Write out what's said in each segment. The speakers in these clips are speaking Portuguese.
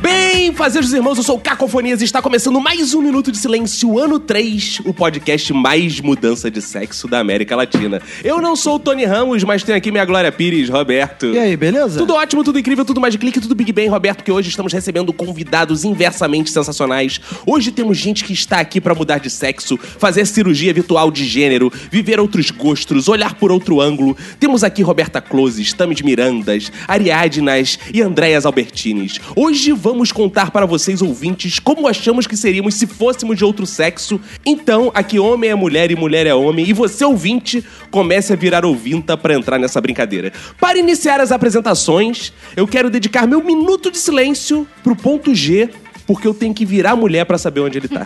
Bem, fazejos irmãos, eu sou o Cacofonias e está começando mais um Minuto de Silêncio, ano 3, o podcast mais mudança de sexo da América Latina. Eu não sou o Tony Ramos, mas tenho aqui minha Glória Pires, Roberto. E aí, beleza? Tudo ótimo, tudo incrível, tudo mais de clique, tudo Big Bang, Roberto, que hoje estamos recebendo convidados inversamente sensacionais. Hoje temos gente que está aqui para mudar de sexo, fazer cirurgia virtual de gênero, viver outros gostos, olhar por outro ângulo. Temos aqui Roberta Closes, Tamis Mirandas, Ariadnas e Andréas Albertines. Hoje vamos contar para vocês, ouvintes, como achamos que seríamos se fôssemos de outro sexo. Então, aqui homem é mulher e mulher é homem, e você, ouvinte, comece a virar ouvinta para entrar nessa brincadeira. Para iniciar as apresentações, eu quero dedicar meu minuto de silêncio pro ponto G. Porque eu tenho que virar a mulher para saber onde ele tá.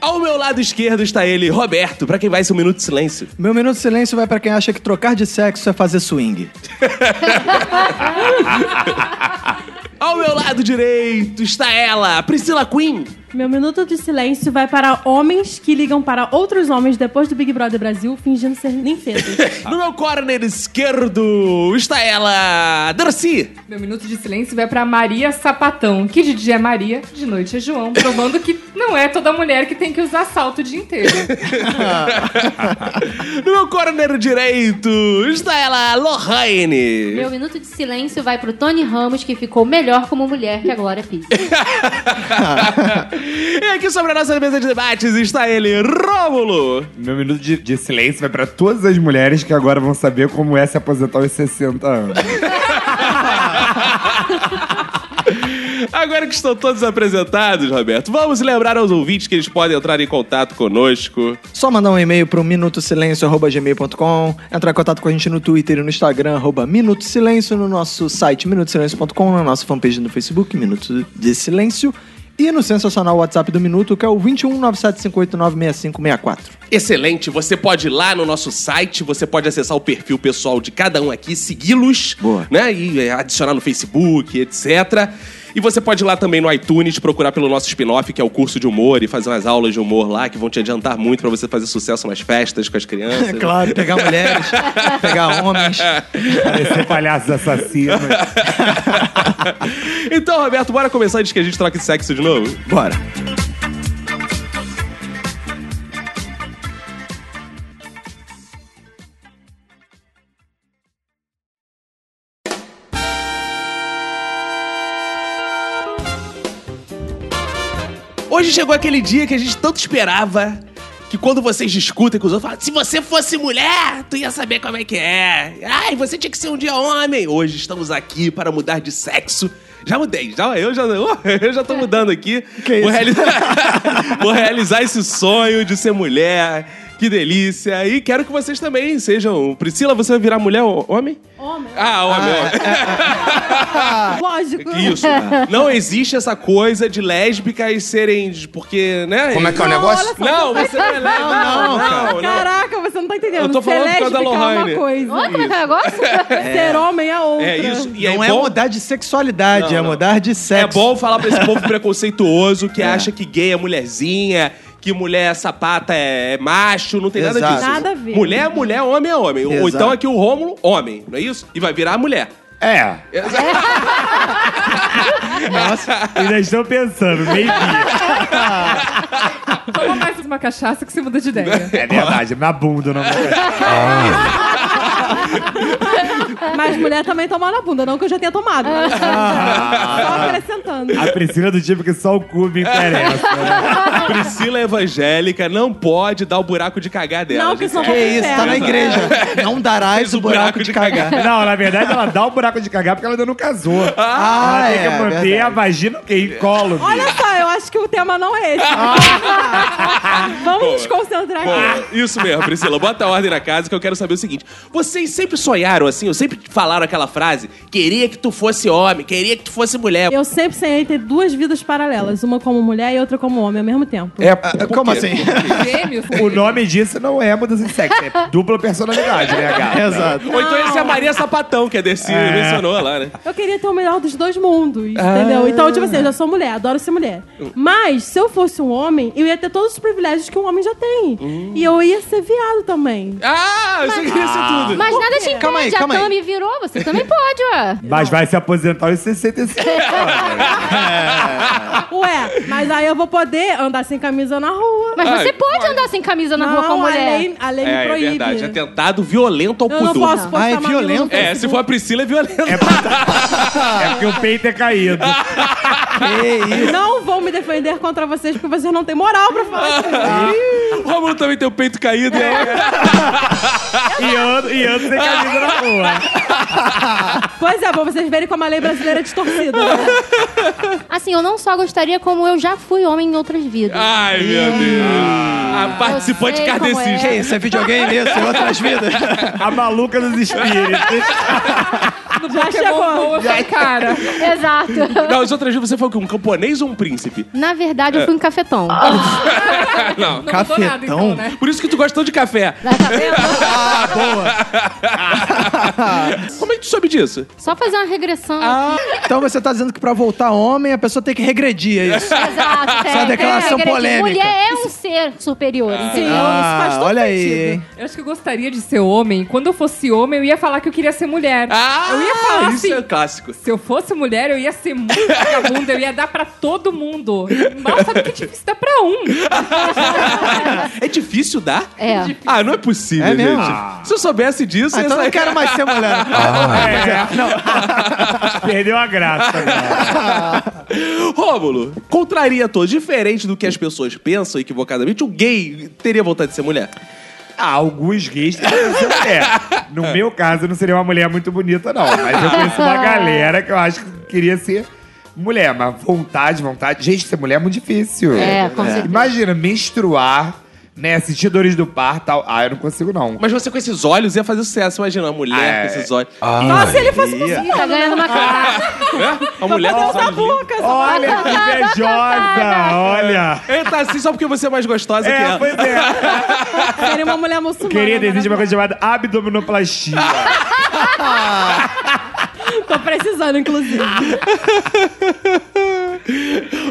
Ao meu lado esquerdo está ele, Roberto, para quem vai ser um minuto de silêncio. Meu minuto de silêncio vai pra quem acha que trocar de sexo é fazer swing. Ao meu lado direito está ela, Priscila Queen. Meu minuto de silêncio vai para homens que ligam para outros homens depois do Big Brother Brasil fingindo ser ninfedos. No meu corner esquerdo está ela, Darcy. Meu minuto de silêncio vai pra Maria Sapatão, que de dia é Maria, de noite é João, provando que não é toda mulher que tem que usar salto o dia inteiro. No meu corner direito está ela, Lorraine. Meu minuto de silêncio vai pro Tony Ramos, que ficou melhor como mulher que é a Glória Pires. e aqui sobre a nossa mesa de debates está ele, Rômulo. Meu minuto de, de silêncio vai pra todas as mulheres que agora vão saber como é se aposentar aos 60 anos. Agora que estão todos apresentados, Roberto, vamos lembrar aos ouvintes que eles podem entrar em contato conosco. Só mandar um e-mail pro minutosilencio.gmail.com, entrar em contato com a gente no Twitter e no Instagram, arroba Minuto Silêncio, no nosso site minutosilêncio.com, na nossa fanpage no Facebook, Minuto de Silêncio, e no sensacional WhatsApp do Minuto, que é o 21 975896564. Excelente, você pode ir lá no nosso site, você pode acessar o perfil pessoal de cada um aqui, segui-los, Boa. né? E é, adicionar no Facebook, etc. E você pode ir lá também no iTunes procurar pelo nosso spin-off, que é o curso de humor, e fazer umas aulas de humor lá que vão te adiantar muito pra você fazer sucesso nas festas com as crianças. É claro, pegar mulheres, pegar homens. Parecer palhaços assassinos. então, Roberto, bora começar antes que a gente troque de sexo de novo? Bora. Hoje chegou aquele dia que a gente tanto esperava. Que quando vocês discutem com os outros, falam: se você fosse mulher, tu ia saber como é que é. Ai, você tinha que ser um dia homem. Hoje estamos aqui para mudar de sexo. Já mudei, já, eu, já, oh, eu já tô mudando aqui. Que Vou, isso? realizar, vou realizar esse sonho de ser mulher. Que delícia. E quero que vocês também sejam. Priscila, você vai virar mulher ou homem? Homem. Ah, homem, homem. é, Lógico. Ah, Isso. Não existe essa coisa de lésbicas serem. de- Porque, né? Como é que é o Não, negócio? olha só, Não, você você não é lésbica. Não, não, não. Caraca, você não tá entendendo. Eu tô Ser falando por causa da lésbica é Lohane. uma coisa. Olha como é que é o negócio. Ser homem é outra. É isso. E não é, é, bom, mudar de sexualidade, Não, é não. mudar de é sexo. bom falar pra esse povo preconceituoso que É. acha que gay é mulherzinha, que mulher sapata é macho, não tem nada Exato. disso. Nada a ver. Mulher é mulher, homem é homem. Ou Exato. então aqui o Rômulo, homem, não é isso? E vai virar mulher. É. Ainda estão pensando, meio Toma mais uma cachaça que você muda de ideia. É verdade, na bunda, não Mas mulher também toma na bunda, não que eu já tenha tomado. né? Ah. Só acrescentando. Ah, A Priscila é do tipo que só o cu me interessa. né? Priscila é evangélica não pode dar o buraco de cagar dela. Não, que gente. isso não Que isso, tá na igreja. Não darás Fez o buraco de cagar. Não, na verdade ela dá o buraco de cagar porque ela ainda não casou. Ah, ela tem é, que manter verdade. a vagina que incólume. Olha só, eu acho que o tema não é esse. Ah. Vamos nos concentrar aqui. Bom, isso mesmo, Priscila. Bota a ordem na casa que eu quero saber o seguinte. Vocês sempre sonharam assim, ou sempre falaram aquela frase: queria que tu fosse homem, queria que tu fosse mulher. Eu sempre sonhei ter duas vidas paralelas, uma como mulher e outra como homem ao mesmo tempo. É, Ah, Como assim? Gêmeos? o nome disso não é mudança de sexo, é dupla personalidade, né, gata? Exato. Ou então esse é a Maria Sapatão, que a Dercy mencionou lá, né? Eu queria ter o melhor dos dois mundos, Ah. entendeu? Então, tipo assim, eu já sou mulher, adoro ser mulher. Mas, se eu fosse um homem, eu ia ter todos os privilégios que um homem já tem. E eu ia ser viado também. Ah, Hum. eu sei que isso tudo. Mas nada te impede, Calma aí, calma a aí. Tami virou, você também pode, ué. Mas vai se aposentar aos 65 Ué, Ah, mas aí eu vou poder andar sem camisa na rua. Mas Ai, você pode andar sem camisa na rua Não, com a mulher. A lei, a lei me É, é proíbe. verdade. Atentado violento ao Eu não pudor. posso postar Ah, é mamilo no violento? É, se for a Priscila, é violento. é porque o peito é caído. Não vão me defender contra vocês porque vocês não têm moral pra falar isso. O Romulo também tem o peito caído. né? E ando, e ando sem camisa na rua. Pois é, pra vocês verem como a lei brasileira é distorcida. né? Assim, eu não só gostaria, como eu já fui homem em outras vidas. Ah. Ai, meu Deus. A participante Eu sei como kardecista. Que isso? É videogame isso? É outras vidas? A maluca dos espíritos. Já chegou. Pokémon Go, eu sou cara. Exato. Não, as outras vezes você foi o quê? Um camponês ou um príncipe? Na verdade, eu fui um cafetão. Ah. Não. Não mudou nada, então, Cafetão? né? Por isso que tu gosta tanto de café. Tá Ah, boa. Como é que tu soube disso? Só fazer uma regressão. Então você tá dizendo que pra voltar homem, a pessoa tem que regredir, é isso? Exato. Essa é uma declaração regredir. polêmica. Mulher é um ser superior, entendeu? faz Ah, todo olha aí, sentido. hein? Eu acho que eu gostaria de ser homem. Quando eu fosse homem, eu ia falar que eu queria ser mulher. Ah, eu ia falar isso assim. é um clássico. Se eu fosse mulher, eu ia ser muito vagabunda, eu ia dar pra todo mundo. Mal sabe que é difícil dar pra um. É difícil dar? É. Ah, não é possível, É mesmo? gente. Se eu soubesse disso, Ah, eu então eu ia não sair... quero mais ser mulher. Ah, É. Perdeu a graça. né? Rômulo, contraria a todos, diferente do que as pessoas pensam equivocadamente, o gay teria vontade de ser mulher. Ah, alguns gays têm que ser mulher. No meu caso, eu não seria uma mulher muito bonita, não. Mas eu conheço uma galera que eu acho que queria ser mulher. Mas vontade, vontade. Gente, ser mulher é muito difícil. É, com certeza. Imagina, menstruar, né? Sentir dores do par tal. Ah, eu não consigo, não. Mas você com esses olhos ia fazer sucesso, imagina, uma mulher Ah, é. com esses olhos. Só se ele fosse muçulmano. Tá ganhando uma Ah. cantada. Uma mulher com Deus esses da olhos lindos. boca. só- Olha que "Ah, tá, invejosa! Olha! Ele tá assim só porque você é mais gostosa que É, ela. pois é. Seria uma mulher muçulmana. Querida, né? existe uma coisa chamada abdominoplastia. Tô precisando, inclusive.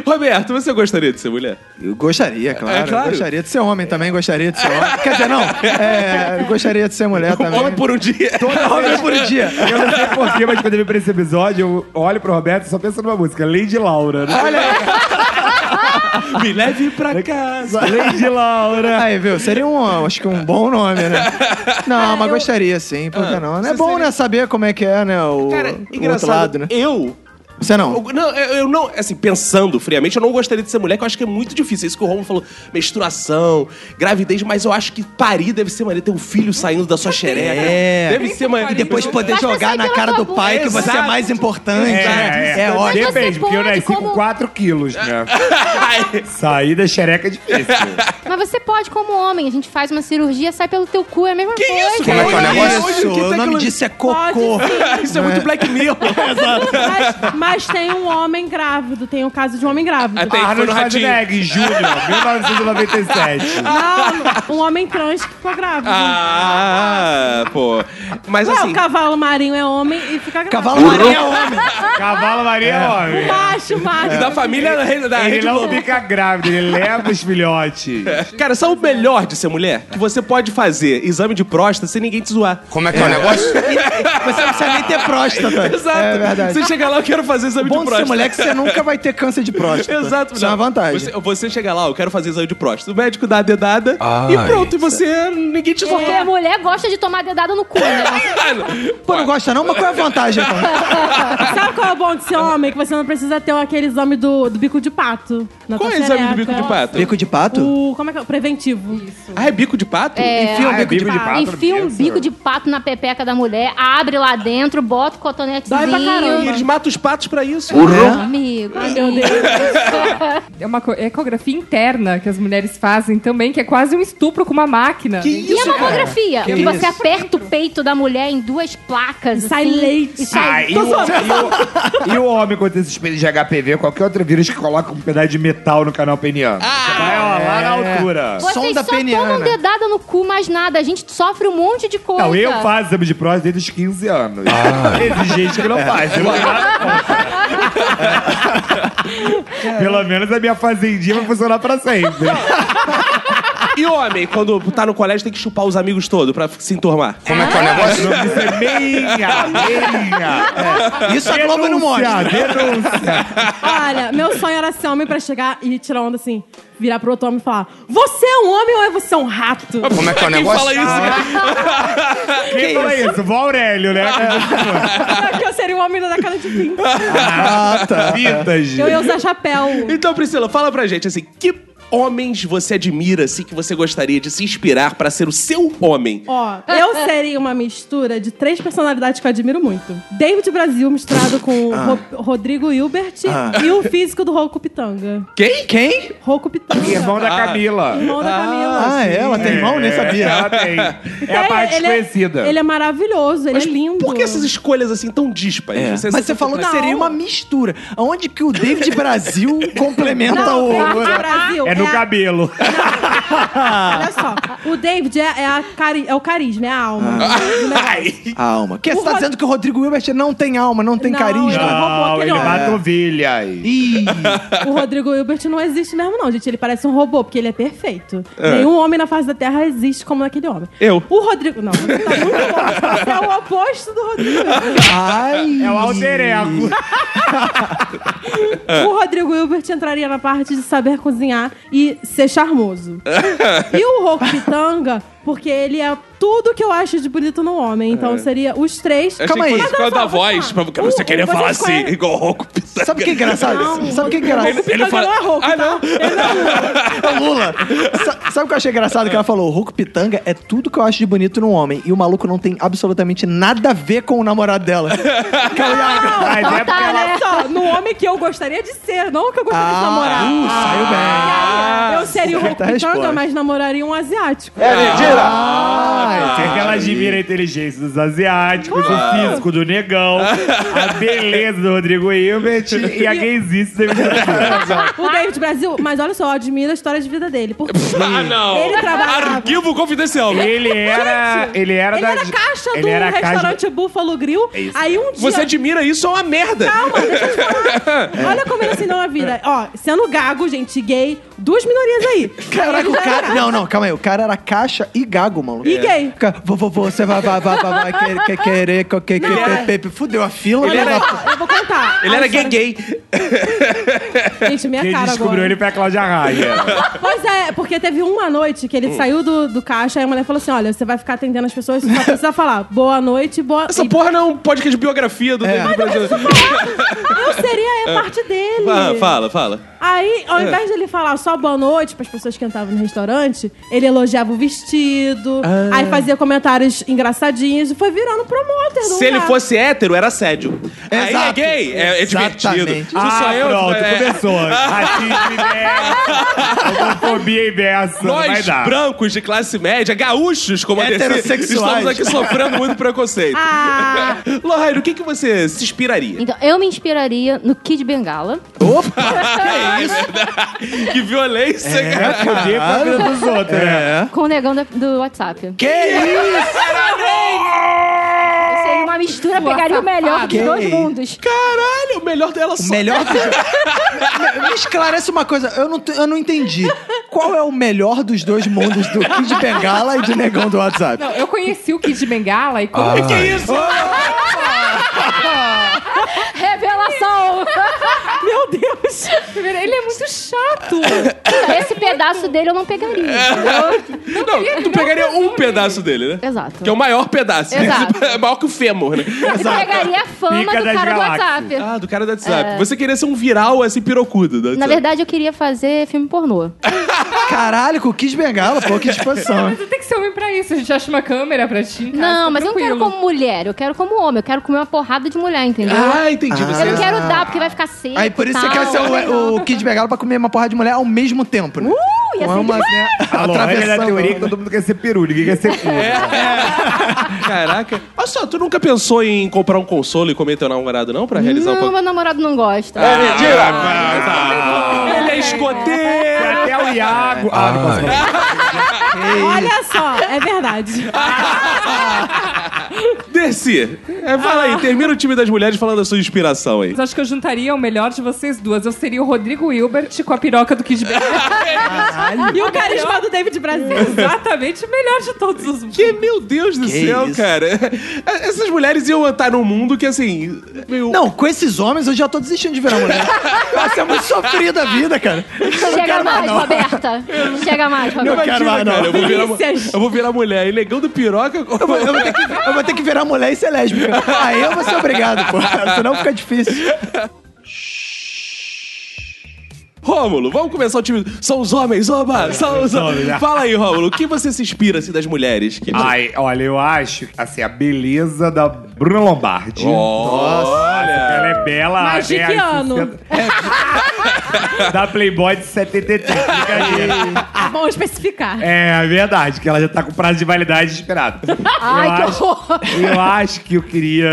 Roberto, você gostaria de ser mulher? Eu gostaria, claro. É, claro. Gostaria de ser homem também, gostaria de ser homem. Quer dizer, não. É, eu gostaria de ser mulher também. Homem por um dia. homem por dia. Eu não sei porquê, mas quando eu vim pra esse episódio, eu olho pro Roberto e só penso numa música, Lady Laura. Né? Me leve pra casa. Lady Laura. Aí, viu? Seria um, acho que um bom nome, né? Não, mas gostaria sim, por que não? É bom, né, saber como é que é, né, o, Cara, o outro engraçado. lado, né? Eu Você não? Eu- Não, eu, eu não, assim, pensando friamente, eu não gostaria de ser mulher, que eu acho que é muito difícil. Isso que o Romulo falou, menstruação, gravidez, mas eu acho que parir deve ser maneiro, ter um filho saindo da sua xereca. É. Deve ser maneiro. E depois poder Mas você jogar na pela cara sua do pai boca. que você é Exato. mais importante. né? é Mas ótimo. você Depende, porque eu pode, nasci como- com 4 quilos, né? É. Sair da xereca é difícil. Mas você pode, como homem, a gente faz uma cirurgia, sai pelo teu cu, é a mesma Que coisa. isso, Como é que é o Hoje- negócio? hoje, que o nome tecnologia- disso é cocô. Isso é Né? muito Black Mirror. Mas, mas tem um homem grávido, tem um caso de um homem grávido. Até aí foi Arnold no ratinho. Schwarzenegger, Júnior, 1997. Não, um homem trans que ficou grávido. Ah, pô. Mas Ué, assim. o cavalo marinho é homem e fica grávido. Cavalo marinho é homem. Cavalo Maria é. homem. Macho, macho. Da família da rede, da Ele é Rede não Globo. fica grávido, ele leva os filhotes. Cara, sabe o melhor de ser mulher? Que você pode fazer exame de próstata sem ninguém te zoar. Como é que é o negócio? Você não precisa nem ter próstata. Exato. É verdade. Você chega lá, eu quero fazer exame Bom de de ser próstata. mulher que você nunca vai ter câncer de próstata. Exato, Isso é não. uma vantagem. Você, você chega lá, eu quero fazer exame de próstata. O médico dá a dedada Ai. e pronto, e você. ninguém te Porque a toca. mulher gosta de tomar dedada no cu, né? Pô, não gosta não? Mas qual é a vantagem, então? Sabe qual é o bom de ser homem? Que você não precisa tem aquele exame do, do bico de pato. Na Qual tua é o exame do xereca. bico de pato? Bico de pato? O, como é que é? O preventivo. Ah, é bico de pato? É. Enfia o Ah, é bico de bico de pato. Enfia um mesmo. bico de pato na pepeca da mulher, abre lá dentro, bota o cotonetezinho. Dói pra E caramba. eles matam os patos pra isso. É. Amigo. Ai, meu Deus. É uma co- ecografia interna que as mulheres fazem também, que é quase um estupro com uma máquina. Que E a isso, cara? mamografia? Que isso? você aperta o peito da mulher em duas placas. Sai assim, leite. E sai Ah, e, o, e o- e o homem com esses espelhos de HPV, qualquer outro vírus que coloca um pedaço de metal no canal peniano. Ah. Vai ó, lá na É. altura. Vocês Sonda só tomam peniana. dedada no cu, mais nada. A gente sofre um monte de coisa. Não, eu faço exame de próstata desde os 15 anos. Ah. Existe gente que não faz. eu não tenho nada contra. Pelo menos a minha fazendinha vai funcionar pra sempre. E homem, quando tá no colégio, tem que chupar os amigos todos pra se enturmar. Como é que é o negócio? Não, Isso é meinha, meinha. Isso a Globo não mostra. Denúncia. Olha, meu sonho era ser homem pra chegar e tirar onda assim, virar pro outro homem e falar: Você é um homem ou é você um rato? Como é que é o Quem negócio? fala isso, cara? Quem fala isso? Vó Aurélio, né? que eu seria um homem da década de 20. Vintage. Eu ia usar chapéu. Então, Priscila, fala pra gente, assim, que homens você admira, assim, que você gostaria de se inspirar pra ser o seu homem? Ó, eu seria uma mistura de três personalidades que eu admiro muito. David Brasil misturado com o Ah. Ro- Rodrigo Hilbert e o físico do Roku Pitanga. Quem? Quem? Roku Pitanga. Irmão é da Camila. Irmão da Camila. Ah, é? Ela tem irmão? Nem sabia. Ela tem. É a Ele- parte ele desconhecida. Ele é maravilhoso, ele é lindo. Por que essas escolhas, assim, tão díspares? É. Mas você falou que Não. assim. seria uma mistura. Aonde que o David Brasil complementa Não, o... David Brasil É no a- cabelo. Olha só, o David é, é a cari- é o carisma, é a alma. Ah. do negócio. A alma. Que você Rod- tá dizendo que o Rodrigo Hilbert não tem alma, não tem Não, ele carisma? roubou Não, aquele Ah, ele homem. mata ovelhas. Ih, O Rodrigo Hilbert não existe mesmo, não, gente. Ele parece um robô, porque ele é perfeito. Nenhum homem na face da Terra existe como aquele homem. Eu. O Rodrigo. Não, você tá muito bom. Você é o oposto do Rodrigo. Hilbert. ai. É o alter ego. É. O Rodrigo Hilbert entraria na parte de saber cozinhar e ser charmoso. É. e o Roku Pitanga, porque ele é tudo que eu acho de bonito no homem. É. Então seria os três. Calma aí. Mas Por causa olha da só, voz, pra vamos porque lá. você O- queria uh, vocês falar assim, conhecem- igual o Roku Pitanga. Sabe o que é engraçado? Não. Sabe o que é engraçado? Pitanga não é Roku, Ah, tá? não? É Lula. Sa- sabe o que eu achei engraçado? Que ela falou, o Roku Pitanga é tudo que eu acho de bonito num homem. E o maluco não tem absolutamente nada a ver com o namorado dela. Mas é porque ela Olha só, no homem que eu gostaria de ser, não o que eu gostaria de Ah, namorar. uh, saiu bem. E aí, eu seria o Certa Hulk Pitanga, resposta. mas namoraria um asiático. É, né? Ah, Ah, Tem que ela admira a inteligência dos asiáticos, o físico do negão, a beleza do Rodrigo Hilbert e a gaysice da Emília Clarke. O David Brasil, mas olha só, eu admiro a história de vida dele. Porque Ah, não. Ele trabalhava- Arquivo confidencial. Ele era. Ele era ele da. era caixa ele do era caixa- restaurante Buffalo Grill. Aí um dia. Você admira isso, é uma merda. Calma, deixa eu te falar. Olha como ele ensinou a vida. Ó, sendo gago, gente, gay, duas minorias aí. Aí Caraca, ele o já era cara... gago. Não, não, calma aí. O cara era caixa e gago, maluco. E gay. Cara, Vou, vou, vou, você vai, vai, vai, vai, vai, quer, quer, querer, quer, quer, Não, quer, é. pe- pe- Fudeu a fila. Olha né? só, eu vou contar. Ele A era gay história- gay. Gente, minha Quem cara descobriu agora. ele foi a Cláudia Raia. Pois é, porque teve uma noite que ele Hum. saiu do, do caixa e a mulher falou assim: olha, você vai ficar atendendo as pessoas, você só precisa falar boa noite, boa. Essa e- porra não é um podcast de biografia do É. David Brasil. Eu seria a parte dele. É. Fala, É. fala, fala. Aí, ao invés de ele falar só boa noite pras pessoas que entravam no restaurante, ele elogiava o vestido, Ah. aí fazia comentários engraçadinhos e foi virando promoter um do Se ele lugar. fosse hétero, era assédio. Aí é Exato. gay, é, é divertido. Exatamente. Se sou Ah, eu, pronto, é- começou. Racismo inverso, homofobia inversa. não vai Nós, dar. brancos de classe média, gaúchos, como a DC, Heterossexuais. estamos aqui sofrendo muito preconceito. Ah, Lohairo, o que, que você se inspiraria? Então, eu me inspiraria no Kid Bengala. que isso? que violência, É cara. fuder com a vida dos outros, É. né? Com o negão da- do WhatsApp. Que isso? Seria uma mistura, pegaria o melhor dos Que dois isso? mundos. Caralho, o melhor dela O só. melhor dos Me- Me esclarece uma coisa, eu não, te- eu não entendi. Qual é o melhor dos dois mundos do Kid Bengala e de Negão do WhatsApp? Não, eu conheci o Kid de Bengala e Ah. como Que isso? Ah. Revelação! meu Deus! Primeiro, ele é muito chato. Esse pedaço dele eu não pegaria. entendeu? Não, queria- tu não pegaria um presume. pedaço dele, né? Exato. Que é o maior pedaço. Exato. é maior que o fêmur, né? E pegaria a fama Pica do das cara do galáxias. WhatsApp. Ah, do cara do WhatsApp. Você queria ser um viral, assim, pirocudo. do É. Na WhatsApp. verdade, eu queria fazer filme pornô. Caralho, com o Kid Bengala, pô, que disposição. hein? Mas tem que ser homem pra isso. A gente acha uma câmera pra ti. em casa, Não, tá mas eu não quero tranquilo. como mulher, eu quero como homem, eu quero comer uma porrada de mulher, entendeu? Ah, entendi. você... eu não quero dar, porque vai ficar seco. Aí por isso e você quer tal. ser o, o Kid Bengala pra comer uma porra de mulher ao mesmo tempo, né? Uh, ia Não é ser uma, né, A Lohane é da atravessando, teoria que né? todo mundo quer ser peru, ninguém quer É. ser cu. Caraca. Olha só, tu nunca pensou em comprar um console e comer teu namorado, não? Pra realizar um Não, pouco? meu namorado não gosta. Ah, Ele é escoteiro! Até o Iago. Ah, não posso falar. Olha só, é verdade. Desci. É, fala aí, termina o time das mulheres falando da sua inspiração aí. Mas acho que eu juntaria o melhor de vocês duas. Eu seria o Rodrigo Hilbert com a piroca do Kid Bengala. E o carisma do David Brasil. Exatamente o melhor de todos os mundos. Que, meu Deus do Que céu, isso? cara. Essas mulheres iam estar num mundo que, assim... meio- Não, com esses homens eu já tô desistindo de virar mulher. Nossa, é muito sofrida a vida, cara. Eu não Chega quero mais, mais, não. Roberta. Chega mais, Não Roberta. quero mais, Cara, não. eu vou virar, mu- Delícias. eu vou virar mulher. E negão do piroca... com- Eu vou, eu vou ter que, eu vou ter que virar mulher e ser lésbica. Aí eu vou ser obrigado, pô. Senão fica difícil. Rômulo, vamos começar o time... São os homens, É, oba! São os homens. né? Fala aí, Rômulo. O que você se inspira, assim, das mulheres? Que... Ai, olha, eu acho, assim, a beleza da Bruna Lombardi. Olha! Ela é bela. Mas de né, que aos ano? 60. É, da Playboy de 73. fica aí. Ah. É bom especificar. É, é verdade, que ela já tá com prazo de validade esperado. Ai, eu que acho, horror. Eu acho que eu queria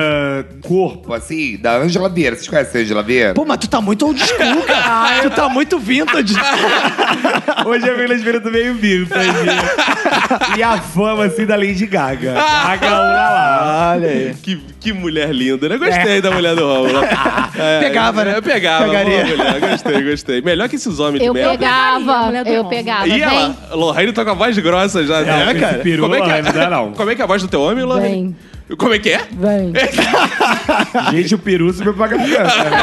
corpo, assim, da Angela Vieira. Vocês conhecem a Angela Vieira? Pô, mas tu tá muito old school, Ah, é? cara. tu tá muito vintage. Hoje a Vila Vieira do meio vintage. e a fama, assim, da Lady Gaga. Gaga, lá, lá. Olha aí. Que, que mulher linda, né? Gostei da mulher do Rômulo. É, Pegava, né? Eu pegava. Pegaria. boa mulher. Gostei, gostei. Melhor que esses homens Eu de merda. pegava, mulher do eu homem. pegava. E ela? Vem. Lorraine tá com a voz grossa já, né? esse peru, Como é, que é? Lorraine, não dá não. Como é que é a voz do teu homem, Lorraine? Como é que é? Vem. Gente, o peru subiu pra criança, né?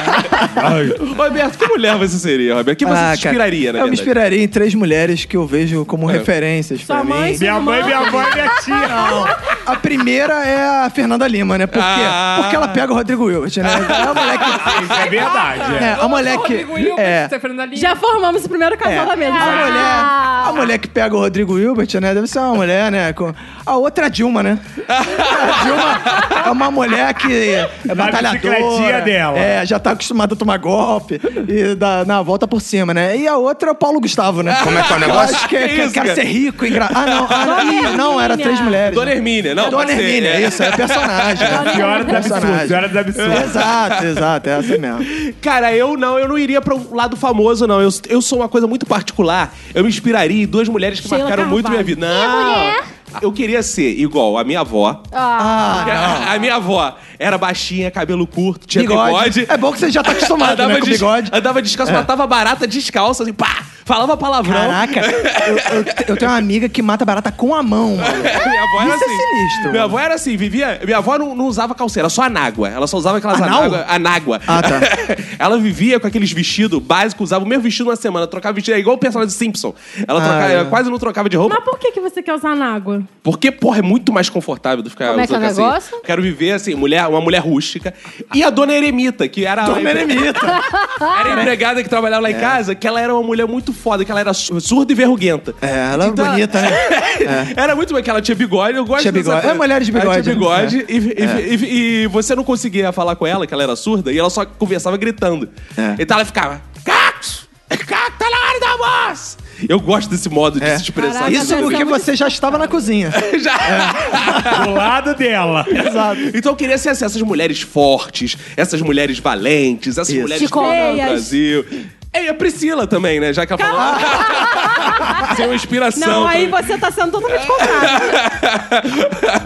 Ai, Roberto, que mulher você seria, Roberto? Que você Ah, se inspiraria, cara, né? Eu me inspiraria É. em três mulheres que eu vejo como referências Sua pra mãe- mim. minha mãe, minha avó e minha tia. A primeira é a Fernanda Lima, né? Por quê? Ah. Porque ela pega o Rodrigo Wilbert, né? É a mulher que... Isso é verdade, é. É, a mulher Ô, que... Rodrigo Hilbert, É, você é Fernanda Lima. Já formamos o primeiro casal da mesa. A já. mulher, a Ah. mulher que pega o Rodrigo Hilbert, né? Deve ser uma mulher, né? com- A outra é a Dilma, né? A Dilma é uma mulher que é batalhadora. bicicletinha dela. É, já tá acostumada a tomar golpe e dá, na volta por cima, né? E a outra é o Paulo Gustavo, né? Como é que é o negócio? Acho que Que quer isso, cara? quer ser rico, engra... Ah, não. Ah, Dona não, ih, não, era Hermínia. três mulheres. Dona né? Hermínia, não? Dona pode ser, Hermínia, é. isso, é personagem. né? Senhora dos absurdos, senhora dos absurdos. Exato, exato, é essa mesmo. Cara, eu não, eu não iria pra um lado famoso, não. Eu, eu sou uma coisa muito particular. Eu me inspiraria em duas mulheres que Sheila marcaram muito minha Carvalho. vida. Não! mulher? Eu queria ser igual a minha avó. Ah, A, a minha avó era baixinha, cabelo curto, tinha bigode. bigode. É bom que você já tá acostumado, Andava, né? Com des- bigode. É. andava descalço, matava barata descalça, assim, pá! Falava palavrão. Caraca, eu, eu te- eu tenho uma amiga que mata barata com a mão, mano. Minha avó era Isso é assim. sinistro, Minha mano. avó era assim, vivia. Minha avó não, não usava calceira, só anágua. Ela só usava aquelas Anal? anágua. anágua. Ah, tá. ela vivia com aqueles vestidos básicos, usava o mesmo vestido uma semana, trocava vestido, é igual o personagem do Simpson. Ela, Ah, trocava- é. ela quase não trocava de roupa. Mas por que, que você quer usar na água? Porque, porra, é muito mais confortável do que ficar Como é que é o usando calcinha. negócio? Quero viver assim, mulher, uma mulher rústica. E a dona Eremita, que era. Dona Eremita. É. Era empregada que trabalhava lá em casa, que ela era uma mulher muito foda, que ela era su- surda e verruguenta. É, ela é bonita, né? Era muito bem que ela tinha bigode, eu gosto Tinha dessa bigode. coisa. É, mulheres de Ela tinha bigode, né? É. bigode e, e- e- e você não conseguia falar com ela, que ela era surda, e ela só conversava gritando. É. Então ela ficava... Cacos! Cacos, tá na hora da voz! Eu gosto desse modo de É. se expressar. Caraca, Isso porque você já estava na cozinha. é Já... Do lado dela. Exato. Então eu queria ser assim, essas mulheres fortes, essas mulheres valentes, essas Isso. mulheres que Chicó. no Feias. Brasil. É, E a Priscila também, né? Já que ela falou. Sem uma inspiração. Não, aí pra- você tá sendo totalmente contrário.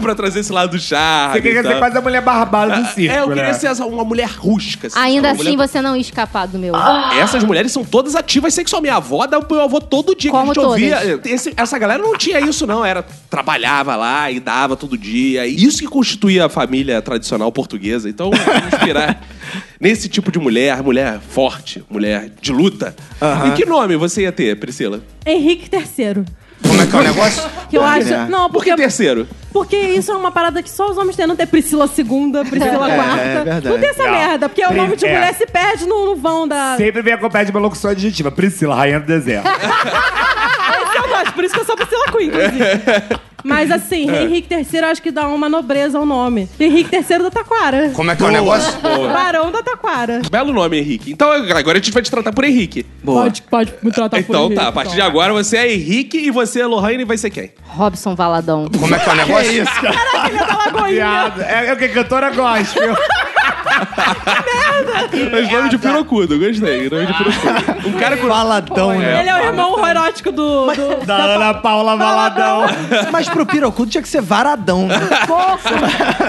pra trazer esse lado do charme. Você queria e tal. ser quase a mulher barbada do circo, É, eu queria né? ser essa- uma mulher rústica. assim, Ainda uma assim, mulher- Ah. você não ia escapar do meu. Essas mulheres são todas ativas sexual. Minha avó dava pro meu avô todo dia Como que a gente ouvia. todas. Esse- essa galera não tinha isso, não. Era trabalhava lá e dava todo dia. E Isso que constituía a família tradicional portuguesa. Então, eu me inspirar nesse tipo de mulher, mulher forte, mulher de luta. E que nome você ia ter, Priscila? Henrique III. Como é que é o negócio? Que eu acho. Não, Por que porque, terceiro? porque isso é uma parada que só os homens têm. Não tem Priscila segunda, É, Priscila quarta. verdade. Não tem essa Não. merda, porque o nome de É. mulher se perde no, no vão da. Sempre vem acompanhado de uma locução adjetiva. Priscila, rainha do deserto. Esse eu gosto, por isso que eu sou Priscila Queen, inclusive. Mas assim, É. Henrique III eu acho que dá uma nobreza ao nome. Henrique III da Taquara. Como é que é o negócio? Barão da Taquara. Belo nome, Henrique. Então agora a gente vai te tratar por Henrique. Tá Boa. pode me tratar então tá, a partir de agora você é Henrique e você é Lohane e vai ser quem? Robson Valadão. Como é que é o negócio? Viado. É, é o que a cantora gospel. Mas nome de pirocudo, gostei. Nome de pirocudo. Um cara com. Baladão, né? Ele é o irmão erótico do. do- Da Ana Paula Valadão. Mas pro pirocudo tinha que ser varadão. né?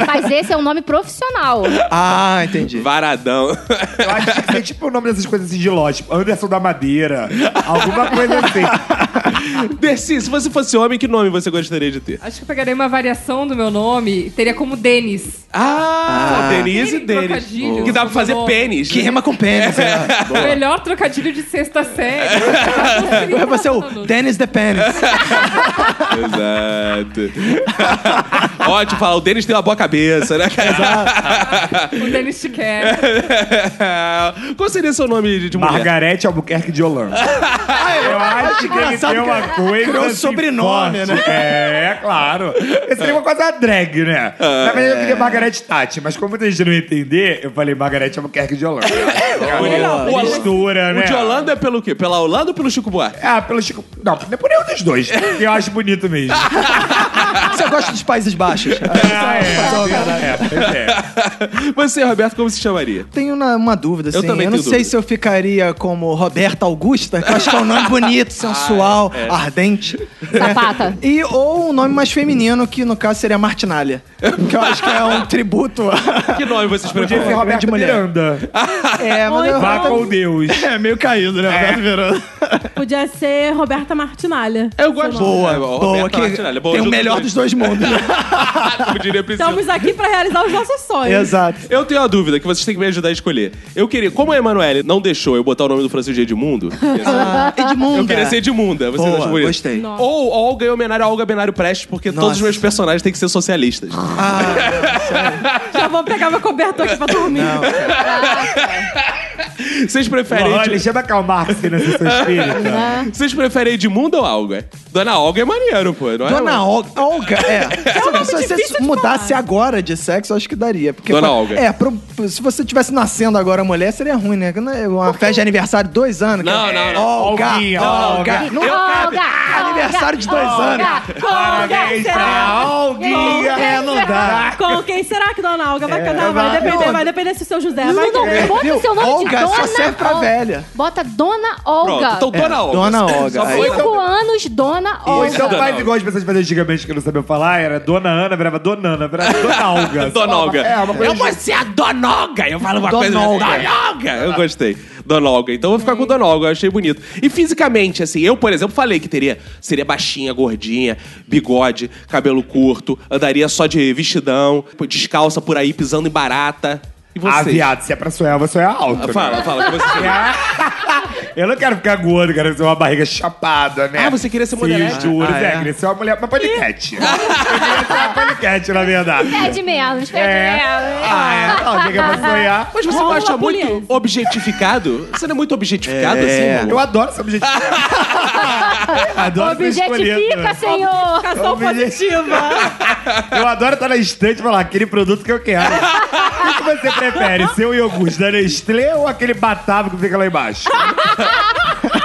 Mas esse é um nome profissional. Ah, entendi. Varadão. Eu acho que tinha que ser tipo o nome dessas coisas assim de lote. Tipo Anderson da Madeira. Alguma coisa assim. Dercy, se você fosse homem, que nome você gostaria de ter? Acho que eu pegaria uma variação do meu nome e teria como Denis. Ah, Denise e Aquele Denis. trocadilho. Que dá pra fazer Bom. pênis. Que rima com pênis, né? O melhor trocadilho de sexta série. Agora vai ser é o Dennis the Penis. Exato. Ótimo falar, o Denis tem uma boa cabeça, né, cara? O Denis te quer. Qual seria seu nome de, de mulher? Margarete Albuquerque de Holanda. Eu acho que ele tem uma coisa. Criou um assim, sobrenome, forte. É, claro. Esse seria uma coisa drag, né? Na verdade, eu queria Margarete Tati, mas como muita gente não ia entender, eu falei Margarete Albuquerque de Holanda. O Alan- Mistura, né? O de Holanda é pelo quê? Pela Holanda ou pelo Chico Buarque? Ah, pelo Chico. Não, não é por nenhum dos dois. Eu acho bonito mesmo. Você gosta dos Países Baixos? Ah, é, é, é. Você, Roberto, como se chamaria? Tenho uma, uma dúvida, assim. Eu também não tenho sei dúvida. se eu ficaria como Roberta Augusta, que eu acho que é um nome bonito, sensual, ardente. Sapata. E ou um nome mais feminino, que no caso seria Martinalha. Que eu acho que é um tributo. a- Que nome vocês Podia ser preferem? Roberto mulher. Miranda. É, mas eu- Vá com Deus. É meio caído, né? Roberto Verano. Podia ser Roberta Martinalha. Eu gosto Boa, É, o boa. Roberto Que Martinelli, boa, tem o junto melhor dos dois mundos. né? Como diria Priscila. Estamos aqui pra realizar os nossos sonhos. Exato. Eu tenho uma dúvida que vocês têm que me ajudar a escolher. Eu queria, como a Emanuele não deixou eu botar o nome do Francisco de Edmundo, Ah, Edmunda. eu queria ser Edmunda. Vocês Boa, acham bonito? gostei. Ou Olga em homenagem a Olga Benário Prestes, porque todos os Nossa. meus personagens têm que ser socialistas. Já vou pegar meu cobertor aqui pra dormir. Vocês preferem. Olha, Ed- chama Karl Marx na sessão espírita. Vocês preferem Edmundo ou Olga? Dona Olga é maneiro, pô. Não é Dona Olga. Olga, é. nome Se difícil você de mudasse agora de sexo, eu acho que daria. Porque Dona pra- Olga. É, pro- se você tivesse nascendo agora mulher, seria ruim, né? Que não é Uma festa de aniversário, dois anos. Não, que- é não, não. Olga, Olguinha, Olga. Olga. Não cabe. Aniversário de dois anos. Parabéns pra Olguinha. É, não dá. Com quem será que Dona Alga vai cantar? Vai depender, não. vai depender se o seu José vai Não, não, querer. bota Viu? seu nome Olga de só Dona serve pra Ol- velha. Bota Dona Pronto, Olga. então tá Dona Olga. É, Dona Olga. Só Aí- foi- Cinco anos, Dona Ou Olga. então Dona faz Olga. igual as pessoas faziam antigamente que não sabiam falar, era Dona Ana, virava Dona Ana, virava Dona Olga. Dona Olga. É, uma coisa eu vou ser a Dona Olga. Eu falo uma Dona coisa. assim. Olga. Dona Olga. Eu gostei. Dona Olga. Então eu vou ficar com Dona Olga. Eu achei bonito. E fisicamente, assim, eu, por exemplo, falei que teria. Seria baixinha, gordinha, bigode, cabelo curto, andaria só de vestidão, descalça por aí, pisando em barata. E você? Ah, viado, se é pra sonhar, eu vou sonhar alto. né? Fala, fala. que você seria. Eu não quero ficar gordo, quero ser uma barriga chapada, né? Ah, você queria ser mulher. Sim, juro, Ah, é, é? queria ser uma mulher, uma paniquete. eu queria ser uma paniquete, na verdade. né? Pede menos, pede É. menos. Ah, é. Não, chega pra sonhar. Mas você não Rola acha muito polícia. objetificado? Você não é muito objetificado, É. assim? Eu Lu? adoro esse objetivo. adoro ser Objetifica, escolhido. senhor. Educação Obje- positiva. Eu adoro estar na estante e falar aquele produto que eu quero. O que, que você prefere, seu iogurte da Nestlé ou aquele batavo que fica lá embaixo?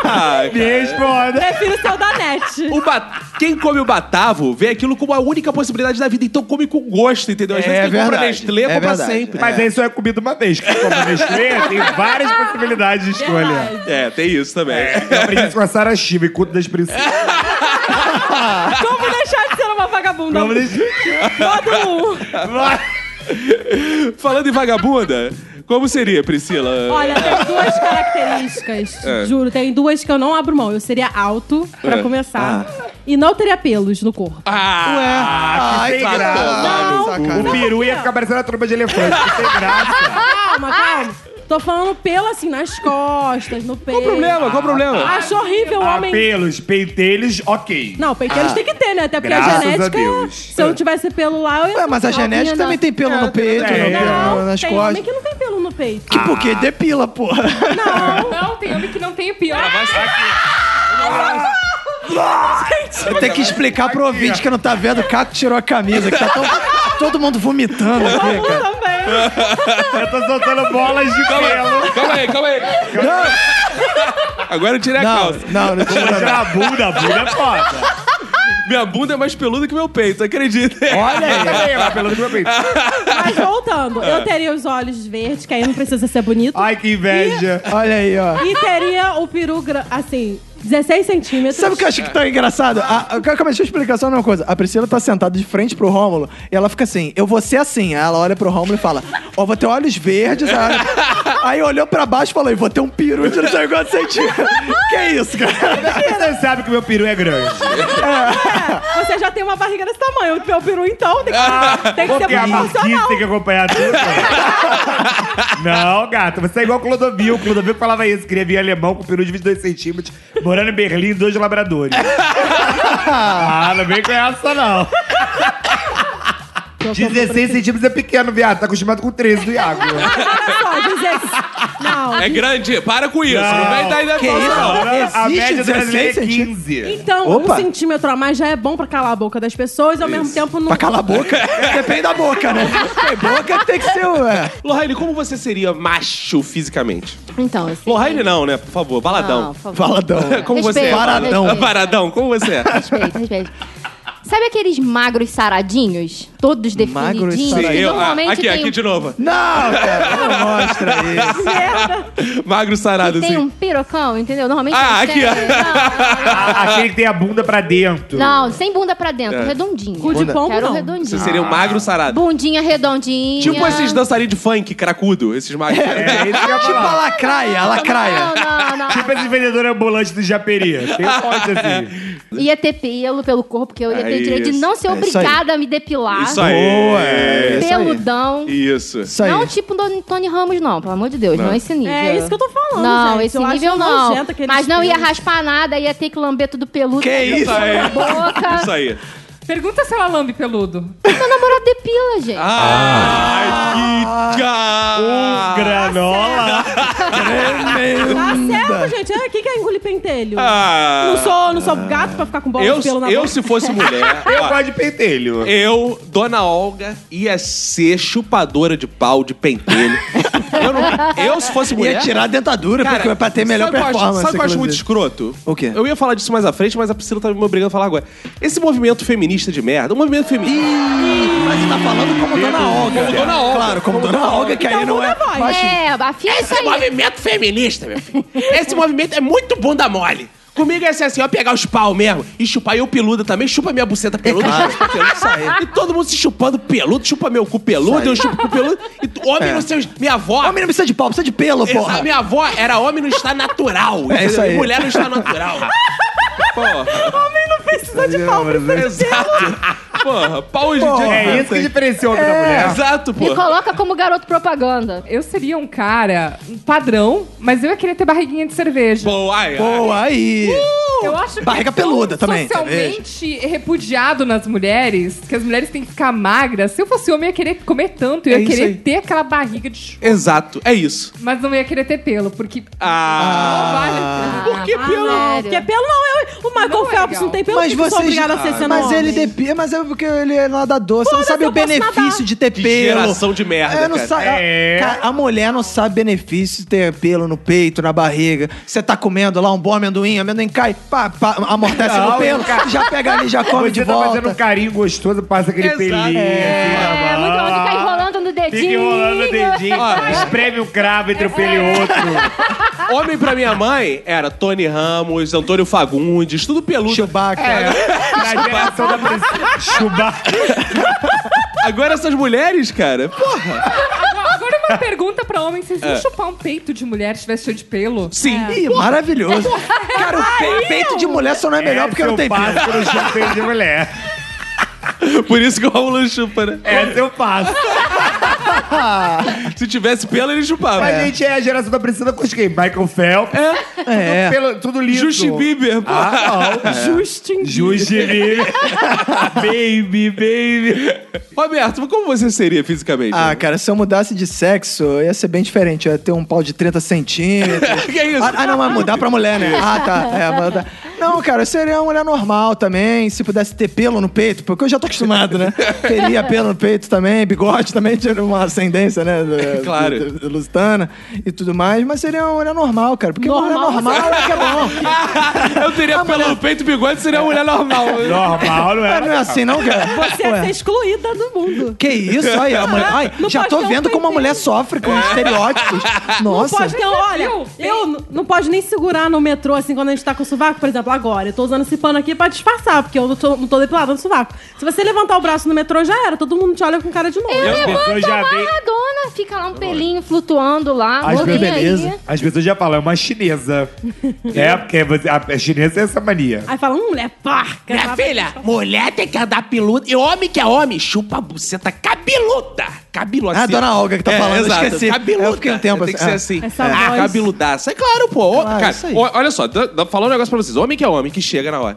Ah, Me responda. Prefiro o seu da NET. O ba- Quem come o batavo vê aquilo como a única possibilidade da vida. Então come com gosto, entendeu? Às É vezes quem compra verdade. Nestlê É compra verdade. sempre. Mas aí só é comido uma vez. Porque como Nestlé, tem várias possibilidades de escolha. É, tem isso também. Eu aprendi isso com a Sarah Shiva, culto das princesas. Como deixar de ser uma vagabunda? Vamos deixar- Modo um. Falando em vagabunda, como seria, Priscila? Olha, tem duas características. Juro, tem duas que eu não abro mão. Eu seria alto, pra começar. E não teria pelos no corpo. Ah, Ai, que cara. safado. Sacanagem. O peru ia ficar parecendo a tromba de elefante. que Sem graça. Calma, calma. Tô falando pelo assim, nas costas, no peito. Ah, Qual o problema? Qual o problema? Acho horrível o Ah, homem. Apelos, pentelhos, ok. Não, peiteiros tem que ter, né? Até porque Graças a a genética. Deus. Se eu não tivesse pelo lá, eu ia. Ué, mas a ficar genética ouvindo. também Ah, tem pelo no peito, tem, no- Não, nas tem costas. homem que não tem pelo no peito. Que Ah. por quê? Depila, porra. Não, não, tem homem que não tem o pior. Eu tenho que explicar pro ouvinte que não tá vendo. O Caco tirou a camisa, que tá tão- todo mundo vomitando aqui, cara. Também. Eu tô soltando bolas de Calma pelo. aí, calma aí, calma aí. Agora eu tirei a Não, calça. não, não Vou tira não. mostrar a bunda, a bunda é foda. Minha bunda é mais peluda que meu peito, acredita? Olha aí. Também é uma pelo do meu peito. Mas voltando, eu teria os olhos verdes, que aí não precisa ser bonito. Ai, que inveja. Olha aí, ó. E teria o peru, gra- assim, 16 centímetros. Sabe o que eu acho que tá engraçado? A, a, calma, deixa eu explicar só uma coisa. A Priscila tá sentada de frente pro Rômulo e ela fica assim, eu vou ser assim. Aí ela olha pro Rômulo e fala, ó, vou ter olhos verdes. Aí, ela- aí olhou pra baixo e falou, "Eu vou ter um peru de não sei quantos centímetros. que isso, cara? Você sabe que meu peru é grande. É, você já tem uma barriga desse tamanho. O meu peru, então, tem que, tem que ser é Porque a Marquise proporcional. tem que acompanhar tudo. Não, gato, você é igual o Clodovil. O Clodovil falava isso, queria vir alemão com peru de 22 centímetros, morando em Berlim, dois labradores. ah, não vem com essa, não. 16 centímetros é pequeno, viado. Tá acostumado com 13 do Iago. Olha só, 16. Não. É grande, para com isso. Não, Não. vem dar ideia Que falsa, isso? não. a Existe média brasileira é 16 15. Então, Opa. um centímetro a mais já é bom pra calar a boca das pessoas e ao mesmo tempo não. Pra calar a boca. Depende da boca, né? Tem boca que tem que ser... Ué. Lohane, como você seria macho fisicamente? Então, assim. Lohane não, né? Por favor, baladão. Não, por favor. Faladão. Como você é? Respeito, Baradão. respeito. Baradão, como você é? Respeito, respeito. Sabe aqueles magros saradinhos? Todos Magros definidinhos? saradinhos. Que Eu, ah, normalmente aqui, tem aqui um- de novo. Não, cara, não mostra isso. Magro sarado, Tem assim. um pirocão, entendeu? Normalmente um Ah, eles têm- aqui, Não, A- Aquele que tem a bunda pra dentro. Não, sem bunda pra dentro, redondinho. Cu de Bunda- pombo, Quero não. redondinho. Você seria um magro sarado. Bundinha redondinha. Tipo esses dançarinos de funk, cracudo, esses magros. É, isso que eu ia Tipo a falar. lacraia, a lacraia. Não, não, não. Tipo esse vendedor ambulante do Japeri. Tem um monte assim. Ia ter pelo pelo corpo, porque eu ia ter É direito isso. de não ser É isso aí. obrigada a me depilar. Isso aí. Boa, é isso aí. peludão. Isso. Isso aí. Não tipo do Tony Ramos, não, pelo amor de Deus, não, é esse nível. É isso que eu tô falando, Não, gente. esse Eu nível acho não. nojento aqueles Mas não ia pelos. raspar nada, ia ter que lamber tudo peludo. Que tudo isso? Na boca. Isso aí. Pergunta se ela lambe peludo. Meu namorado depila, gente. Ah, Ai, que Um cara! granola. Tá certo, gente. É aqui que é engolir pentelho. Ah. Não sou, não sou gato pra ficar com bola Eu, de pelo na eu boca. se fosse mulher, Eu ó, gosto de pentelho. eu, Dona Olga, ia ser chupadora de pau de pentelho. eu, não- eu, se fosse mulher... Ia tirar a dentadura Cara, porque é pra ter melhor sabe o que eu acho- performance. Sabe o que eu acho muito inclusive. escroto? O quê? Eu ia falar disso mais à frente, mas a Priscila tá me obrigando a falar agora. Esse movimento feminista de merda, o movimento feminista... Mas você tá falando como Dona Olga. Como Dona Olga. Claro, como, Dona Olga, que aí Então não muda é. a voz. macho- É, afia isso aí. movimento feminista, meu filho. Esse movimento é muito bunda mole. Comigo é assim, assim, ó, pegar os pau mesmo e chupar eu peluda também, chupa minha buceta peluda, chupa peluda. E todo mundo se chupando peludo, chupa meu cu peludo, eu chupo cu peludo. E tu- homem não seus. Minha avó. Homem não precisa de pau, precisa de pelo, Exa- porra. minha avó era homem no estado natural. É isso entendeu? aí. E Mulher no estado natural. Porra, Homem não precisa de pau pra ser exato. Porra, pau hoje em dia. É isso que diferencia o homem da mulher. Exato, Me porra. coloca como garoto propaganda. Eu seria um cara padrão, mas eu ia querer ter barriguinha de cerveja. Boa, ai, ai. Boa, aí. Eu acho que Barriga é tão peluda também, Socialmente repudiado nas mulheres, que as mulheres têm que ficar magras. Se eu fosse homem, eu ia querer comer tanto, eu É ia isso querer aí. ter aquela barriga de chu- Exato, é isso. Mas não ia querer ter pelo, porque. Ah. Não vale. Ah, Por que pelo? sério. Porque pelo não, eu, o Michael Não é Phelps legal. não tem pelo, Mas por que que eu sou vocês. obrigada a Ah, ser sendo mas homem? ele depila, mas é porque ele é nadador. Você não Foda-se, sabe o eu posso benefício nadar. de ter Que pelo. geração de merda, É, não cara. sabe- É. Cara, a mulher não sabe benefício de ter pelo no peito, na barriga. Você tá comendo lá um bom amendoim, amendoim cai, pá, pá, amortece Não, no pelo, cara. já pega ali, já come Você de tá volta. fazendo um carinho gostoso, passa aquele Exato. pelinho. É. assim, É, na muito bom, mão. fica enrolando no dedinho. Fica enrolando o dedinho. Ó. Espreme um cravo entre um pelo e outro. Homem pra minha mãe era Tony Ramos, Antônio Fagundes, tudo peludo. Chewbacca. É. Na geração da Priscila. Chewbacca. Agora essas mulheres, cara, porra, Agora uma pergunta pra homem: vocês É. iam chupar um peito de mulher se tivesse cheio de pelo? sim. Ih, maravilhoso. É. é Cara, o pe- peito de mulher só não é melhor porque Esse não eu tem pelo. passo pelo chupei de mulher. É Por isso que o Romulo chupa, né? Esse eu passo. Se tivesse pelo, ele chupava. Mas, gente, é a geração da Priscila com quem? Michael Phelps. É. Tudo, pelo, tudo lindo. Justin Bieber, pô. Ah, não. Justin. Justin Bieber. baby, baby. Roberto, como você seria fisicamente? Ah, cara, se eu mudasse de sexo, eu ia ser bem diferente. Eu ia ter um pau de 30 centímetros. que é isso? Ah, ah, não, mas mudar pra mulher, né? Ah, tá. É, mudar. Não, cara, eu seria uma mulher normal também. Se pudesse ter pelo no peito, porque eu já tô acostumado, né? Teria pelo no peito também, bigode também, tinha uma ascendência, né? do- Claro. do- do Lusitana e tudo mais. Mas seria uma mulher normal, cara. Porque Normal, uma mulher normal é que é bom. Eu teria ah, pelo no peito e bigode, seria uma mulher normal. Normal, não Mas é? não é assim, não, cara. Você ia ser excluída do mundo. Que isso? Olha, a mulher- ai, Não já pode tô ter um vendo como a peitão. mulher sofre com estereótipos. Nossa. Pode ter, então, olha, eu n- não pode nem segurar no metrô, assim, quando a gente tá com o sovaco, por exemplo, agora. Eu tô usando esse pano aqui pra disfarçar, porque eu não tô, não tô depilada no sovaco. Se você levantar o braço no metrô, já era. Todo mundo te olha com cara de novo. As pessoas já veem- Maradona fica lá um pelinho flutuando lá. As, olhei pessoas- aí. As pessoas já falam, é uma chinesa. é, porque você- a, a chinesa é essa mania. Aí fala, hum, mulher parca. Minha Ela- filha, mulher tem que andar peluda. E homem que é homem, chupa a buceta cabeluda. Cabelo assim. Ah, dona Olga que tá falando, eu exato. esqueci. Cabeluda. Eu fiquei um tempo Tem que assim, ser ah. assim. Essa ah, voz. cabeludaça. É claro, pô. Ó, Claro, cara, isso aí. ó, olha só, dá- dá- falar um negócio pra vocês. Homem que é homem, que chega na hora.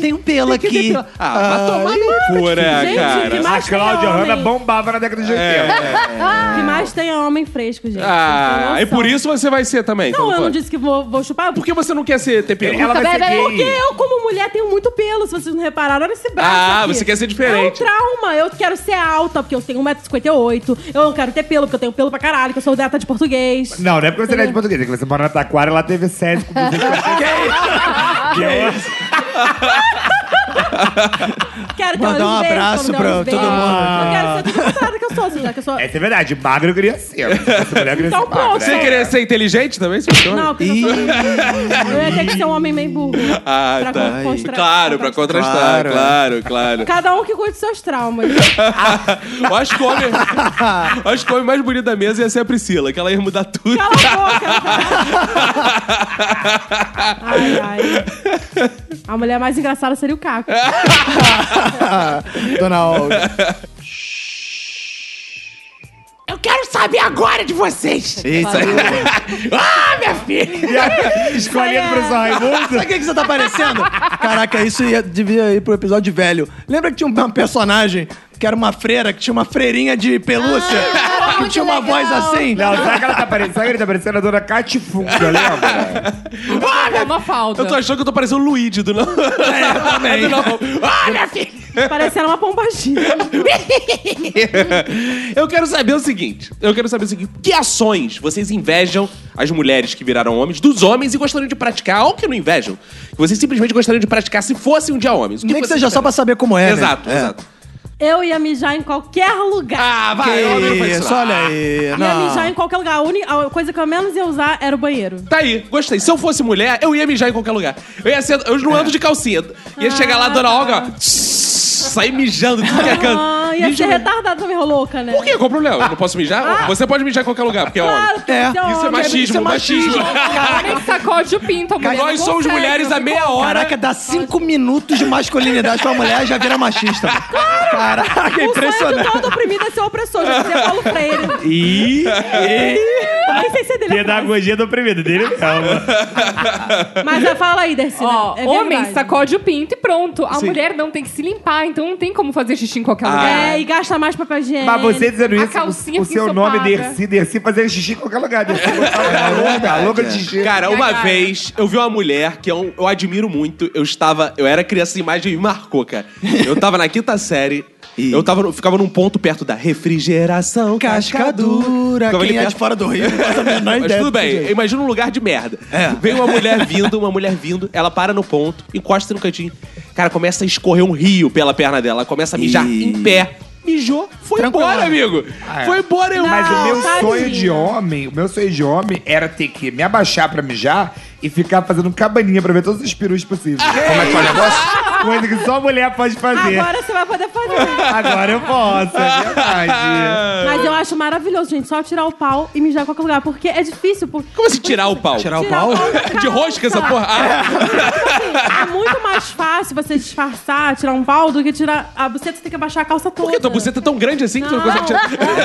Tem um pelo aqui. Ah, vai tomar no cu, né, Gente, cara? que A mais tem Cláudia homem? Hanna bombava na década de 80. Que mais tem é homem fresco, gente. Vocês Ah, têm e por noção. isso você vai ser também. Não, eu não pode. disse que vou, vou chupar. Por que você não quer ser TPU? Ela vai ser Pera, pera, Porque gay. eu, como mulher, tenho muito pelo, se vocês não repararam. Olha esse braço. Ah, aqui. você quer ser diferente. É um trauma. Eu quero ser alta, porque eu tenho 1,58m. Eu não quero ter pelo, porque eu tenho pelo pra caralho, que eu sou data de português. Não, não é porque você não é de português, é que você mora na Taquara ela teve sede com você. Quero ter Mandar olhos um verdes, abraço quando der pra olhos todo verdes. mundo. Eu quero ser tudo contrário que eu sou, assim, já que eu sou... Essa é verdade, magra eu queria ser. Essa mulher eu queria Então, ser magra. pronto. Você queria ser inteligente também? seu senhor? Não, porque eu já sou... Eu ia ter que ser um homem meio burro. Ah, pra tá. con- contra- Claro, pra contrastar. Claro. Claro, claro. Cada um que cuide dos seus traumas. Eu acho que o homem, eu acho que o homem mais bonito da mesa ia ser a Priscila, que ela ia mudar tudo. Cala a boca! ai, ai. A mulher mais engraçada seria o Caco. Dona Olga. Eu quero saber agora de vocês. Eita. ah, minha filha! E a- Escolhendo o professor Raimundo. Sabe o que, que você tá parecendo? Caraca, isso ia, devia ir pro episódio velho. Lembra que tinha uma personagem que era uma freira, que tinha uma freirinha de pelúcia? que Ah, muito tinha uma legal. voz assim? Não, sabe que ela tá parecendo? Sabe que ele tá parecendo a dona Catifunga, lembra? É uma falda. Eu tô achando que eu tô parecendo o Luigi do não. É, do não. Ah, minha filha! Parecendo uma pombagira. Eu quero saber o seguinte. Eu quero saber o seguinte. Que ações vocês invejam as mulheres que viraram homens, dos homens e gostariam de praticar, ou que não invejam? Que vocês simplesmente gostariam de praticar se fossem um dia homens. O Nem que vocês seja só pra saber como é, né? Exato, É. exato. Eu ia mijar em qualquer lugar. Ah, vai, eu não Que faço isso, olha Ah, aí. Ia Não. mijar em qualquer lugar. A, uni- a coisa que eu menos ia usar era o banheiro. Tá aí, gostei. Se eu fosse mulher, eu ia mijar em qualquer lugar. Eu ia ser. Eu não ando de calcinha. Ia chegar lá, dona Olga, ó, Ah. sair mijando, tudo que é canto. Ah, ia Mijo ser mesmo. retardado também, louca, né? Por quê? Qual o problema? Eu não posso mijar? Ah. Você pode mijar em qualquer lugar, porque é Claro, homem. tem que É. ser Isso Isso é homem. machismo, machismo. O homem sacode o pinto, a mulher Nós não somos consegue. mulheres há meia hora. Caraca, dá cinco minutos de masculinidade pra mulher já vira machista. É Caraca, O sonho de impressionante. todo oprimido é ser opressor, já dizia Paulo Freire. E Eu Nem sei se é dele, a frase. pedagogia do oprimido dele mesmo. mas já fala aí, Dercina. Ó, é homem verdade. sacode o pinto e pronto. A mulher não tem que se limpar, então não tem como fazer xixi em qualquer lugar. É, e gasta mais papel higiênico. Mas você dizendo A isso, calcinha o seu fica nome ensopada. Dercy, Dercy fazer xixi em qualquer lugar. Dercy botava uma é louca, a louca de xixi. Cara, uma Cara. vez eu vi uma mulher que eu, eu admiro muito. Eu estava. Eu era criança e imagem me marcou, cara. Eu tava na quinta série. Ih. Eu tava, no- ficava num ponto perto da refrigeração Cascadura. Ficava ali Quem é perto. de fora do Rio não faz a menor Mas ideia tudo do é bem, jeito. imagina um lugar de merda. Vem uma mulher vindo, uma mulher vindo, ela para no ponto, encosta no cantinho. Cara, começa a escorrer um rio pela perna dela, ela começa a mijar Ih. em pé. Mijou, foi Tranquilo. Ah, é. embora, amigo. Foi embora, eu. Mas o meu tadinha. sonho de homem, o meu sonho de homem era ter que me abaixar pra mijar e ficar fazendo cabaninha pra ver todos os perus possíveis. Como é que é o negócio? coisa que só mulher pode fazer. Agora, Agora você vai poder fazer. eu posso, é verdade. Mas eu acho maravilhoso, gente. Só tirar o pau e mijar em qualquer lugar. Porque é difícil. Porque... Como assim tirar o pau? Tirar o É. pau? De rosca essa porra? Ah, Assim, é muito mais fácil você disfarçar, tirar um pau, do que tirar a buceta. Você tem que abaixar a calça toda. por que tua buceta é tão grande assim que tu não Não. consegue tirar? Bucetuda,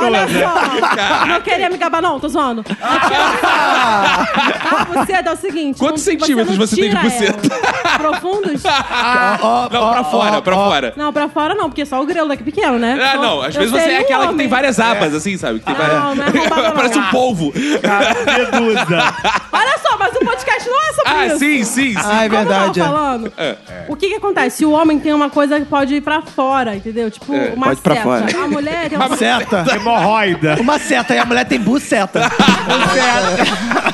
Olha bucetuda. só, não queria me gabar não, tô zoando. A buceta é o seguinte... Ah. Quantos não- centímetros não você tem de tira ela. Profundos? Não, pra fora, pra fora. Não, pra fora não, porque só o grelo daqui pequeno, né? Ah, Então, não, às eu vezes você seria é um aquela que tem homem. várias É. abas, assim, sabe? Que tem Não, várias- não é roubada, não. Parece um polvo. Ah, Medusa. Olha só, mas o podcast não é sobre Ah, isso. sim, sim, sim. Ah, é Como eu tava verdade. é. falando, o que que acontece? Se o homem tem uma coisa que pode ir pra fora, entendeu? Tipo, É. uma Pode ir pra seta. fora. A mulher tem uma... Seta. Hemorroida. Uma seta. E a mulher tem buceta.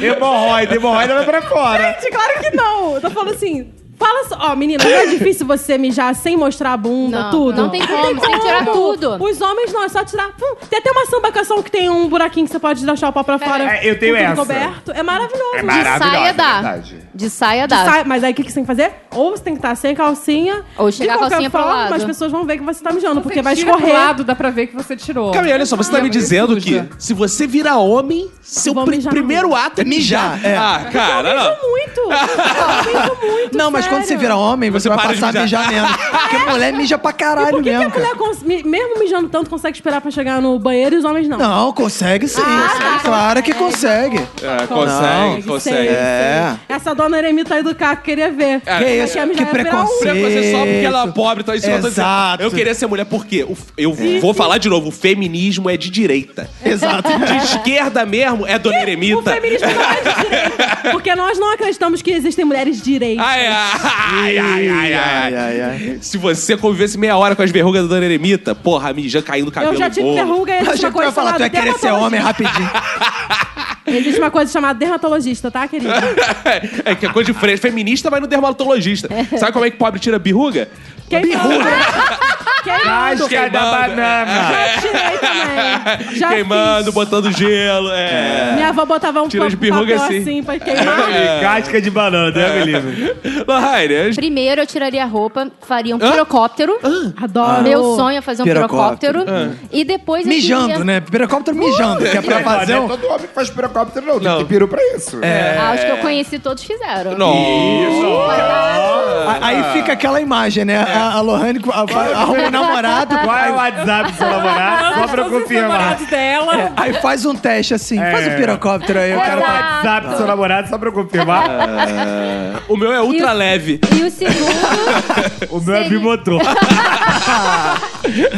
Hemorroida, hemorroida vai pra fora. Gente, claro que não. Eu tô falando assim... Fala só, ó, menina, não é difícil você mijar sem mostrar a bunda, Não, tudo? não tem como, você tem que tirar tudo. Os homens não, é só tirar. Hum, tem até uma sambacação que tem um buraquinho que você pode deixar o pau pra fora. É, eu tenho com tudo essa. Coberto. É maravilhoso. É De maravilhosa, é saia dá. verdade. De saia De dá. saia- mas aí o que, que você tem que fazer? Ou você tem que estar sem calcinha. Ou de chegar a qualquer calcinha pro forma, lado. as pessoas vão ver que você tá mijando, Você porque vai tira pro escorrer. lado, dá pra ver que você tirou. Cara, e olha só, você tá me dizendo que se você virar homem, seu Vou pri- mijar primeiro ato é mijar. É. Ah, Eu cara, mijo não. muito. Eu mijo muito. Não, mas quando você sério. vira homem, Você você, vai para de passar a mijar. mijar menos. Porque mulher mija pra caralho Por que, que a mesmo. cara. mulher, cons- mi- mesmo mijando tanto, consegue esperar pra chegar no banheiro e os homens não? Não, consegue sim. Ah, tá. Consegue, claro que consegue. É, consegue, Consegue, consegue. sei. É. Essa dona Eremita aí do Caco queria ver. É. Que Que isso? a Que mijar ia virar um- Preconceito preconceito. só porque ela é pobre, então isso eu tô dizendo. É. Exato. Eu queria ser mulher porque o f- eu vou falar de novo, o feminismo é de direita. Exato. De esquerda mesmo é dona O Eremita. feminismo não é de direita. Porque nós não acreditamos que existem mulheres direitas. Ai, ai, ai, ai, ai, Ai, ai, ai. Se você convivesse meia hora com as verrugas da dona Eremita, porra, a Mijan caindo o cabelo Eu já tive bom. verruga e Achei existe uma que tu ia coisa falar, tu chamada ia querer ser homem dermatologista. É rapidinho. Existe uma coisa chamada dermatologista, tá, querida? é que é coisa de frente. Feminista vai no dermatologista. Sabe como é que pobre tira birruga? Queimando. Queimando. Casca da banana. Já tirei também. Já Queimando, fiz. botando gelo. É. Minha avó botava um Tira de pa- papel birruga assim. assim. pra É. queimar. Casca de banana, Deus me livre. Lohane, a gente- Primeiro eu tiraria a roupa, faria um pirocóptero. Adoro. Meu sonho é fazer um pirocóptero. Pirocóptero. E depois eu Mijando, queria- né? Pirocóptero mijando, que é pra fazer Não é um... todo homem que faz pirocóptero, Não. não. Tem que peru pra isso. É. Ah, os que eu conheci todos fizeram. A- Aí fica aquela imagem, né? A, a Lohane com- a- vai- arruma um namorado, Qual é o WhatsApp do seu namorado? Só pra eu confirmar. namorado dela. aí faz um teste assim, faz um pirocóptero aí, o Qual é cara o vai... WhatsApp do seu namorado? Só pra eu confirmar. O meu é ultra E o- leve. E o segundo O meu é Seria- bimotor.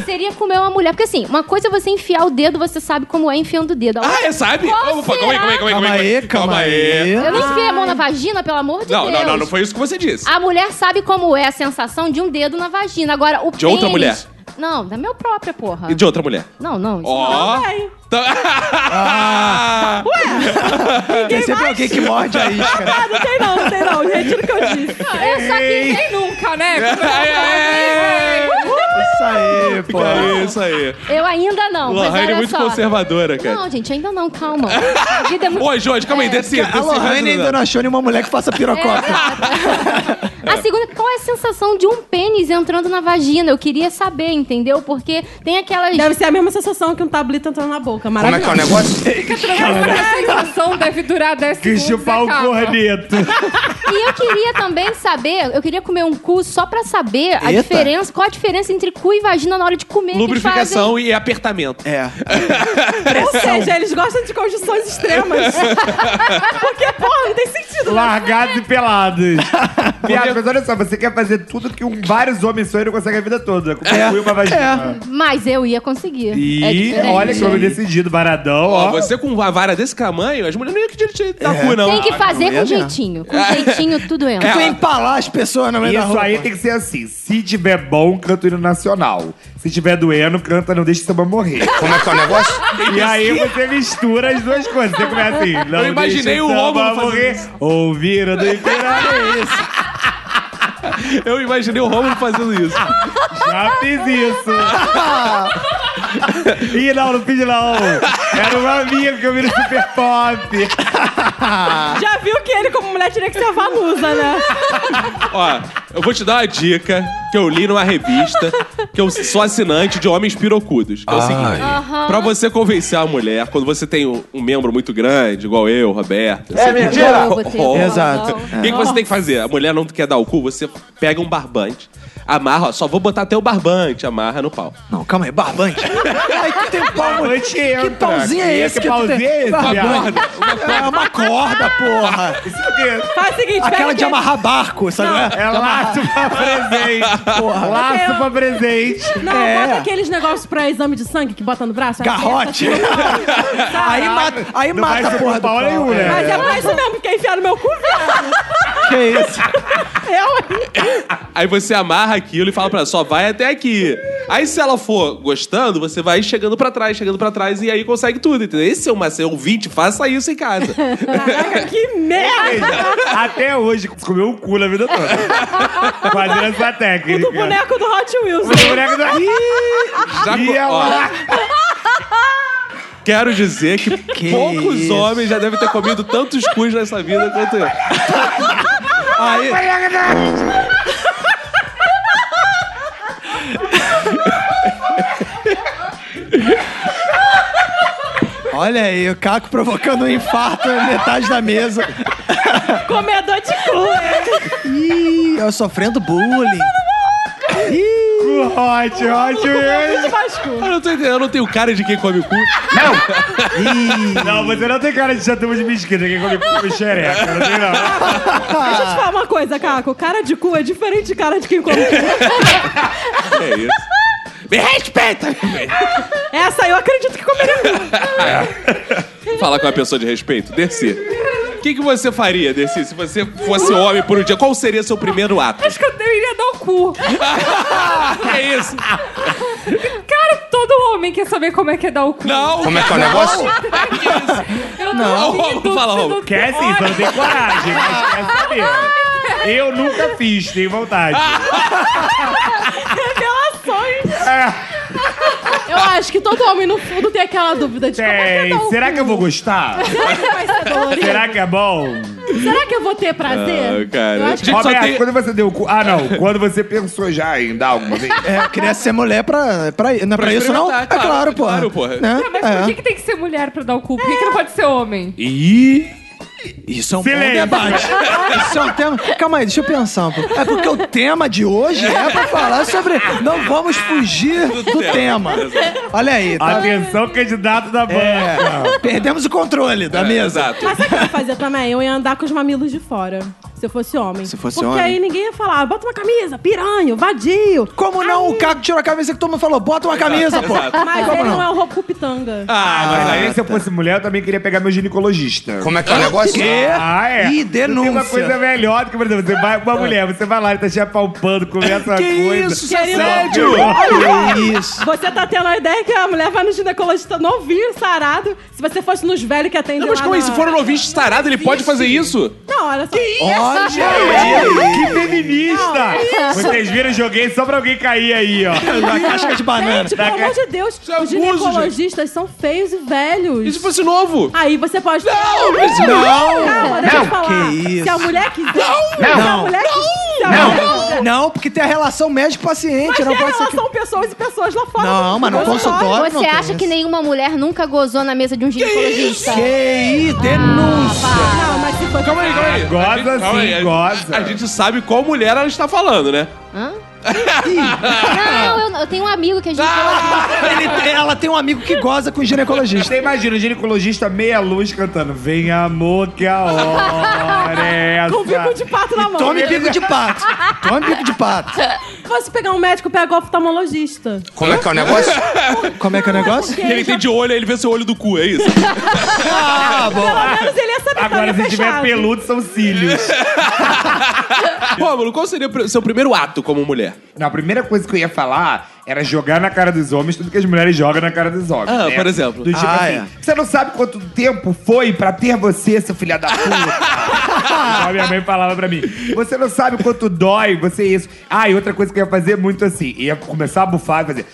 seria comer uma mulher. Porque assim, uma coisa é você enfiar o dedo, você sabe como é enfiando o dedo. A outra- Ah, é, sabe? Qual Opa, calma aí, calma aí, calma aí. Calma aí, calma aí. Eu não enfiei a mão na vagina, pelo amor de Não, Deus. não, não, não foi isso que você disse. A mulher sabe como é a sensação de um dedo na vagina. Agora, o De outra pênis- mulher. Não, da minha própria, porra. E de outra mulher. Não, não. isso Ó. Também. Tá- Tem sempre alguém que morde a isca. Ah, não tem não, não tem não. Retiro o que eu disse. Ah, Eu só que nem nunca, né? Ai, ai, ai. Isso aí, pô. É isso aí. não. Eu ainda não. mas Lohane é olha muito só. conservadora, cara. Não, gente, ainda não, calma. A vida é tipo, muito. Oi, Jorge, calma aí, decida. A Lohane ainda não achou nenhuma mulher que faça pirocóptero. A segunda, qual é a sensação de um pênis entrando na vagina? Eu queria saber, entendeu? Porque tem aquelas. Deve ser a mesma sensação que um tablito entrando na boca. Como é que é o Maravilhoso. negócio? Essa sensação deve durar 10 Que segundos. né, chupar o acaba. corneto. E eu queria também saber, eu queria comer um cu só pra saber a Eita. diferença, qual a diferença entre cu e vagina na hora de comer. que Lubrificação e apertamento. É. Ou seja, eles gostam de condições extremas. Porque, porra, não tem sentido. né? Largados e pelados. Viado, mas olha só, você quer fazer tudo que um- vários homens sonham e não conseguem a vida toda. Com um cu e uma vagina. fazem. Mas eu ia conseguir. É E diferente. olha que homem decidido, baradão. Ó, Ó, você com uma vara desse tamanho, as mulheres não iam querer te dar cu, não. Tem Ah, que fazer não com ia mesmo. jeitinho. Com jeitinho tudo entra. Tu empalar as pessoas na meio da É, Isso rua. aí tem que ser assim. Se tiver bom, canta o hino nacional. Se tiver doendo, canta Não Deixe o Samba Morrer. Como é que é o negócio? E aí você mistura as duas coisas. Você começa assim. Não Eu imaginei deixe o samba Rômulo fazendo morrer. isso. Ouvira do imperador. Eu imaginei o Romulo fazendo isso. Já fiz isso. Ih, não, não fiz não. Era uma amiga que eu vi no Super Pop. Já viu que ele, como mulher, teria que ser vanusa, né? Ó, eu vou te dar uma dica que eu li numa revista que eu sou assinante de homens pirocudos. Que é o seguinte: Aham. pra você convencer a mulher, quando você tem um, um membro muito grande, igual eu, Roberto. assim, mentira! Oh. Exato. O que, que você tem que fazer? A mulher não quer dar o cu, você pega um barbante, amarra, ó, só vou botar até o barbante, amarra no pau. Não, calma aí, barbante. Ai, tu tem um pau muito. Noite entra. Que pauzinho é esse que Que tu pauzinho tem? é esse? viado? Barbante. É uma corda, porra. Isso é o quê? Faz o seguinte, pega Aquela de aquele- amarrar barco, sabe? É, É laço pra presente. Porra. Laço pra presente. Não, É. bota aqueles negócios pra exame de sangue que bota no braço. é assim, Garrote. Aí mata, aí Não vai mata a ser porra com do pau pau. nenhum, né? Mas é pra isso mesmo, porque enfiar no meu cu, Que É isso? eu, hein? Aí você amarra aquilo e fala pra ela, só vai até aqui. Aí se ela for gostando, você vai chegando pra trás, chegando pra trás e aí consegue tudo, entendeu? Esse é o macete, ouvinte, faça isso em casa. É. Caraca, que merda! Até hoje, comeu o cu na vida toda. Fazendo essa técnica. Do boneco do Hot Wheels. O boneco da... Já Ih, co- e ela... Quero dizer que, poucos isso. homens já devem ter comido tantos cus nessa vida quanto eu. Aí, olha aí, o Caco provocando um infarto na metade da mesa. Comedor de cu. Ih, eu sofrendo bullying. Ih, O hot, hot mesmo. De bascu. Eu não tô entendendo, eu não tenho cara de quem come cu. Não, você não tem cara de chatuba de mesquita que come cu e xereca. Não tem, não. Deixa eu Ah. te falar uma coisa, Caco. Cara de cu é diferente de cara de quem come cu. É isso. Me respeita! Essa eu acredito que comeria. Falar com uma pessoa de respeito, Dercy. O que, que você faria, Dercy, se você fosse homem por um dia? Qual seria seu primeiro ato? Acho que eu iria dar o cu. É isso? Cara, todo homem quer saber como é que é dar o cu. Não! Como é que é o negócio? Eu não, Não, fala, Romulo. Quer sim, só não tem coragem, mas quer saber. Eu nunca fiz, tenho vontade. Ah, Revelações. É, Eu acho que todo homem no fundo tem aquela dúvida de como é que é dar tem. o Será cu? que eu vou gostar? Será que vai ser dolorido? Será que é bom? Será que eu vou ter prazer? Ah, cara. Eu acho que... Gente, só Roberto, tem- quando você deu o cu. Ah, não. Quando você pensou já em dar alguma vez. é, eu queria ser mulher pra, pra, não é pra isso, não? É experimentar, claro, claro, porra. claro, porra. Né? Mas É. por que, que tem que ser mulher pra dar o cu? Por que, que não pode ser homem? E isso é um Silêncio. bom debate. Isso é um tema. Calma aí, deixa eu pensar. um pouco. É porque o tema de hoje é pra falar sobre. Não vamos fugir do tema. Olha aí, tá? Atenção, candidato da banca. É, perdemos o controle É, da mesa. Exato. Mas sabe o que eu ia fazer também? Eu ia andar com os mamilos de fora. Se eu fosse homem. Se fosse Porque homem. aí ninguém ia falar, bota uma camisa, piranho, vadio. Como não? O Caco tirou a camisa que todo mundo falou: bota uma camisa, pô. Mas Ah, Como ele não não? é o roubo pitanga. Ah, mas Mas aí... aí, se eu fosse mulher, eu também queria pegar meu ginecologista. Como é que é o negócio? Quê? Ah, é. Ih, Tem denúncia. uma coisa melhor do que, por exemplo, você vai, uma mulher, você vai lá, ele tá te apalpando, começa uma Que coisa. isso, Querido. assédio! Que isso? Você tá tendo a ideia que a mulher vai no ginecologista novinho, sarado. Se você fosse nos velhos que atendem Não, mas lá como é? na- Se for um ouvinte sarado, ele pode fazer isso? Não, olha só. Olha é Que feminista! Vocês viram, joguei só pra alguém cair aí, ó. aí, da casca de banana. Gente, pelo Tá, amor de Deus, é os abuso, ginecologistas são feios e velhos. E se fosse novo? Aí você pode. Não! Não! Calma, deixa eu falar. Que isso? Se a mulher quiser. Não! Se a Não! mulher quiser. Não, porque tem a relação médico-paciente, Mas não tem pode ser que. relação pessoas e pessoas lá fora. Não, mas não consultório. Claro que Você não tem acha que isso. nenhuma mulher nunca gozou na mesa de um ginecologista? Que denúncia! Não, mas se for. Calma aí, calma aí. Goza A gente- calma sim, aí. A- goza. A, gente sabe qual mulher ela está falando, né? Hã? Não, eu, eu tenho um amigo Ah! que é ginecologista. Ele tem- ela tem um amigo que goza com ginecologista. Você imagina o um ginecologista meia luz cantando: Vem amor, que a hora é essa. Com bico de pato na mão. Tome bico de pato. Tome bico de pato. Se fosse pegar um médico, pega o oftalmologista. Como é que é o negócio? Como é que é o negócio? E ele tem de olho, aí ele vê seu olho do cu, é isso? Ah, bom. Pelo menos ele ia saber que tava Agora, se tiver tá fechado. peludo, são cílios. Rômulo, qual seria o seu primeiro ato como mulher? Não, a primeira coisa que eu ia falar era jogar na cara dos homens tudo que as mulheres jogam na cara dos homens. Ah, né? por exemplo. Do tipo Ah, assim, você não sabe quanto tempo foi pra ter você, seu filha da puta. Igual minha mãe falava pra mim. Você não sabe quanto dói você isso. Ah, e outra coisa que eu ia fazer muito assim, ia começar a bufar e fazer.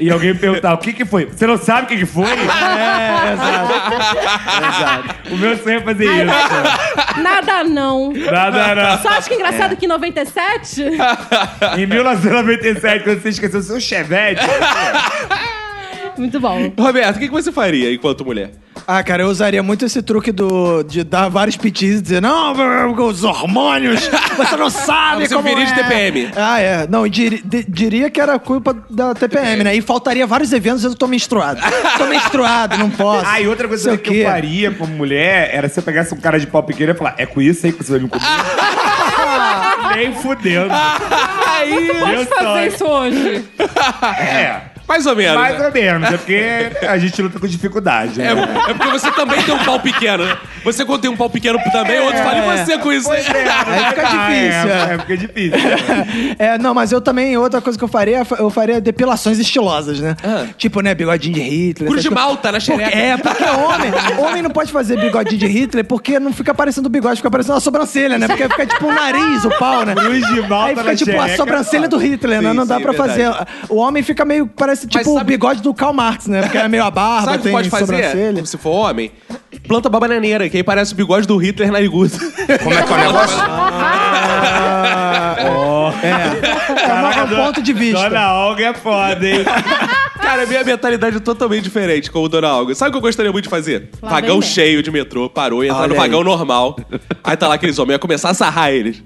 E alguém me perguntar, o que que foi? Você não sabe o que que foi? é, exato. O meu sonho é fazer isso. Nada não. Nada, não. Só acho que é engraçado que em 97 Em 1997, quando você esqueceu seu chevette, Muito bom. Roberto, o que, que você faria enquanto mulher? Ah, cara, eu usaria muito esse truque do, de dar vários pitis e dizer, não, os hormônios, você não sabe Ah, você como viria é. de TPM. Ah, é. Não, e diri- di- diria que era culpa da TPM, né? E faltaria vários eventos, eu tô menstruado. tô menstruado, não posso. Ah, e outra coisa Sei o que eu quê. faria como mulher era se eu pegasse um cara de pau pequeno e falar, é com isso aí que você vai me comer? Nem fudendo. Aí, Meu Pode fazer sonho. isso hoje. É, mais ou menos. mais né? ou menos. É porque a gente luta com dificuldade. né? É, é porque você também tem um pau pequeno, né? Você quando tem um pau pequeno também, o outro fala, e você com isso? Pois é, Aí fica Ah, é, difícil, é. É, fica difícil. É, não, mas eu também, outra coisa que eu faria, eu faria depilações estilosas, né? Tipo, né, bigodinho de Hitler. Ah. Cruz de essas coisas. malta na Porque- xereca. é, porque homem, homem não pode fazer bigodinho de Hitler porque não fica parecendo o bigode, fica parecendo a sobrancelha, né? Porque fica tipo o nariz, o pau, né? Cruz de malta Aí fica na tipo xereca, é a sobrancelha foda. do Hitler, né? Sim, Não dá sim, pra verdade. fazer. O homem fica meio, parece Mas tipo o sabe- bigode do Karl Marx, né? Porque é meio a barba, Sabe o que tem pode fazer? sobrancelha. Se for homem, planta bananeira, que aí parece o bigode do Hitler narigudo. Como é que é o negócio? É um Caraca, novo ponto de vista. Dona Olga é foda, hein? Cara, a minha mentalidade é totalmente diferente com o Dona Alga. Sabe o que eu gostaria muito de fazer? Lá vem vagão bem. cheio de metrô, parou, ia entrar Olha no aí. vagão normal. Aí tá lá aqueles homens, ia começar a sarrar eles.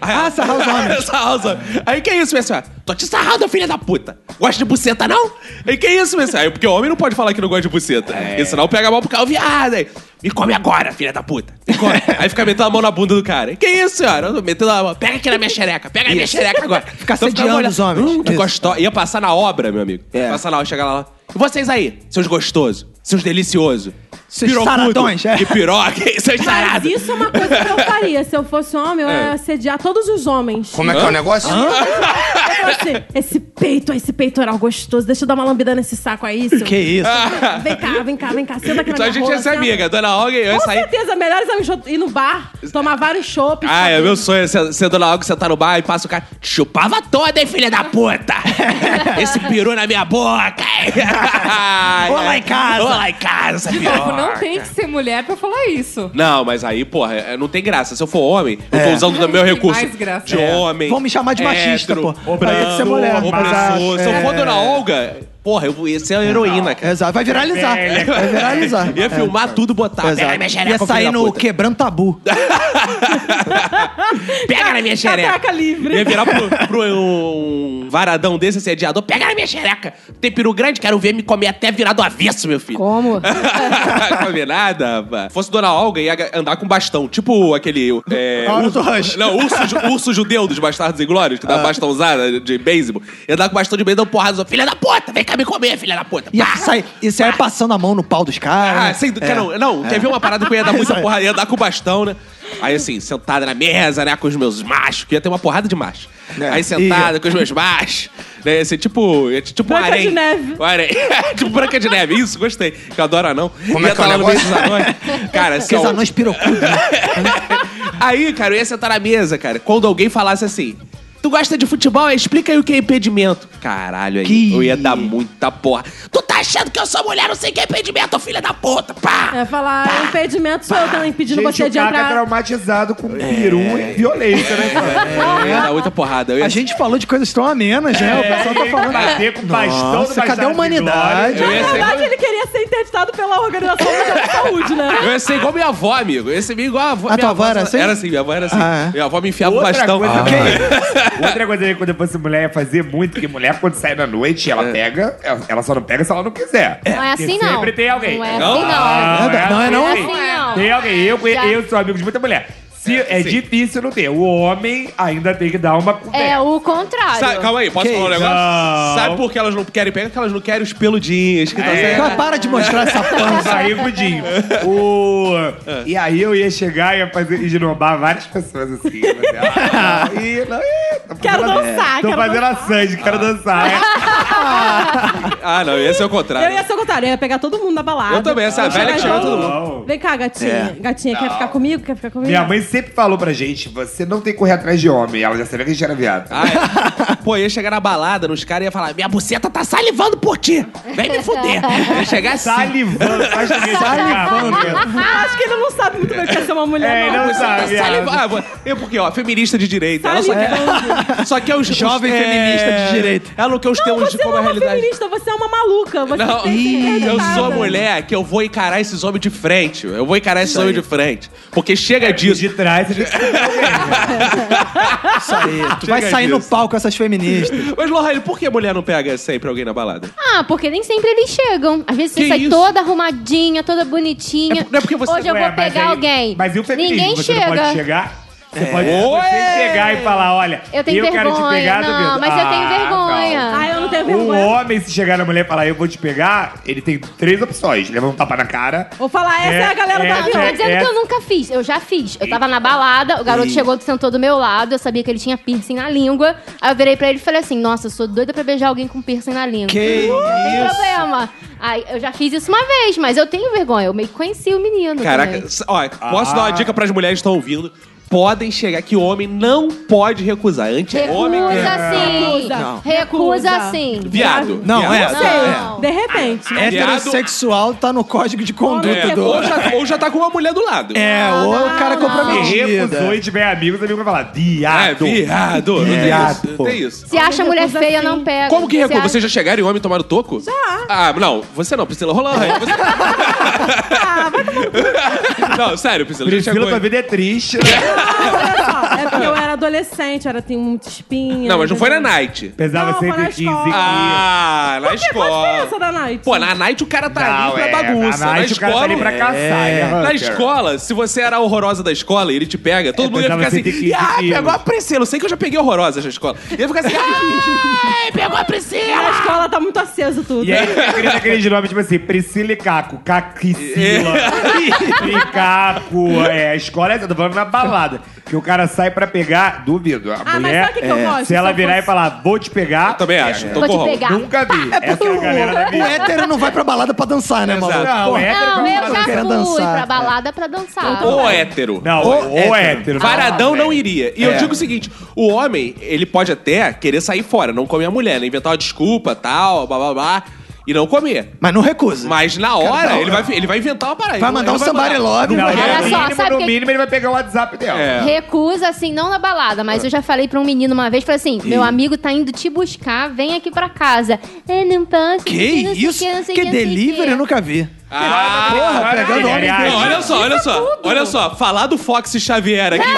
Aí, ah, sarrar os homens. sarrar os homens. Aí que é isso, minha senhora? Tô te sarrando, filha da puta. Gosta de buceta, não? Aí que é isso, minha senhora? Aí, Porque homem não pode falar que não gosta de buceta. É. Porque senão pega mal pro carro viado. Aí, me come agora, filha da puta. Me come. aí fica metendo a mão na bunda do cara. Que é isso, senhora? Eu tô Metendo a mão. Pega aqui na minha xereca. Pega na minha xereca agora. Então Fica assediando os homens. que Isso. gostó- Ia passar na obra, meu amigo. É. Passar na obra, chegar lá. lá. E vocês aí, seus gostosos, seus deliciosos. Seus pirocudo, saradões, é. E piroca, e seus Mas sarados. isso é uma coisa que eu faria. Se eu fosse homem, eu ia assediar todos os homens. É. Como é que é o negócio? Eu falo assim, esse peito, esse peitoral gostoso, deixa eu dar uma lambida nesse saco aí, seu... Que isso? Ah. Vem cá, vem cá, vem cá, senta aqui na Então a minha gente ia rola, ser senta. amiga. Dona Olga e eu ia Com sair. certeza, melhores amigos ir no bar, tomar vários chopes. Ah, é sabe? meu sonho. Ser, ser dona Olga, sentar no bar e passa o cara. "Te Chupava toda, hein, filha da puta! Esse peru na minha boca! Vou lá em casa. Vou lá em casa, essa Tipo, piroca! não tem que ser mulher pra falar isso. Não, mas aí, porra, é- não tem graça. Se eu for homem, eu tô É. usando o meu Tem recurso mais graça. de É. homem. Vão me chamar de machista, hétero, pô. Vai ter que ser branco, mulher, opressor. exato. Se eu for É. Dona Olga, porra, eu vou- ia ser a heroína, cara. Exato, vai viralizar. Velha. Vai viralizar. Ia filmar tudo, botar. É, Exato. Pega na minha Ia xereca, sair filho da no puta. Quebrando Tabu. Pega na minha xereca. Catraca livre. tá, Ia virar pro, pro um varadão desse assediador. Pega na minha xereca. Tem peru grande, quero ver me comer até virar do avesso, meu filho. Como? Comer nada, rapaz. Se Fosse Dona Olga, ia andar com bastão. Tipo aquele... É, Hora urso- do Ah. Rush. Não, urso, ju- urso judeu dos Bastardos Inglórios, que dá bastãozada de beisebol. Ia andar com bastão de beisebol, porrada. só, Filha da puta, vem cá me comer, filha da puta. Ia Pá! sair, ia sair passando a mão no pau dos caras. né? É. Ah, sem, cara, não, não, quer ver uma parada que eu ia dar muita porrada, ia dar com o bastão, né? Aí assim, sentada na mesa, né, com os meus machos, que ia ter uma porrada de macho. É. Aí sentada com os meus machos, né, ia ser tipo, ia ser tipo Branca um harém. de neve. Um harém. tipo Branca de Neve, isso, gostei. Que eu adoro anão. Como é ia que é o lá no meio negócio? dos anões. Cara, assim, Aqueles ó, anões pirocudos. Aí, cara, eu ia sentar na mesa, cara, quando alguém falasse assim. Tu gosta de futebol? Explica aí o que é impedimento. Caralho, aí Que- eu ia dar muita porra. Tu tá achando que eu sou mulher, não sei o que é impedimento, filha da puta, pá! É falar, "Ah, impedimento sou eu também impedindo Gente, você o de Caca é entrar. traumatizado com peru e violência, né, cara? Eu ia dar muita porrada. Eu ia É. A gente falou de coisas tão amenas, né? É. O pessoal tá falando. Bater com bastão Nossa, do Bastardo cadê a humanidade? Inglórios. Eu ia Na ser verdade, ele queria ser interditado pela Organização Mundial de Saúde, né? Eu ia ser igual minha avó, amigo. Eu ia ser meio igual a avó. A minha tua avó era assim? Era assim, minha avó era assim. Ah, é? Minha avó me enfiava o Outra bastão. coisa, Ah. que, outra coisa que quando eu fosse mulher ia fazer muito, que mulher quando sai na noite, ela pega, ela- ela só não pega se ela não quiser. Não é Porque assim, não. Sempre tem alguém. Não é Ah, Não? assim, não. Não é não? Não é assim, não. Tem alguém. Eu, conhe- Já- eu sou amigo de muita mulher. Se é, sim. difícil não ter. O homem ainda tem que dar uma É conversa. o Sa- contrário. calma aí, posso Que falar um isso? negócio? Não. Sabe por que elas não querem pegar? Porque elas não querem os peludinhos. Que tá É. saindo. Cara, para de mostrar essa Vamos pança. sair budinho. O... E aí eu ia chegar e ia fazer esnobar várias pessoas assim. fazer, ah, e, não, e, tô fazendo Quero a- É, dançar, Tô quero fazendo a Sandy, quero dançar. Ah, não, ia ser o contrário. Eu ia ser o contrário, eu ia pegar todo mundo na balada. Eu também, essa Eu velha que chegava chama todo e mundo. Vem cá, gatinha. Gatinha, quer ficar comigo? Quer ficar comigo? Minha mãe sempre falou pra gente, você não tem que correr atrás de homem. Ela já sabia que a gente era viado. Ah, é. Pô, eu ia chegar na balada nos caras e ia falar: Minha buceta tá salivando por ti! Vem me fuder! Eu ia chegar assim. Salivando, faz ninguém salivando. Ah, Acho que ele não sabe muito bem o que é ser uma É, mulher, ele não. não Tá sabe. salivando. viado. Ah, vou- eu, porque, ó, feminista de direita. Ela só, Salivando. quer, só quer os. os- Jovem é, feminista de direita. Ela não quer os Não, termos você de não como é é a uma realidade. feminista, você é uma maluca. Você Não, tem que ser eu interpretada. sou a mulher que eu vou encarar esses homens de frente. Eu vou encarar esses homens de frente. Porque É, chega disso. De trás, a gente Isso aí. Tu vai Chega sair no disso. palco com essas feministas. Mas, Lohane, por que mulher não pega sempre alguém na balada? Ah, porque nem sempre eles chegam. Às vezes você Que sai isso? toda arrumadinha, toda bonitinha. É por- não é porque você- Hoje eu Ué, vou mas pegar aí- alguém. Mas e o feminismo? Ninguém você chega. Não pode chegar? Você pode Ué! você chegar e falar, olha, Eu tenho quero te vergonha. pegar, Não, Tobias. mas eu tenho Ah, vergonha. calma. Ah, eu não tenho Um vergonha. homem, se chegar na mulher e falar, eu vou te pegar, ele tem três opções. Levar um tapa na cara. Vou falar, essa é, É, a galera é, do Não, avião. tô dizendo é- que eu nunca fiz. Eu já fiz. Eu tava na balada, o garoto chegou, sentou do meu lado, eu sabia que ele tinha piercing na língua. Aí eu virei pra ele e falei assim, nossa, eu sou doida pra beijar alguém com piercing na língua. Que Não tem isso? problema. Aí eu já fiz isso uma vez, mas eu tenho vergonha. Eu meio que conheci o menino Caraca, também. s- ó, posso Ah. dar uma dica pras mulheres que estão ouvindo? Podem chegar que homem não pode recusar. é Anti-homem. Recusa sim. Não. Recusa. Recusa sim. Viado. Não, é. Não sei, Não. de repente. É. Viado. Heterossexual tá no código de conduta É, do. ou, já, ou já tá com uma mulher do lado. É, ou é o cara não. Se recusou comprometido. e tiver amigos, amigo vai falar, É, viado. viado. Não tem Viado, isso, não pô. Tem isso. Se acha mulher recusa feia, sim. não pega. Como que Se recua? acha- Vocês já chegaram e o homem tomaram toco? Já. Ah, não. Você não, Priscila. Rolou. Você... Ah, vai tomar no cu, Não, sério, Priscila. já Priscila, chegou- tua vida é triste. né? olha só. É porque eu era adolescente, era tem muita espinha. Não, mas não foi na entendeu? night. Pesava Não, foi na 115 escola. quilos. Ah, na Por quê? Qual a diferença escola. da night? Pô, na night o cara tá ali Não, pra é, bagunça. na night na o cara tá escola. ali pra caçar. É. ele Na hunter. escola, se você era horrorosa da escola e ele te pega, todo É, mundo ia ficar pensava assim, que tem que- ah, que- pegou a Priscila. Eu sei que eu já peguei horrorosa na escola. Ia ficar assim, ai, pegou a Na Priscila. escola tá muito aceso tudo. E aí ele fica querendo aquele de nome, tipo assim, Priscila e Caco, Caquicila, e Caco, é, a escola é, eu tô falando na balada, que o cara sai pra pegar, duvido, a Ah, mas mulher, é, sabe o que que eu gosto? se ela Se eu virar e fosse- falar, vou te pegar, Eu também acho, tô Vou com te Rômulo. pegar. nunca vi, essa é a galera da O minha... hétero não vai pra balada pra dançar, né, maluco? Exato. Não, é Porra. hétero Não, não eu faz já isso. quero fui dançar. pra balada pra dançar. Ou Então é hétero. Não, Ou ou hétero. é hétero. É. Varadão Tá, Ah, não velho. iria. E eu digo o seguinte: o homem, ele pode até querer sair fora, não comer a mulher, né? Inventar uma desculpa, tal, blá blá blá, e não comer. Mas não recusa. Mas na Cara, hora, não. é. ele vai, ele vai inventar uma parada. Vai ele não- mandar um ele não vai somebody parar. love. Não, vai- Olha no só, mínimo, sabe no que- mínimo ele vai pegar o WhatsApp dela. É. Recusa, assim, não na balada, mas eu já falei pra um menino uma vez, falei assim, meu amigo tá indo te buscar, vem aqui pra casa. É, não posso. Que não sei o isso? Que, não sei Que, o que, não sei o delivery eu que. nunca vi. é, Ah, Porra, pegando homem aliás, dele. Não, olha só, olha só. Olha só, falar do Fox Xavier aqui.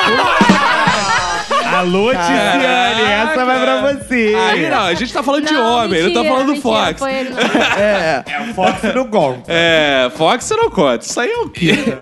Alô, Tiziane, Caraca. essa vai pra você. Aí não, a gente tá falando de Não, homem, não tá mentira, falando do mentira, Fox. foi ele. É o Fox no gol. É, Fox você não conta. Isso aí é o quê?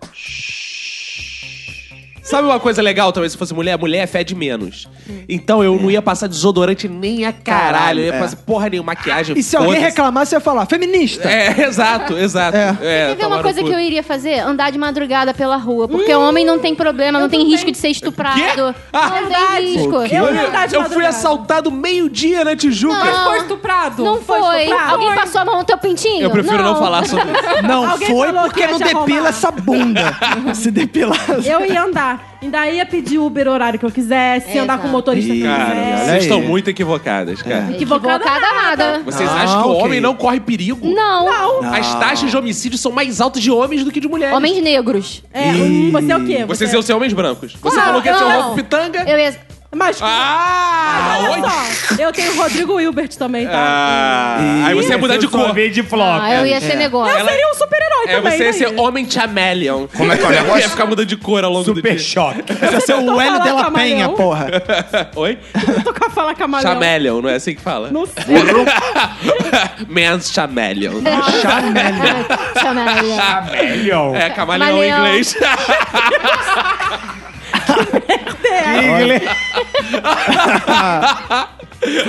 Sabe uma coisa legal também, se fosse mulher? Mulher é fede menos. Então eu não ia passar desodorante nem a caralho. Hum. Caralho, eu ia é. passar porra nenhuma, maquiagem. E se alguém foda-se. reclamar, você ia falar, feminista. É, exato, exato. É. É, Quer ver tomar uma no coisa cu. que eu iria fazer? Andar de madrugada pela rua. Porque homem não tem problema, não tem risco de ser estuprado. Ah, não verdade. tem risco. Eu ia andar de Eu fui madrugada. assaltado meio-dia na Tijuca. Não. Mas foi estuprado. Não foi. estuprado? Alguém passou a mão no teu pintinho? Eu prefiro não, falar sobre isso. Não Alguém foi falou que porque ia não te depila arrumar. essa bunda. Se depilar. Eu ia andar. E daí ia pedir Uber o horário que eu quisesse, Exato. andar com o motorista que eu Cara, quisesse. olha aí. vocês estão muito equivocadas, cara. Equivocada Equivocada nada. Vocês Ah, acham que o ok. homem não corre perigo? Não. As taxas de homicídio são mais altas de homens do que de mulheres. Homens negros. É, hum, você é o quê? Vocês Você- iam ser homens brancos. Você Claro, falou que ia ser o não. Rolf Pitanga. Eu ia... Mas, Ah! olha oi. só, eu tenho o Rodrigo Hilbert também, tá? Ah, aí você ia mudar de Eu só cor. vi de flop. Ah, eu ia ser negócio. eu seria um super-herói É, também. você ia né? ser homem chameleon. Como é que é o Ia negócio? ficar mudando de cor ao longo Super do dia. choque. Você ia ser tentou o Hélio falar de la camaleão? Penha, porra. Oi? Tô com a fala camaleão. Chameleon, não é assim que fala? Não sei. Man's chameleon. Chameleon. Melhor. É, camaleão em Camaleão. inglês.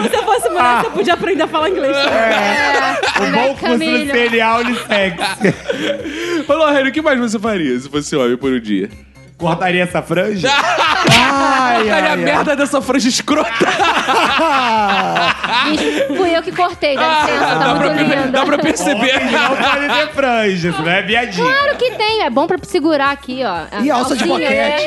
Se eu fosse mulher, você podia aprender a falar inglês. É. também. É. O bom curso serial de sexo. Ô, Lorraine, o que mais você faria se fosse homem por um dia? Cortaria essa franja? ai, Olha a merda dessa franja escrota. Gente, Fui eu que cortei, dá licença, tá Ah, dá, pra, muito per- linda. dá pra perceber. Homem não pode ter franja, isso não é viadinho. Claro que tem, é bom pra segurar aqui, ó. E alça de Alcinha, né?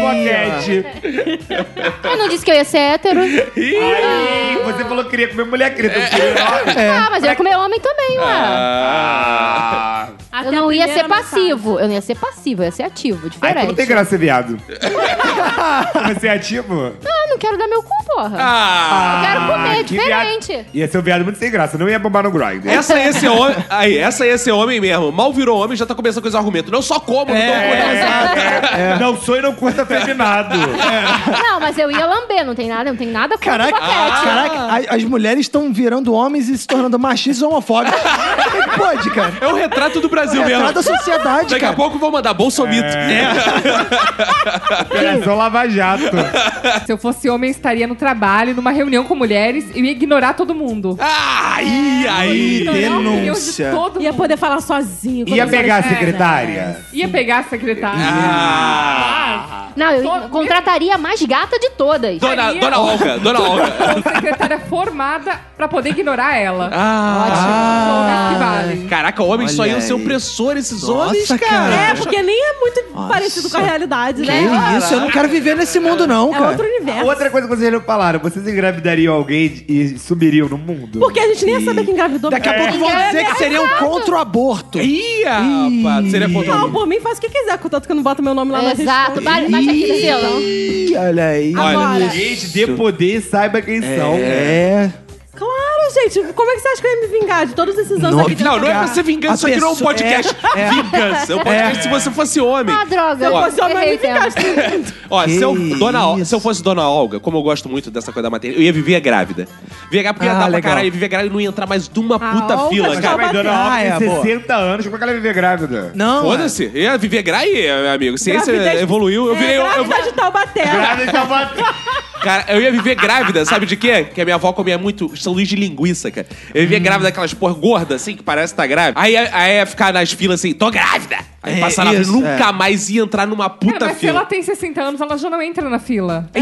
boquete. De boquete. Eu não disse que eu ia ser hétero. Ai, você falou que queria comer mulher, queria ter um filho. Ah, mas eu ia comer homem também, Ah. ué. Ah. Eu não ia ser passivo. Eu não ia ser passivo, eu ia ser ativo, Aí tu não tem diferente. graça ser viado. Você é ativo? Ah, não quero dar meu cu, porra. Ah, Eu quero comer, Ah, que viado. diferente. Ia ser um viado muito sem graça, não ia bombar no grind. essa ia ser homem. Aí, essa ia ser homem mesmo. Mal virou homem, já tá começando com esse argumento. Não só como, não É. dou conta. Não sou e não curto afeminado. Não, mas eu ia lamber, não tem nada, não tem nada contra Caraca, boquete. caraca, a- as mulheres estão virando homens e se tornando machistas e homofóbicos. Como é que pode, cara? É o retrato do Brasil Retrata da mesmo. sociedade, Daqui a cara. pouco vou mandar Bolsomito. É. Operação Lava Jato. Se eu fosse homem, estaria no trabalho, numa reunião com mulheres e ia ignorar todo mundo. Aí, aí. Ignorar a opinião de denúncia. todo Ia mundo. poder falar sozinho. Ia quando você- pegar a É. secretária. Ia pegar a secretária. Ah. Não, eu Todo- contrataria a mais gata de todas. Dona, Faria. dona Olga, dona Olga. Ou secretária formada pra poder ignorar ela. Só que vale. Caraca, homens só Olha iam ser aí. opressor esses Nossa, homens, cara. cara. É, porque nem é muito parecido com a realidade, né? Que isso, eu não quero viver nesse mundo, não, É outro cara. universo. Outra coisa que vocês não falaram, vocês engravidariam alguém e sumiriam no mundo? Porque a gente nem ia saber que engravidou. É. Daqui a porque- pouco vão dizer que seriam contra o aborto. Ih, rapaz. Seria contra Não, por mim faz o que quiser, contanto que eu não boto meu nome lá na Exato, lista. bate bate aqui, Priscila. Ih, olha aí. Agora. Gente, dê poder e saiba quem são. É. Claro, gente. Como é que você acha que eu ia me vingar de todos esses anos Não, aqui? de Não, não é advogado? pra ser vingança, A isso aqui não é um pessoa- podcast. Vingança. É um podcast se você fosse homem. Ah, droga. Se eu fosse homem, eu Errei ia o tema. vingar. de- Ó, se eu, Que dona, Ol- isso. se eu fosse Dona Olga, como eu gosto muito dessa coisa da matéria, eu ia viver grávida. Viver grávida porque ia Ah, dar pra legal. caralho, viver grávida e não ia entrar mais de uma puta Olga fila, tá Mas já cara. vai dando Ah, a é, tem boa. 60 anos, como é que ela vai viver grávida? Não. Foda-se. Eu ia viver grávida, meu amigo. Ciência Gravidez- evoluiu. Eu, virei, um, É, eu, eu- grávida de Taubaté. Grávida tá batendo. cara, eu ia viver grávida, sabe de quê? Que a minha avó comia muito sanduíche de linguiça, cara. Eu ia Hum. viver grávida daquelas porra gorda, assim, que parece que tá grávida. Aí, aí ia ficar nas filas assim, tô grávida! Aí É, passar na isso, nunca mais ia entrar numa Cara, puta É, mas se fila. ela tem 60 anos, ela já não entra na fila. É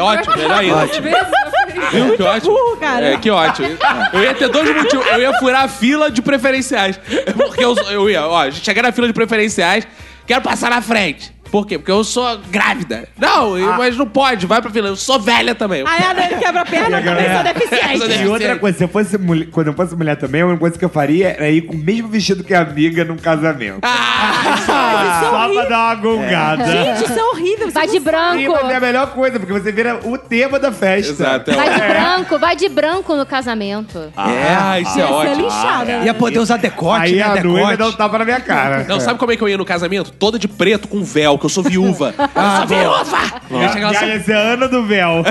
ótimo, melhor ainda. Às vezes, eu falei, Viu? Que ótimo. burro, cara. É, que ótimo. Eu ia ter dois motivos. Eu ia furar a fila de preferenciais. Porque eu, eu ia, ó, chegar na fila de preferenciais, quero passar na frente. Por quê? Porque eu sou grávida. Não, eu- mas não pode, vai pra fila. Eu sou velha também. Aí a Dani quebra a perna, eu também sou Sou deficiente. E outra deficiente. coisa, se eu fosse mulher, quando eu fosse mulher também, uma coisa que eu faria era ir com o mesmo vestido que a amiga num casamento. Ah, Só pra dar uma gongada. é Gente, isso é horrível. Vai de Sim, mas é a branco. melhor coisa, porque você vira o tema da festa. é Exato. é Vai de branco, vai de branco no casamento. Ah, isso é Você é ótimo. linchada. Ia poder usar decote, Aí né? a decote. noiva dá um tapa na minha cara. Não, sabe como é que eu ia no casamento? Toda de preto, com véu, que eu sou viúva. eu sou viúva! Eu ia chegar lá, Já assim, ia ser é ano do véu.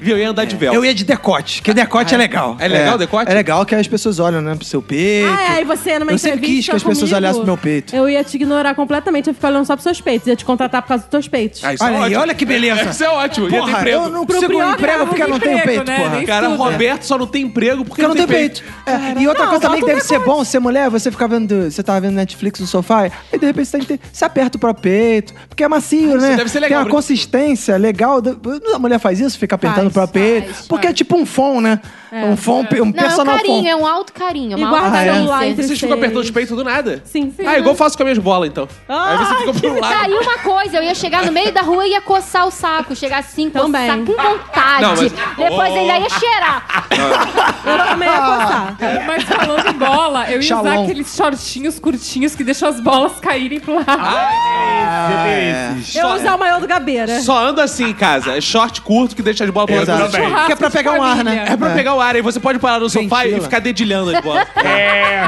viu, eu ia andar de véu. Eu ia de decote, que decote é legal. É legal o decote? É legal que as pessoas olham, né, pro seu peito. Ah, é, aí você numa Eu entrevista sempre quis que as comigo, pessoas olhassem pro meu peito. Eu ia te ignorar completamente, eu ia ficar olhando só pros seus peitos. Ia te contratar por causa dos teus peitos. Ah, isso é Olha aí, ótimo. olha que beleza. Isso é ótimo. ia ter Porra, emprego. eu não Pro consigo um pior emprego porque eu não tenho emprego, peito, né? porra. Nem Porque Cara, Estuda. Roberto só não tem emprego porque eu não tem peito. É, E outra Não, coisa também que solta um deve ser bom, ser mulher, você ficar vendo, você tava vendo Netflix no sofá, aí de repente você, tá inte- você aperta o próprio peito, porque é macio, né? deve ser Tem legal, uma né? consistência legal. do- A mulher faz isso, fica apertando o próprio peito, faz, porque é tipo um fom, né? um fom, um Não, é um personal carinho, fom. é um alto carinho. E Uma guarda alta o celular carência. entre- ah, é. Vocês ficam apertando os peitos do nada? Sim, sim. Ah, igual eu faço com as minhas bolas, então. Aí você fica pro Tá, lado. e uma coisa, eu ia chegar no meio da rua e ia coçar o saco. Chegar assim, Também. coçar com vontade. Não, mas- Depois ainda ia cheirar. Eu também ia coçar. Mas falando em bola, eu ia usar Shalom. aqueles shortinhos curtinhos que deixam as bolas caírem pro lado. Você tem esses. Eu ia usar o maior do Gabeira. Só anda assim em casa. É short curto que deixa as bolas pro Exato. lado. também. Que é pra de pegar um ar, família. né? É pra pegar o ar, aí você pode parar no sofá Ventila. e ficar dedilhando as bolas. É,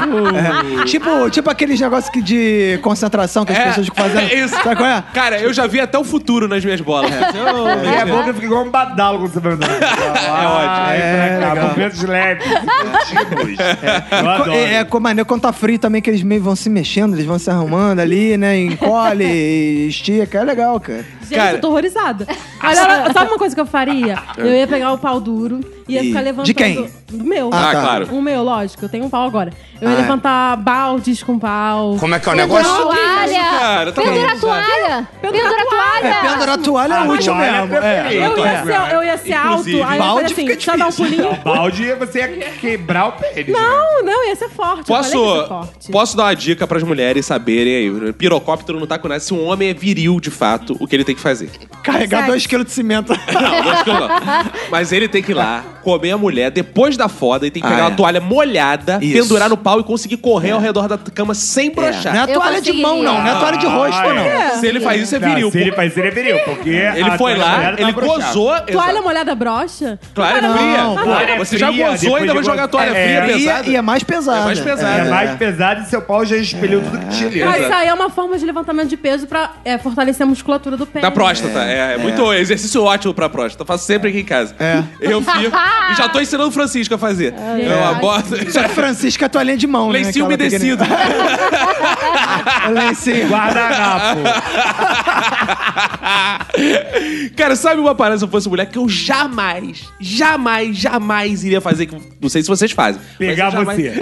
Tipo, tipo aqueles negócios que de concentração que as É, pessoas ficam fazendo. é isso. Sabe qual é? Cara, eu já vi até o futuro nas minhas bolas. Eu- é bom que eu fico igual um badalo quando você vai andando. É ótimo. É, pra cá, legal. movimentos leves. contínuos. Eu Co- adoro. É, é co- maneiro quando tá frio também, que eles meio vão se mexendo, eles vão se arrumando ali, né? Encolhe, e estica, é legal, cara. Gente, Cara. eu tô horrorizada. Olha, sabe uma coisa que eu faria? Eu ia pegar o pau duro, ia E- ficar levantando... de quem? Do meu. Ah, Ah, tá. claro. O meu, lógico. Eu tenho um pau agora. Eu Ah, ia é. levantar baldes com pau. Como é que é o Pendurar negócio? a toalha. cara, tá Pendurar a maluco, toalha. toalha! Pendura a toalha! É, pendura a toalha é A útil toalha mesmo. é É. perfeita. Eu ia ser, eu ia ser alto, aí Inclusive, eu falei balde assim, fica deixa eu dar um pulinho. Balde, você ia quebrar o pênis. né? Não, não, ia ser forte. eu Posso, falei que ia ser forte. posso dar uma dica pras mulheres saberem aí. Pirocóptero não tá com nada. Se um homem é viril, de fato, o que ele tem que fazer? Carregar Sexo. 2 quilos de cimento. Não, não acho que eu não. Mas ele tem que ir lá, comer a mulher depois da foda e tem que Ah, pegar é. uma toalha molhada, Isso. pendurar no pau e conseguir correr ao redor da cama sem brochar. Não é Eu toalha de mão, não. Não é toalha de rosto, Ah, é. não. Se ele faz isso, é Não, viril. se ele faz, ele é viril, porque... Ele a foi lá, mulher tá ele broxada. gozou. Toalha exato. molhada brocha? Toalha Não, fria. não, Pô, toalha você já fria, gozou e depois ainda de vai jogar a toalha É, fria é pesada. E, e é mais pesada. É mais pesada. É mais pesado e seu pau já expeliu tudo que tinha ali. Ah, Exato. isso aí é uma forma de levantamento de peso pra é, fortalecer a musculatura do pé. Da próstata. É, é muito exercício ótimo pra próstata. Eu faço sempre aqui em casa. Eu fico. e já tô ensinando o Francisco a fazer. É uma bota. Só que Francisca é toalhinha de mão, né? Lencinho Aquela pequenininha. umedecido. Lencinho. Guardanapo. Cara, sabe uma parada se eu fosse mulher que eu jamais, jamais, jamais iria fazer? que- Não sei se vocês fazem. mas eu Pegar jamais- você.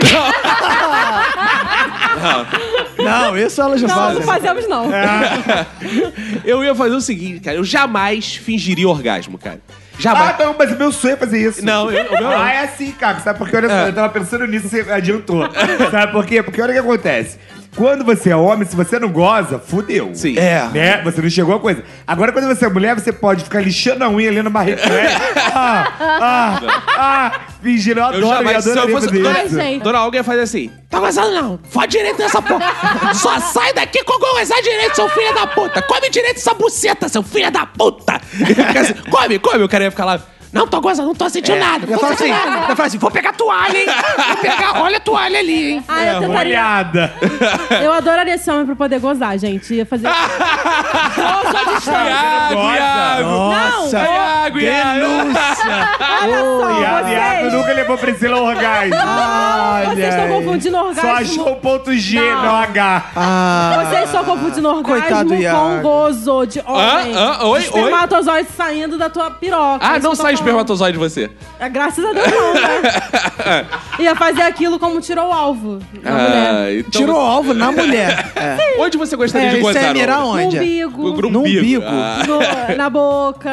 Não, isso elas já Não, não fazem. fazemos não. Eu ia fazer o seguinte, cara. Eu jamais fingiria orgasmo, cara. Ah, Jamais. não, mas o meu sonho é fazer isso. Tá Não, eu- o meu não. Ah, é assim, cara. Sabe por quê? Olha só, eu tava pensando nisso e você adiantou. Sabe por quê? Porque olha o que acontece. Quando você é homem, se você não goza, fudeu. Sim. É. Né? Você não chegou a coisa. Agora, quando você é mulher, você pode ficar lixando a unha ali numa reflex. ah, ah, ah, fingindo. Eu Eu adoro, eu, jamais. Se eu adoraria fosse. fazer Dona, Ai, isso. gente. dona Olga ia fazer assim. Tá gozando não? Fode direito nessa porra. Só sai daqui com gozar direito, seu filho da puta. Come direito essa buceta, seu filho da puta. Fica assim, come, come. O cara ia ficar lá. Não tô gozando, não tô sentindo nada. Eu falo assim, eu falo assim, vou pegar a toalha, hein? Vou pegar, olha a toalha ali, hein? Ah, É, eu tentaria. Molhada. Eu adoraria esse homem pra poder gozar, gente. Ia fazer. Goza. Não, Iago, Olha só, Viado, é viado, vocês. nunca levou Priscila ao orgasmo. Vocês estão Olha aí. confundindo Só orgasmo. achou o ponto G, Não. não H. Ah. Vocês estão confundindo Coitado orgasmo do com Iago. gozo de homem. Ah, ah, oi, oi. Espermatozoide saindo da tua piroca. Ah, Isso que não eu tô sai falando. espermatozoide de você. É, Graças a Deus não, né? Ia fazer aquilo como tirou o alvo na mulher. Ah, então Tirou o alvo na mulher. É. Onde você gostaria É, de isso gozar? é mirar No onde? é? umbigo, Olga? No umbigo. Ah. no- na boca.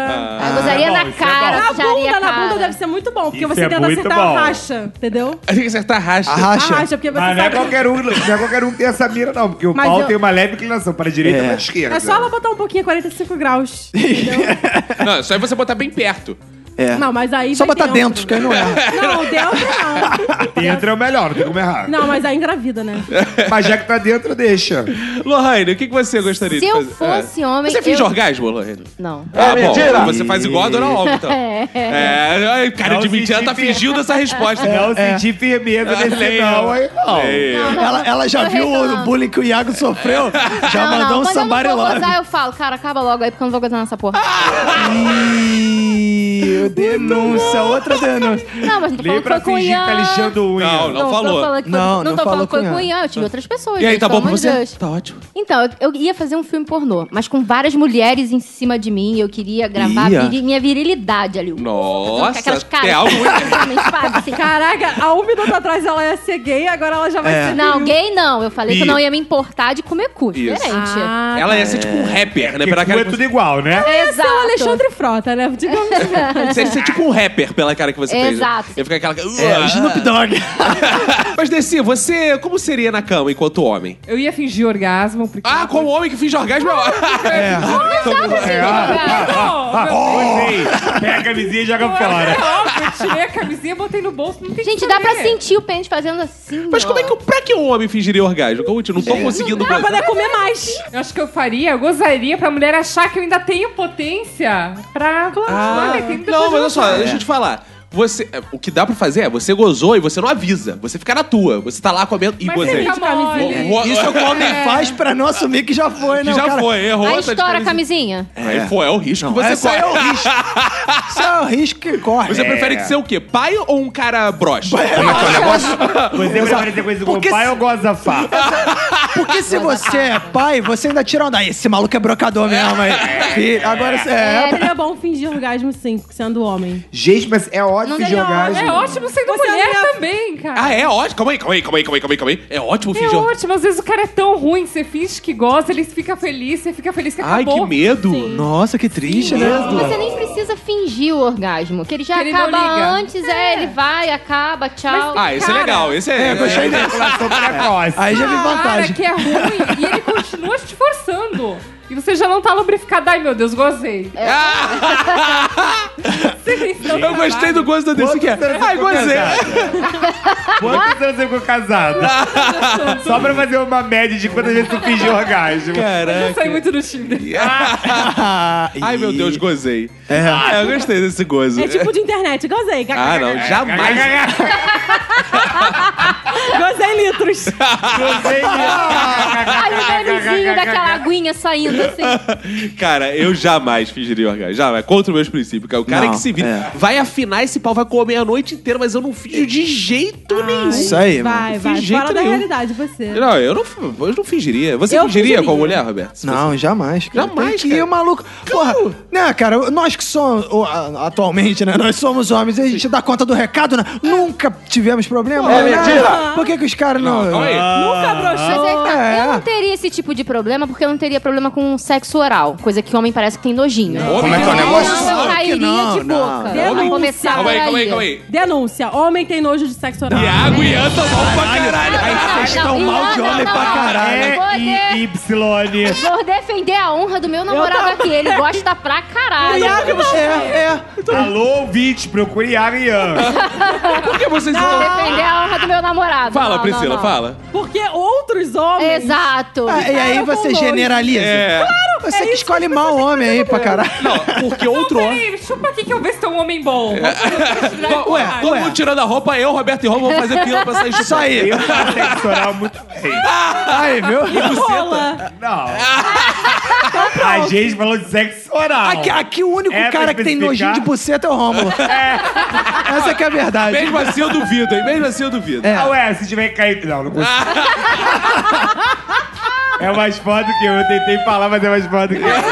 Eu gozaria bom, na isso é cara, Na sujaria bunda, a na cara. bunda deve ser muito bom, porque Isso você é tenta muito acertar bom. a racha, entendeu? Tem que acertar a racha. A Arracha. racha, porque você Mas não é sabe... qualquer um, não é qualquer um que tem essa mira, não. Porque o Mas pau eu- tem uma leve inclinação para a direita e É. para a esquerda. É só ela botar um pouquinho, 45 graus. Não, é só você botar bem perto. É. Não, mas aí Só vai né? botar dentro, que aí não erra. Não, dentro Dentro é o melhor, não tem como errar. não. Não, mas aí engravida, né? Mas já que tá dentro, deixa. Lohane, o que que você gostaria Se de eu fazer? fosse homem, é. Você finge eu- orgasmo, Lohane? Não. Ah, bom. Você faz igual a Dona Olga, então. É, é, cara Não É, de mentira, se tá divirta. fingindo essa resposta. Não sentir firmeza Ah, nesse leio. não, aí não. Leio. Ela, ela já Tô viu reclamando. o bullying que o Iago sofreu, já não, mandou não. um Quando eu não somebody vou love. gozar, eu falo, cara, acaba logo aí, porque eu não vou gozar nessa porra. Ih, denúncia, outra denúncia. Não, mas não tô falando que Leio pra foi com o fingir que tá Ian. lixando unha. Não, não. tô falou. falando que foi- Não, não não tô falou falando que foi com com o Ian. Ian, eu tive outras pessoas. E aí, gente, tá bom pelo pra amor de você? Deus. Tá ótimo. Então, eu- eu ia fazer um filme pornô, mas com várias mulheres em cima de mim. Eu queria gravar a Ia. viri- minha virilidade ali. Então, Nossa, aquelas caras. assim. tem algo muito- Caraca, há um minuto atrás ela ia ser gay, agora ela já vai É. ser Não, viril. gay não. Eu falei que eu não ia me importar de comer cu. Isso. Diferente. Ah, Ela ia ser tipo um rapper, né? Porque Pela cu cara é que tudo igual, né? Exato. Esse é o Alexandre Frota, né? Digamos assim. você... Você ia ser tipo um rapper pela cara que você fez. né? Exato. Ia ficar aquela... É, o Snoop Dogg. Mas, Desi, você... Como seria na cama enquanto homem? Eu ia fingir orgasmo. Porque Ah, como homem que finge orgasmo... É. É, ah, ah, ah, gostei. Pega a camisinha e joga fora. né? Eu tirei a camisinha, botei no bolso. Não tem Gente, que dá pra saber. sentir o pênis fazendo assim. Mas como é que... eu... eu- Pra que um homem fingiria orgasmo? Como Eu não tô conseguindo... Pra gozar. poder comer mais. Eu acho que eu faria, eu gozaria pra mulher achar que eu ainda tenho potência pra. Ah, Olha, tem muita não, coisa mas olha só, pra fazer. deixa eu te falar. Você, é, o que dá pra fazer é, você gozou e você não avisa. Você fica na tua. Você tá lá comendo e Mas gozei. fica mole. Ro- ro- Isso é o que o homem faz pra não assumir que já foi, né? que O já cara- foi, errou. Aí tá de estoura a camisinha. camisinha. Aí foi, é o risco Não, que você esse aí é o corre. risco. Isso é o risco que corre. Você prefere ser o quê? Pai ou um cara broche? É. Você prefere ter coisa com o Porque pai se- ou goza fá? Porque se você é pai, você ainda tira onda. Esse maluco é brocador mesmo, aí. Filho, Agora você é. Seria bom fingir orgasmo sim, sendo homem. Gente, mas é ótimo Não fingir tem hora. orgasmo. É ótimo sendo Você mulher é minha- também, cara. Ah, é ótimo. Calma aí, calma aí, calma aí, calma aí, calma aí, calma aí. É ótimo É fingir. or- ótimo, às vezes o cara é tão ruim, você finge que gosta, ele fica feliz, você fica feliz que Ai, acabou. que medo. Nossa, que triste, né? Você nem precisa fingir o orgasmo, que ele já Que ele não acaba liga. antes, é. ele vai, acaba, tchau. Ah, esse é Cara. legal. Esse é. É, gostei dele. Ejaculação precoce. Aí já vi Cara, vantagem. que é ruim e ele continua te forçando. E você já não tá lubrificado. Ai, meu Deus, gozei. É. Ah, Eu gostei do gosto desse que é. Ai, gostei. Quantos anos você ficou casada? Só pra fazer uma média de quantas vezes tu fingiu orgasmo. Eu saí muito do Tinder. Ai, meu Deus, gozei. É. Ah, eu gostei desse gozo. É tipo de internet, gozei. Ah, não, jamais. Gozei litros. Ai, o barulhinho daquela aguinha saindo assim. Cara, eu jamais fingiria orgasmo. Jamais. Contra os meus princípios. cara. O cara Não, que se vira é. vai afinar esse pau, vai comer a noite inteira, mas eu não finjo de jeito nenhum. Isso aí, mano. Vai, vai. De jeito Fora da nenhum. realidade você. Não, eu não, eu não fingiria. Você Eu fingiria, com a fingiria. mulher, Roberto? Se Não, jamais. Cara. Jamais, Tem que cara. ir, maluco. Porra, né, cara, nós que somos, o, a- atualmente, né, nós somos homens, a gente dá conta do recado, né? Nunca tivemos problema. É né? mentira. Por que que os caras não... Calma aí. Ah. Nunca Mas broxou. é que tá, é. eu não teria esse tipo de problema porque eu não teria problema com sexo oral, coisa que homem parece que tem nojinho. Como é que é o negócio? Não, eu Claro que cairia não, de não. boca. Calma aí, Vamos começar Calma aí, por calma aí, calma aí. Denúncia. Homem tem nojo de sexo oral. Iago e Ian são bons pra caralho. Não, vocês estão não, mal de não, homem não, pra não. caralho. É, E Y. Vou defender a honra do meu namorado aqui. Ele gosta pra caralho. Iago, você é, é. Alô, ouvinte, procure Arian. Por que vocês Vou falam? defender a honra do meu namorado. Fala, Não, não, Priscila, não. fala. Porque outros homens... Exato. Ah, e aí eu vou você longe. generaliza. É. Você que escolhe mal homem aí pra caralho. Não, porque outro homem. Peraí, chupa aqui que eu vejo se tem um homem bom. É, Ué, todo ué. mundo tirando a roupa, eu, Roberto e Roma, vou fazer fila pra sair Isso aí. Eu faço sexo oral muito bem. Aí, viu? Rola. Não. A gente falou de sexo oral. Aqui, aqui o único É pra cara que tem especificar? nojinho de buceta é o Rômulo. Essa que é a verdade. Mesmo assim eu duvido, hein? Mesmo assim eu duvido. É. Ah, ué, se tiver caído. Não, não consigo. é mais foda do que eu. Eu tentei falar, mas é mais foda do que eu. 10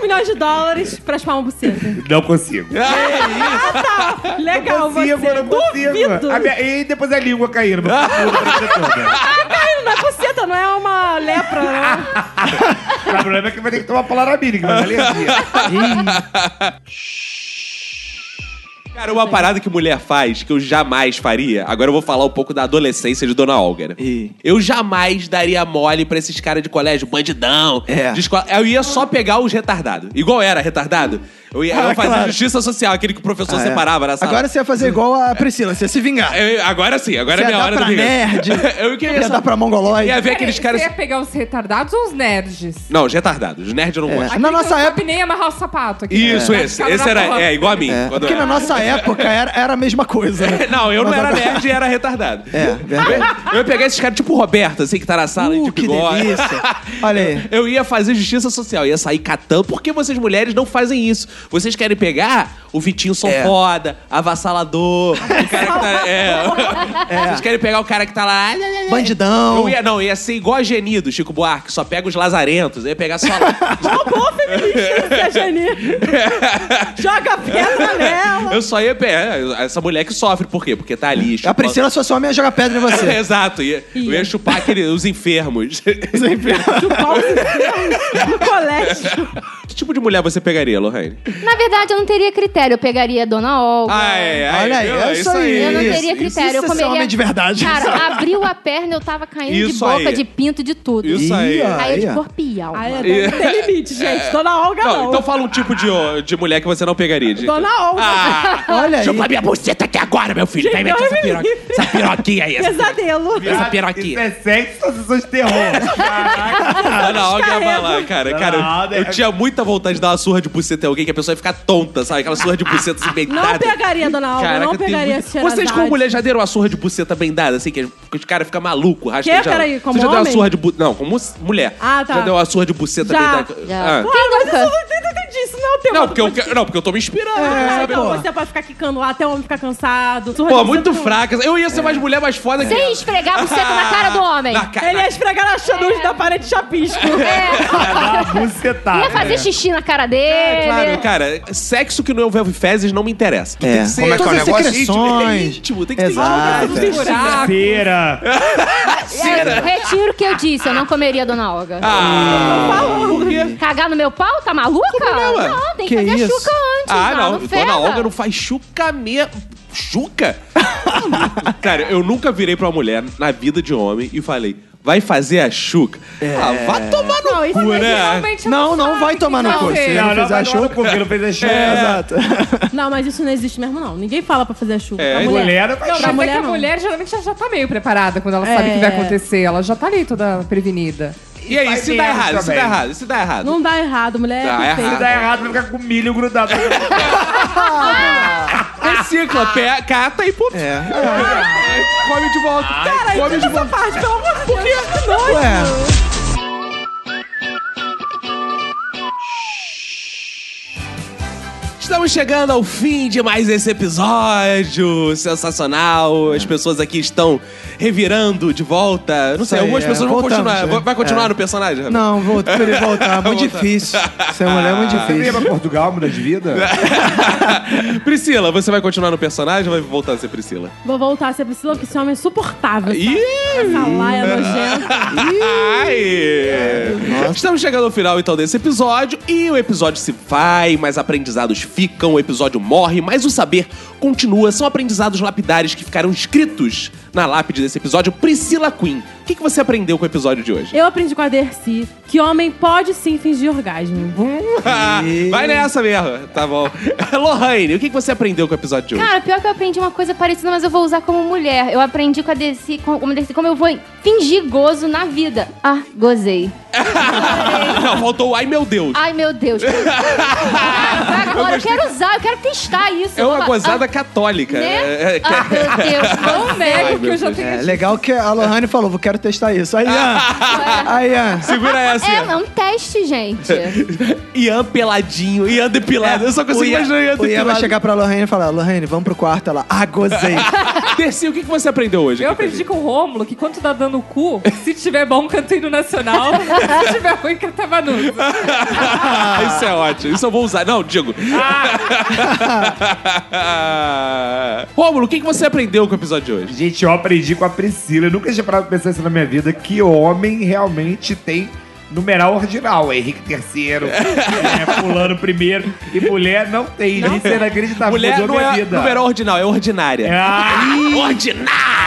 milhões de dólares pra espalhar uma buceta. Não consigo. Legal, consigo, você. não consigo. Duvido. A minha- E depois a língua caindo. mas tudo pra toda. Não é buceta, não é uma lepra, né? O problema é que vai ter que tomar Polaramine, que vai valer a pena. Cara, uma parada que mulher faz que eu jamais faria. Agora eu vou falar um pouco da adolescência de Dona Olga, né? Ih. Eu jamais daria mole pra esses caras de colégio, bandidão, É. de escola. Eu ia só pegar os retardados. Igual era retardado. Eu ia eu Ah, fazia claro. justiça social, aquele que o professor Ah, é. separava na sala. Agora você ia fazer igual a Priscila, você ia se vingar. Eu- agora sim, agora é Você ia minha dar hora pra do vingança. nerd. Eu queria Ia só- dar pra mongoloide. Ia ver aqueles Peraí, caras. Você ia pegar os retardados ou os nerds? Não, os retardados. Os nerds eu não É. gosto. Na Aquele que nossa não época. sabe nem amarrar o sapato aqui. Isso, Tá esse. ficado Esse na era. porra. É, igual a mim. É, quando porque eu na era- nossa época era, era a mesma coisa. Né? Não, eu não Mas era agora- nerd e era retardado. É, verdade. Eu ia pegar esses caras tipo o Roberto, assim, que tá na sala Uh, de que bigode. delícia. Olha aí. Eu ia fazer justiça social, ia sair catando, porque vocês mulheres não fazem isso. Vocês querem pegar o Vitinho são É. foda, avassalador, o cara que tá. É. Vocês querem pegar o cara que tá lá. Bandidão. Eu ia, não, ia ser igual a Geni do Chico Buarque, só pega os lazarentos, eu ia pegar só. Roubou feminista, você é Jani. Joga pedra nela. eu só ia pegar. é, Essa mulher que sofre, por quê? Porque tá ali. A chupando- Priscila, sua sua homem, ia jogar pedra em você. Exato, ia, eu ia chupar aquele, os enfermos. Chupar os enfermos do colégio. que tipo de mulher você pegaria, Lohane? Na verdade, eu não teria critério. Eu pegaria a dona Olga. é, Olha aí, viu? é isso aí. Eu não Isso, teria isso, critério. isso é eu ser comeria... homem de verdade. Cara, abriu a perna, eu tava caindo de Isso boca, aí. de pinto, de tudo. Isso aí. Ih, ó, Caiu aí, ó. de corpo e alma. Aí até que é, tem limite, gente. Dona Olga Não, não. então fala um tipo de, de mulher que você não pegaria. De... Dona Olga. Ah, Olha aí. chupa minha buceta aqui agora, meu filho. Vem, Gente, mete Deus essa, me piroca, livre. essa piroquinha aí. essa- Pesadelo. Essa piroquinha. Isso é sexo ou sessões de terror? Caraca. Dona Olga ia falar, cara. Dona cara eu- Olga- é- eu, tinha muita vontade de dar uma surra de buceta em alguém que a pessoa ia ficar tonta, sabe? Aquela surra de buceta assim, bem Não dada. pegaria, dona Olga. Caraca, não eu tenho pegaria muito- esse Vocês, como mulher, já deram uma surra de buceta bem dada, assim, que que os caras ficam malucos, rastejando. Peraí, como Você já deu uma homem? surra de buceta. Não, como s- mulher. Ah, tá. Já deu uma surra de buceta Já, bem dada. já. Ah. Quem nunca? disso não é o tema Não do porque, eu, podcast. quero- não, porque eu tô me inspirando. Ah, né, sabe? então você pode ficar quicando lá até o homem ficar cansado. Surra Pô, de muito você- fraca. Eu ia ser mais mulher, mais foda que. Sem esfregar você na cara do homem. Na cara. Ele ia esfregar a chanuja da parede de chapisco. É, Vai dar uma bucetada. ia fazer xixi na cara dele. É, né? claro, cara, sexo que não envolve fezes não me interessa. É. Tem que ser Como é que é o Todas as Todas negócio? as secreções. secreções. É íntimo, tem que ser Exato. íntimo. Buraco. Feira. É, retiro o que eu disse, eu não comeria Dona Olga. Ah, por quê? Cagar no meu pau? Tá maluca? problema? Não, tem que, Que fazer isso? a chuca antes. Ah, não. ferra. Dona Olga não faz chuca mesmo. Chuca? Cara, eu nunca virei pra uma mulher na vida de homem e falei, vai fazer a chuca? Ah, vá tomar no Não, isso cu, é né? Realmente Não, não sabe vai o que tomar no cu. é fazer. Se Não, ele fizer não, a vai tomar no chuca... cu, porque não fez a chuva. Exato. Não, mas isso não existe mesmo, não. Ninguém fala pra fazer a chuva. É, pra mulher. Mulher não faz Não, chuva. mas mulher é que a não. mulher geralmente já, já tá meio preparada quando ela sabe o É. que vai acontecer. Ela já tá ali toda prevenida. E aí, se dá Vai errado, se dá também. errado, se dá errado. Não dá errado, mulher. Dá é perfeita. errado. Se dá errado, vai ficar com milho grudado. Recicla, pé, cata e puta. É. Come de volta. Cara, come de então essa volta. parte, pelo amor de Deus. que nojo. Ué. Estamos chegando ao fim de mais esse episódio sensacional. As pessoas aqui estão revirando de volta. Não sei, Isso aí, algumas é. pessoas vão Voltamos, continuar. né? Vai continuar É. no personagem? Rafael? Não, vou pra ele voltar. Muito Voltar. difícil. Ser mulher é Ah, muito Vem pra difícil. Portugal, muda de vida. Priscila, você vai continuar no personagem ou vai voltar a ser Priscila? Vou voltar a ser Priscila, porque esse homem é insuportável. sabe? Ih! Essa laia nojenta. Ai! Estamos chegando ao final então desse episódio e o episódio se vai, mas aprendizados ficam, o episódio morre, mas o saber continua. São aprendizados lapidares que ficaram escritos na lápide desse episódio. Priscila Queen, o que, que você aprendeu com o episódio de hoje? Eu aprendi com a Dercy que homem pode sim fingir orgasmo. vai nessa mesmo, tá bom. Lohane, o que, que você aprendeu com o episódio de hoje? Cara, pior que eu aprendi uma coisa parecida, mas eu vou usar como mulher. Eu aprendi com a Desi, com- como, Desi, como eu vou fingir gozo na vida. Ah, gozei. Não, faltou o ai meu Deus. Ai, meu Deus. Ah, Agora, eu quero usar, eu quero testar isso. É uma Ah, gozada ah, católica. É, Né? é, que- Ah, meu Deus. Não nego que eu já tenho. É, legal que a Lohane falou, vou quero testar isso. Aí, Ian. Aí, Ian. Segura essa. É, Ian. é um teste, gente. Ian peladinho, Ian depilado. Eu só É, O consigo Ian, imaginar Ian o Ian vai depilado. chegar pra Lohane e falar, Lohane, vamos pro quarto. Ela, ah, gozei. Terci, o que que você aprendeu hoje? Eu aqui pra aprendi gente? com o Rômulo que quando tu tá dando o cu, se tiver bom, canta o hino nacional. se tiver ruim, canta Vanusa. Ah, isso é ótimo. Isso eu vou usar. Não, digo. Rômulo, o que que você aprendeu com o episódio de hoje? Gente, eu aprendi com a Priscila. Eu nunca tinha parado pra pensar isso na minha vida. Que homem realmente tem numeral ordinal. Henrique terceiro, é, fulano primeiro. E mulher não tem. Isso é inacreditável. Mulher Mudou não minha é vida. número ordinal, é ordinária. Ah, Ordinária!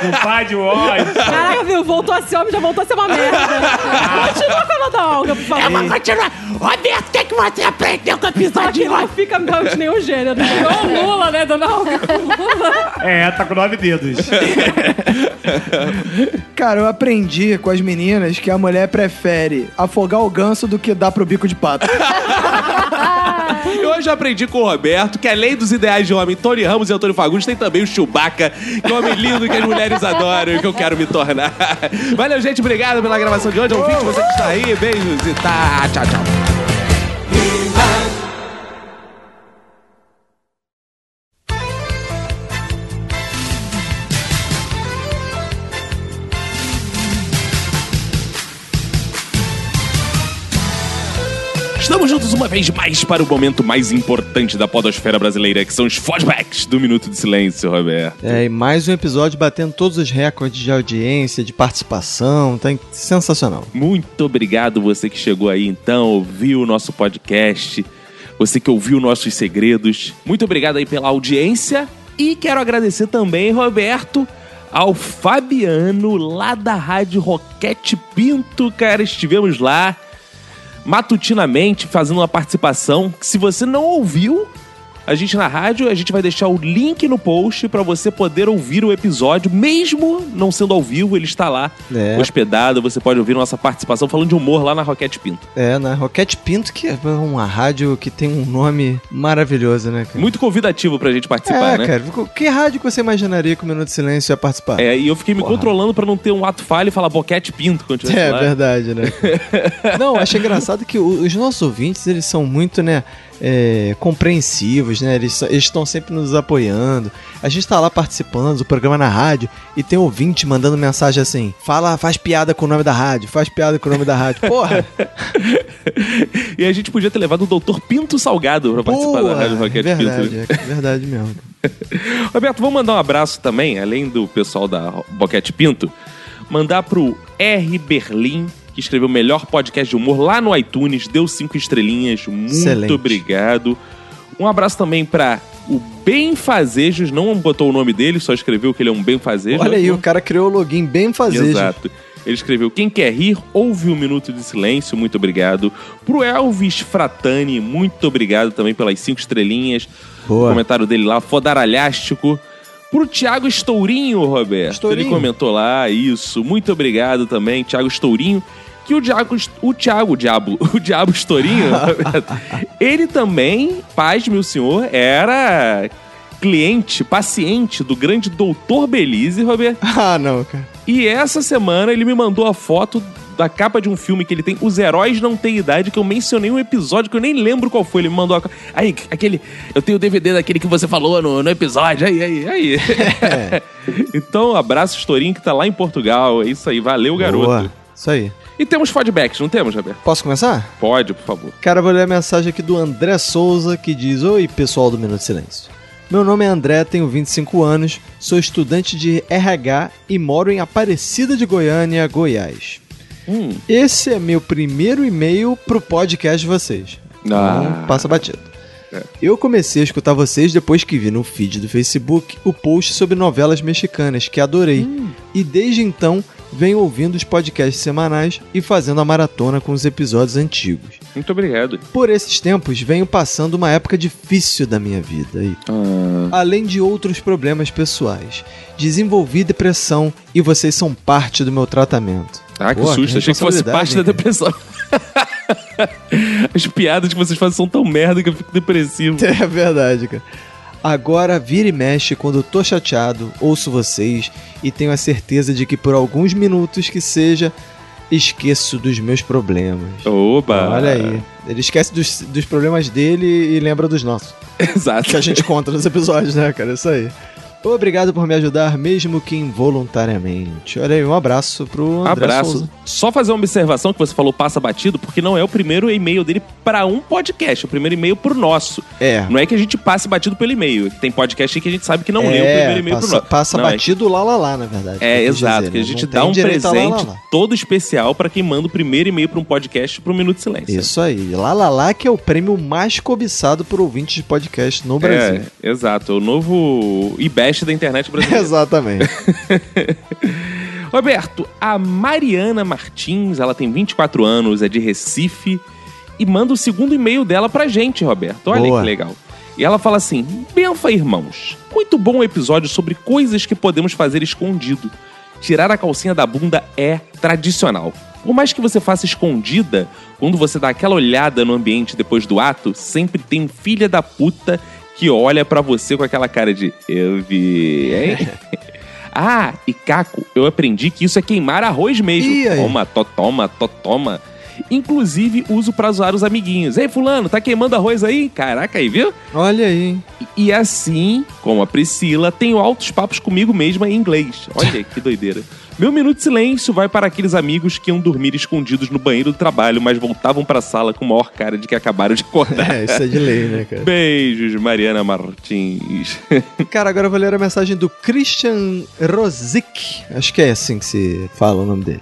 compadre, ódio. Caraca, viu? Voltou a ser homem, já voltou a ser uma merda. Continua com a Ana da Olga, É por favor. continuar. Roberto, o que, que você aprendeu com o Aqui não fica não, de nenhum gênero. Igual o Lula, né, dona Olga? O Lula. É, tá com nove dedos. Cara, eu aprendi com as meninas que a mulher prefere afogar o ganso do que dar pro bico de pato. E hoje eu aprendi com o Roberto que além dos ideais de homem Tony Ramos e Antônio Fagundes, tem também o Chewbacca, que é um homem lindo que as mulheres adoram e que eu quero me tornar. Valeu, gente. Obrigado pela gravação de hoje. Ouvinte, você que está aí. Beijos e tá. Tchau, tchau. Estamos juntos uma vez mais para o momento mais importante da podosfera brasileira, que são os flashbacks do Minuto de Silêncio, Roberto. É, e mais um episódio batendo todos os recordes de audiência, de participação, tá in- sensacional. Muito obrigado você que chegou aí então, ouviu o nosso podcast, você que ouviu nossos segredos. Muito obrigado aí pela audiência e quero agradecer também, Roberto, ao Fabiano lá da Rádio Roquete Pinto, cara, estivemos lá matutinamente fazendo uma participação que se você não ouviu, a gente na rádio, a gente vai deixar o link no post pra você poder ouvir o episódio, mesmo não sendo ao vivo, ele está lá É. hospedado. Você pode ouvir nossa participação falando de humor lá na Roquete Pinto. É, na Roquete Pinto, que é uma rádio que tem um nome maravilhoso, né, cara? Muito convidativo pra gente participar, é, né? cara. Que rádio que você imaginaria que o Minuto de Silêncio ia participar? É, e eu fiquei me Porra. controlando pra não ter um ato falho e falar boquete pinto quando tivesse É lá. verdade, né? Não, achei engraçado que o- os nossos ouvintes, eles são muito, né, é, compreensivos, né? Eles eles estão sempre nos apoiando. A gente tá lá participando do programa na rádio e tem ouvinte mandando mensagem assim, fala, faz piada com o nome da rádio, faz piada com o nome da rádio. Porra! E a gente podia ter levado o doutor Pinto Salgado pra participar da Boa! Rádio Roquete Pinto. né? verdade, é verdade mesmo. Roberto, vamos mandar um abraço também, além do pessoal da Boquete Pinto, mandar pro R Berlim, que escreveu o melhor podcast de humor lá no iTunes, deu cinco estrelinhas, muito Excelente. obrigado. Um abraço também pra o Benfazejos, não botou o nome dele, só escreveu que ele é um Benfazejo. Olha aí, o cara criou o login bem fazer. Exato. Ele escreveu: Quem quer rir, ouve um minuto de silêncio, muito obrigado. Pro Elvis Fratani, muito obrigado também pelas cinco estrelinhas. O Boa. comentário dele lá, fodaralhástico. Pro Thiago Estourinho, Roberto. Estourinho. Ele comentou lá, isso. Muito obrigado também, Thiago Estourinho. Que o Diago, o Thiago, o Diabo, o Diabo Estourinho, Roberto, ele também, paz meu senhor, era cliente, paciente do grande doutor Belize, Roberto. Ah, não, cara. E essa semana ele me mandou a foto da capa de um filme que ele tem, Os Heróis Não Têm Idade, que eu mencionei um episódio que eu nem lembro qual foi. Ele me mandou a... ca- Aí, aquele... Eu tenho o DVD daquele que você falou no, no episódio. Aí, aí, aí. É. então, abraço, Estourinho, que tá lá em Portugal. É isso aí. Valeu, garoto. Boa. Isso aí. E temos feedbacks, não temos, Roberto? Posso começar? Pode, por favor. Cara, eu vou ler a mensagem aqui do André Souza que diz: Oi, pessoal do Minuto de Silêncio. Meu nome é André, tenho 25 anos, sou estudante de RH e moro em Aparecida de Goiânia, Goiás. Hum. Esse é meu primeiro e-mail pro podcast de vocês. Ah. Então, passa batido. Eu comecei a escutar vocês depois que vi no feed do Facebook o post sobre novelas mexicanas, que adorei. E desde então venho ouvindo os podcasts semanais e fazendo a maratona com os episódios antigos. Muito obrigado. Por esses tempos, venho passando uma época difícil da minha vida. E, Ah. Além de outros problemas pessoais. Desenvolvi depressão e vocês são parte do meu tratamento. Ah, que Pô, susto. Achei que fosse responsabilidade, né? parte hein, da cara? depressão. As piadas que vocês fazem são tão merda que eu fico depressivo. É verdade, cara. Agora vira e mexe quando eu tô chateado, ouço vocês e tenho a certeza de que por alguns minutos que seja, esqueço dos meus problemas. Oba! Olha aí. Ele esquece dos, dos problemas dele e lembra dos nossos. Exato. que é a gente conta nos episódios, né, cara? Isso aí. Obrigado por me ajudar, mesmo que involuntariamente. Olha aí, um abraço pro André Abraço. Souza. Só fazer uma observação que você falou passa batido, porque não é o primeiro e-mail dele pra um podcast, é o primeiro e-mail pro nosso. É. Não é que a gente passe batido pelo e-mail. Tem podcast aí que a gente sabe que não é, lê o primeiro e-mail passa, pro nosso. Passa Não, é- batido lá, lá, lá, na verdade. que eu É, quis exato, dizer, que a né? gente Não dá tem um direito a lá, lá, presente lá. todo especial pra quem manda o primeiro e-mail pra um podcast pro Minuto de Silêncio. Isso aí. Lá, lá, lá, que é o prêmio mais cobiçado por ouvintes de podcast no Brasil. É, exato. É o novo IBEST da internet brasileira. Exatamente. Roberto, a Mariana Martins, ela tem 24 anos, é de Recife, e manda o segundo e-mail dela pra gente, Roberto. Olha Boa. que legal. E ela fala assim: Benfa, irmãos, muito bom o episódio sobre coisas que podemos fazer escondido. Tirar a calcinha da bunda é tradicional. Por mais que você faça escondida, quando você dá aquela olhada no ambiente depois do ato, sempre tem um filha da puta que olha pra você com aquela cara de eu vi, hein? Ah, e Caco, eu aprendi que isso é queimar arroz mesmo. Ih, aí. Toma, to, toma, to, toma. Inclusive, uso pra zoar os amiguinhos. Ei, fulano, tá queimando arroz aí? Caraca, aí, viu? Olha aí, hein? E, e assim, como a Priscila, tenho altos papos comigo mesma em inglês. Olha que doideira. Meu minuto de silêncio vai para aqueles amigos que iam dormir escondidos no banheiro do trabalho, mas voltavam pra sala com a maior cara de que acabaram de acordar. É, isso é de lei, né, cara? Beijos, Mariana Martins. Cara, agora eu vou ler a mensagem do Christian Rosick. Acho que é assim que se fala o nome dele.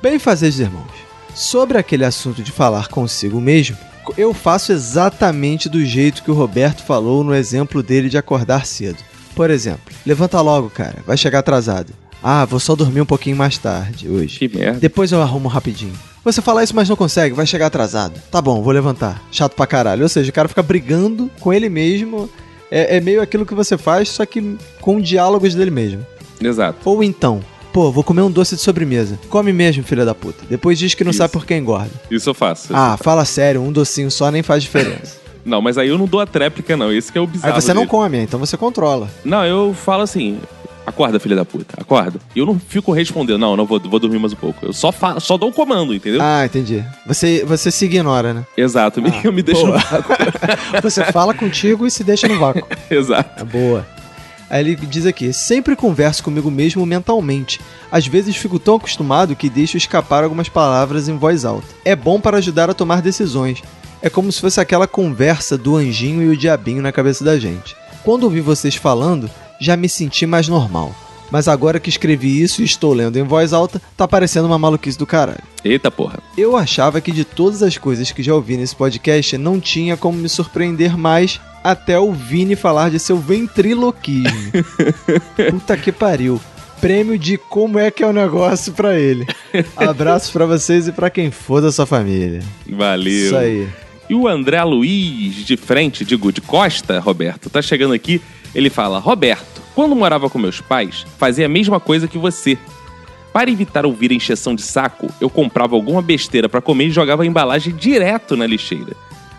Bem fazeres, irmãos. Sobre aquele assunto de falar consigo mesmo, eu faço exatamente do jeito que o Roberto falou no exemplo dele de acordar cedo. Por exemplo, levanta logo, cara, vai chegar atrasado. Ah, vou só dormir um pouquinho mais tarde hoje. Que merda. Depois eu arrumo rapidinho. Você fala isso, mas não consegue, vai chegar atrasado. Tá bom, vou levantar. Chato pra caralho. Ou seja, o cara fica brigando com ele mesmo. É, é meio aquilo que você faz, só que com diálogos dele mesmo. Exato. Ou então, pô, vou comer um doce de sobremesa. Come mesmo, filha da puta. Depois diz que não sabe por que engorda. Isso eu faço. Ah, fala sério, um docinho só nem faz diferença. Não, mas aí eu não dou a tréplica, não. Esse que é o Aí bizarro. você não dele. come, então você controla. Não, eu falo assim. Acorda, filha da puta, acorda. E eu não fico respondendo, não, não vou, vou dormir mais um pouco. Eu só, falo, só dou o comando, entendeu? Ah, entendi. Você, você se ignora, né? Exato, eu me deixo no vácuo. Você fala contigo e se deixa no vácuo. Exato. É boa. Aí ele diz aqui: sempre converso comigo mesmo mentalmente. Às vezes fico tão acostumado que deixo escapar algumas palavras em voz alta. É bom para ajudar a tomar decisões. É como se fosse aquela conversa do anjinho e o diabinho na cabeça da gente. Quando ouvi vocês falando, já me senti mais normal. Mas agora que escrevi isso e estou lendo em voz alta, tá parecendo uma maluquice do caralho. Eita porra. Eu achava que de todas as coisas que já ouvi nesse podcast, não tinha como me surpreender mais até o Vini falar de seu ventriloquismo. Puta que pariu. Prêmio de como é que é o negócio pra ele. Abraço pra vocês e pra quem for da sua família. Valeu. Isso aí. E o André Luiz, de frente, digo, de costa, Roberto, tá chegando aqui. Ele fala: Roberto, quando morava com meus pais, fazia a mesma coisa que você. Para evitar ouvir a encheção de saco, eu comprava alguma besteira pra comer e jogava a embalagem direto na lixeira.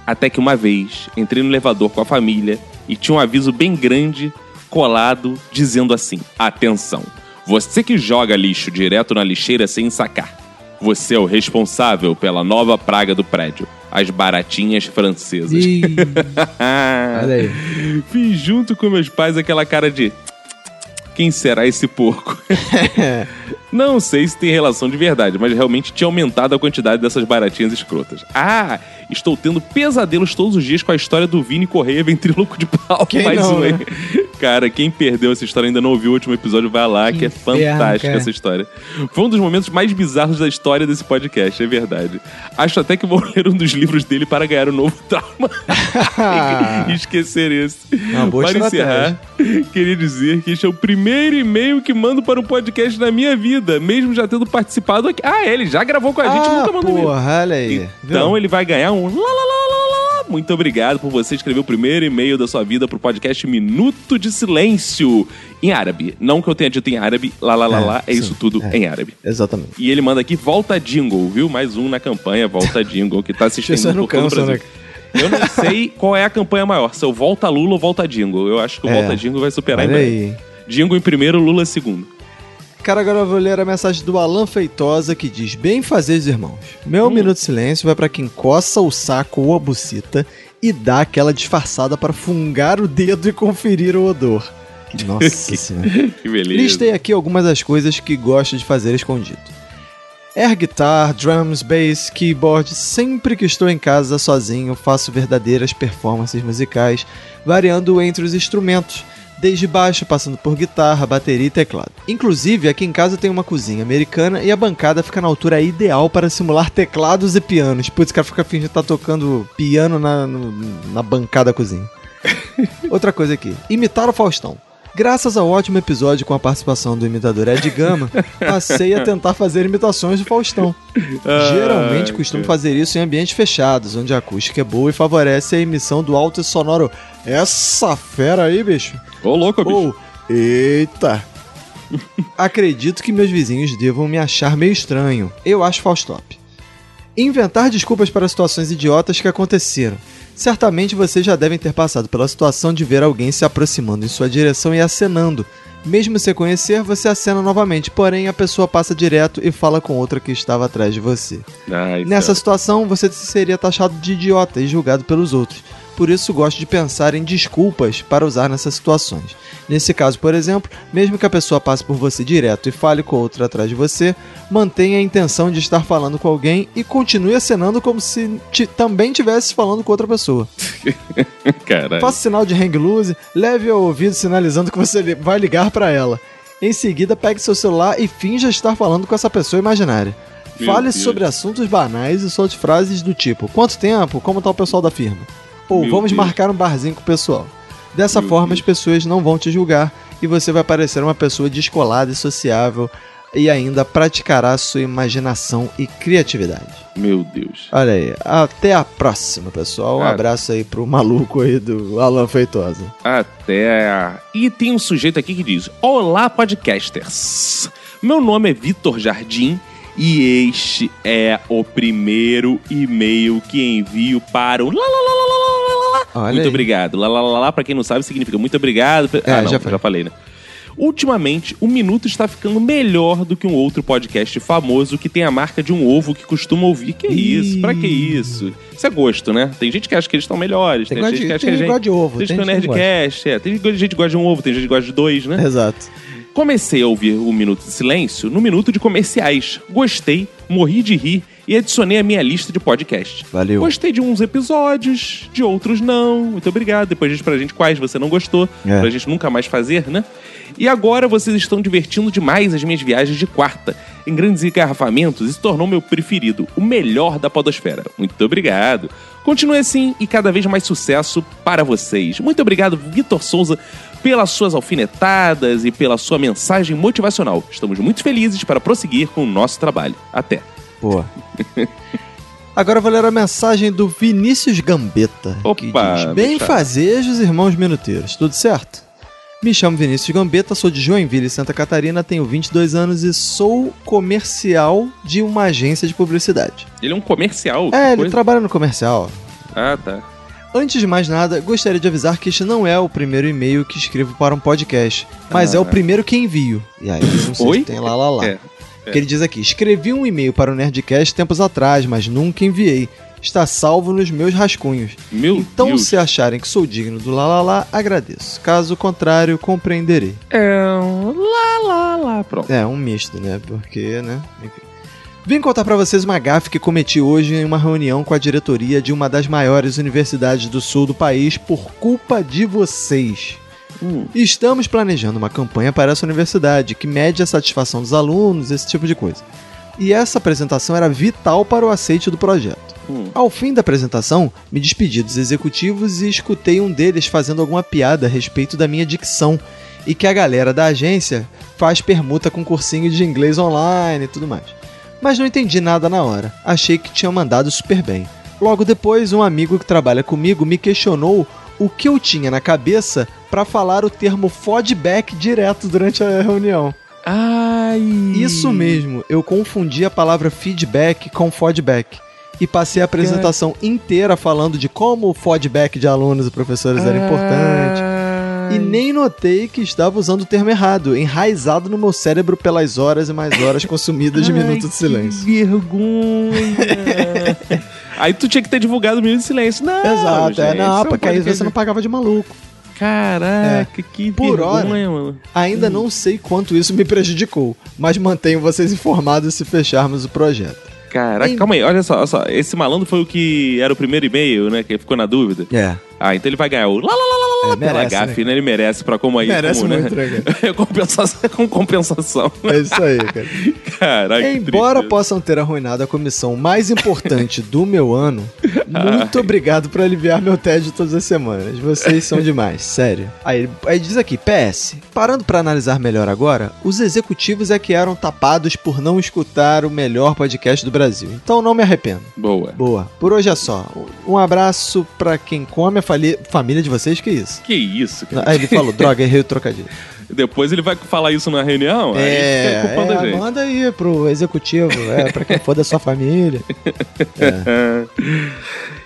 Até que uma vez entrei no elevador com a família e tinha um aviso bem grande colado dizendo assim: Atenção, você que joga lixo direto na lixeira sem sacar. Você é o responsável pela nova praga do prédio, as baratinhas francesas. Ih, olha aí. Fiz junto com meus pais aquela cara de. Quem será esse porco? Não sei se tem relação de verdade, mas realmente tinha aumentado a quantidade dessas baratinhas escrotas. Ah, estou tendo pesadelos todos os dias com a história do Vini Correia ventríloco de pau. Quem Mais não, um aí. né? Cara, quem perdeu essa história e ainda não ouviu o último episódio, vai lá, que é Inferno, fantástica cara. essa história. Foi um dos momentos mais bizarros da história desse podcast, é verdade. Acho até que vou ler um dos livros dele para ganhar um novo trauma e esquecer esse. Ah. Uma boa para estratégia. encerrar, queria dizer que este é o primeiro e-mail que mando para um podcast na minha vida, mesmo já tendo participado aqui. Ah, é, ele já gravou com a gente, ah, nunca mandou e-mail. porra, olha aí. Então ele vai ganhar um lá, lá, lá, lá, lá, lá. Muito obrigado por você escrever o primeiro e-mail da sua vida pro podcast Minuto de Silêncio em árabe. Não que eu tenha dito em árabe, lá, lá, lá, É, lá, é isso sim, tudo é. em árabe. Viu? Exatamente. E ele manda aqui, volta jingle, viu? Mais um na campanha, volta jingle, que tá se pessoas estendendo não por todo o cansam, né, Brasil. Eu não sei qual é a campanha maior, se eu volta Lula ou volta jingle. Eu acho que o É. volta jingle vai superar em Olha breve. aí. Jingle em primeiro, Lula em segundo. Cara, agora eu vou ler a mensagem do Alan Feitosa que diz: Bem fazer, irmãos. Meu minuto de silêncio vai pra quem coça o saco ou a bucita e dá aquela disfarçada para fungar o dedo e conferir o odor. Nossa senhora. Que beleza. Listei aqui algumas das coisas que gosto de fazer escondido. Air guitar, drums, bass, keyboard, sempre que estou em casa sozinho, faço verdadeiras performances musicais, variando entre os instrumentos, desde baixo passando por guitarra, bateria e teclado. Inclusive, aqui em casa tem uma cozinha americana e a bancada fica na altura ideal para simular teclados e pianos. Putz, o cara fica fingindo que tá tocando piano na, no- na bancada da cozinha. Outra coisa aqui, imitar o Faustão. Graças ao ótimo episódio com a participação do imitador Ed Gama, passei a tentar fazer imitações do Faustão. Geralmente costumo fazer isso em ambientes fechados, onde a acústica é boa e favorece a emissão do alto e sonoro. Essa fera aí, bicho. Ô, louco, bicho. Ou, eita. Acredito que meus vizinhos devam me achar meio estranho. Eu acho Faustop. Inventar desculpas para situações idiotas que aconteceram. Certamente vocês já devem ter passado pela situação de ver alguém se aproximando em sua direção e acenando. Mesmo sem conhecer, você acena novamente, porém a pessoa passa direto e fala com outra que estava atrás de você. Ai, Nessa situação, você seria taxado de idiota e julgado pelos outros. Por isso, gosto de pensar em desculpas para usar nessas situações. Nesse caso, por exemplo, mesmo que a pessoa passe por você direto e fale com outra atrás de você, mantenha a intenção de estar falando com alguém e continue acenando como se ti- também estivesse falando com outra pessoa. céu. Caralho. Faça sinal de hang loose, leve ao ouvido sinalizando que você li- vai ligar para ela. Em seguida, pegue seu celular e finja estar falando com essa pessoa imaginária. Meu Fale Deus. sobre assuntos banais e solte frases do tipo: Quanto tempo? Como tá o pessoal da firma? Ou Meu vamos Deus. marcar um barzinho com o pessoal. Dessa Meu forma, Deus. as pessoas não vão te julgar e você vai parecer uma pessoa descolada e sociável, e ainda praticará sua imaginação e criatividade. Meu Deus. Olha aí, até a próxima, pessoal. Um Cara. abraço aí pro maluco aí do Alan Feitosa. Até. a- E tem um sujeito aqui que diz: Olá, podcasters. Meu nome é Vitor Jardim e este é o primeiro e-mail que envio para o. lalalalalala. Olha muito aí. obrigado. Lalalala, pra quem não sabe, significa muito obrigado. pe- É, ah, não, já já, falei. falei, né? Ultimamente, o Minuto está ficando melhor do que um outro podcast famoso que tem a marca de um ovo que costuma ouvir. Que isso? Pra que isso? Isso é gosto, né? Tem gente que acha que eles estão melhores, tem, Tem gosto gente de, que acha que tem a gente... gosto de ovo. Tem gente Tem que é gente que não gosta. Nerdcast, é. Tem gente que gosta de um ovo, tem gente que gosta de dois, né? Exato. Comecei a ouvir o Minuto de Silêncio no Minuto de Comerciais. Gostei, morri de rir e adicionei a minha lista de podcast. Valeu. Gostei de uns episódios, de outros não. Muito obrigado. Depois diz pra gente quais você não gostou, É. pra gente nunca mais fazer, né? E agora vocês estão divertindo demais as minhas viagens de quarta. Em grandes engarrafamentos, isso tornou meu preferido, o melhor da podosfera. Muito obrigado. Continue assim e cada vez mais sucesso para vocês. Muito obrigado, Vitor Souza, pelas suas alfinetadas e pela sua mensagem motivacional. Estamos muito felizes para prosseguir com o nosso trabalho. Até. Pô. Agora eu vou ler a mensagem do Vinícius Gambetta. que Opa, diz, Bem meu chapa." fazejos, irmãos minuteiros. Tudo certo? Me chamo Vinícius Gambetta, sou de Joinville, Santa Catarina, tenho 22 anos e sou comercial de uma agência de publicidade. Ele é um comercial. que É, ele coisa. trabalha no comercial. Ah, tá. Antes de mais nada, gostaria de avisar que este não é o primeiro e-mail que escrevo para um podcast, mas é o primeiro que envio. E aí, não sei Ah. Oi? se tem lá, lá, lá. É, Porque ele diz aqui, escrevi um e-mail para o Nerdcast tempos atrás, mas nunca enviei. Está salvo nos meus rascunhos. Meu Então, Deus. se acharem que sou digno do Lalalá, agradeço. Caso contrário, compreenderei. É um lá, lá, lá. Pronto. É, um misto, né? Porque, né? Enfim. Vim contar pra vocês uma gafe que cometi hoje em uma reunião com a diretoria de uma das maiores universidades do sul do país por culpa de vocês. Hum. Estamos planejando uma campanha para essa universidade que mede a satisfação dos alunos, esse tipo de coisa. E essa apresentação era vital para o aceite do projeto. Hum. Ao fim da apresentação, me despedi dos executivos e escutei um deles fazendo alguma piada a respeito da minha dicção e que a galera da agência faz permuta com cursinho de inglês online e tudo mais. Mas não entendi nada na hora, achei que tinha mandado super bem. Logo depois, um amigo que trabalha comigo me questionou o que eu tinha na cabeça pra falar o termo fodback direto durante a reunião. Ai. Hum. Isso mesmo, eu confundi a palavra feedback com fodback. E passei a apresentação inteira falando de como o fodback de alunos e professores era importante. E nem notei que estava usando o termo errado, enraizado no meu cérebro pelas horas e mais horas consumidas de minuto de silêncio. Que vergonha. aí tu tinha que ter divulgado o Minuto de Silêncio. Não, Exato, é gente, na isso um APA, que aí podcast- você não pagava de maluco. Caraca, que Por hora. vergonha, mano. Ainda não sei quanto isso me prejudicou, mas mantenho vocês informados se fecharmos o projeto. Caraca, Em- calma aí, olha só, olha só. Esse malandro foi o que era o primeiro e-mail, né? Que ele ficou na dúvida. É, Ah, então ele vai ganhar o lá, lá, lá, lá, lá, É, pela merece, gafe, né? Ele merece pra como aí. merece como, muito, né? né, cara? compensação, com compensação. É isso aí, cara. Caraca, que Embora tristeza. possam ter arruinado a comissão mais importante do meu ano, muito obrigado por aliviar meu tédio todas as semanas. Vocês são demais, sério. Aí, aí diz aqui, PS, parando pra analisar melhor agora, os executivos é que eram tapados por não escutar o melhor podcast do Brasil. Então não me arrependo. Boa. Boa. Por hoje é só. Um abraço pra quem come a fali- família de vocês, que isso? Que isso, cara. Aí ele falou, droga, errei o trocadilho. Depois ele vai falar isso na reunião, aí fica É, culpando a é, gente. manda aí pro executivo, é, pra quem for da sua família.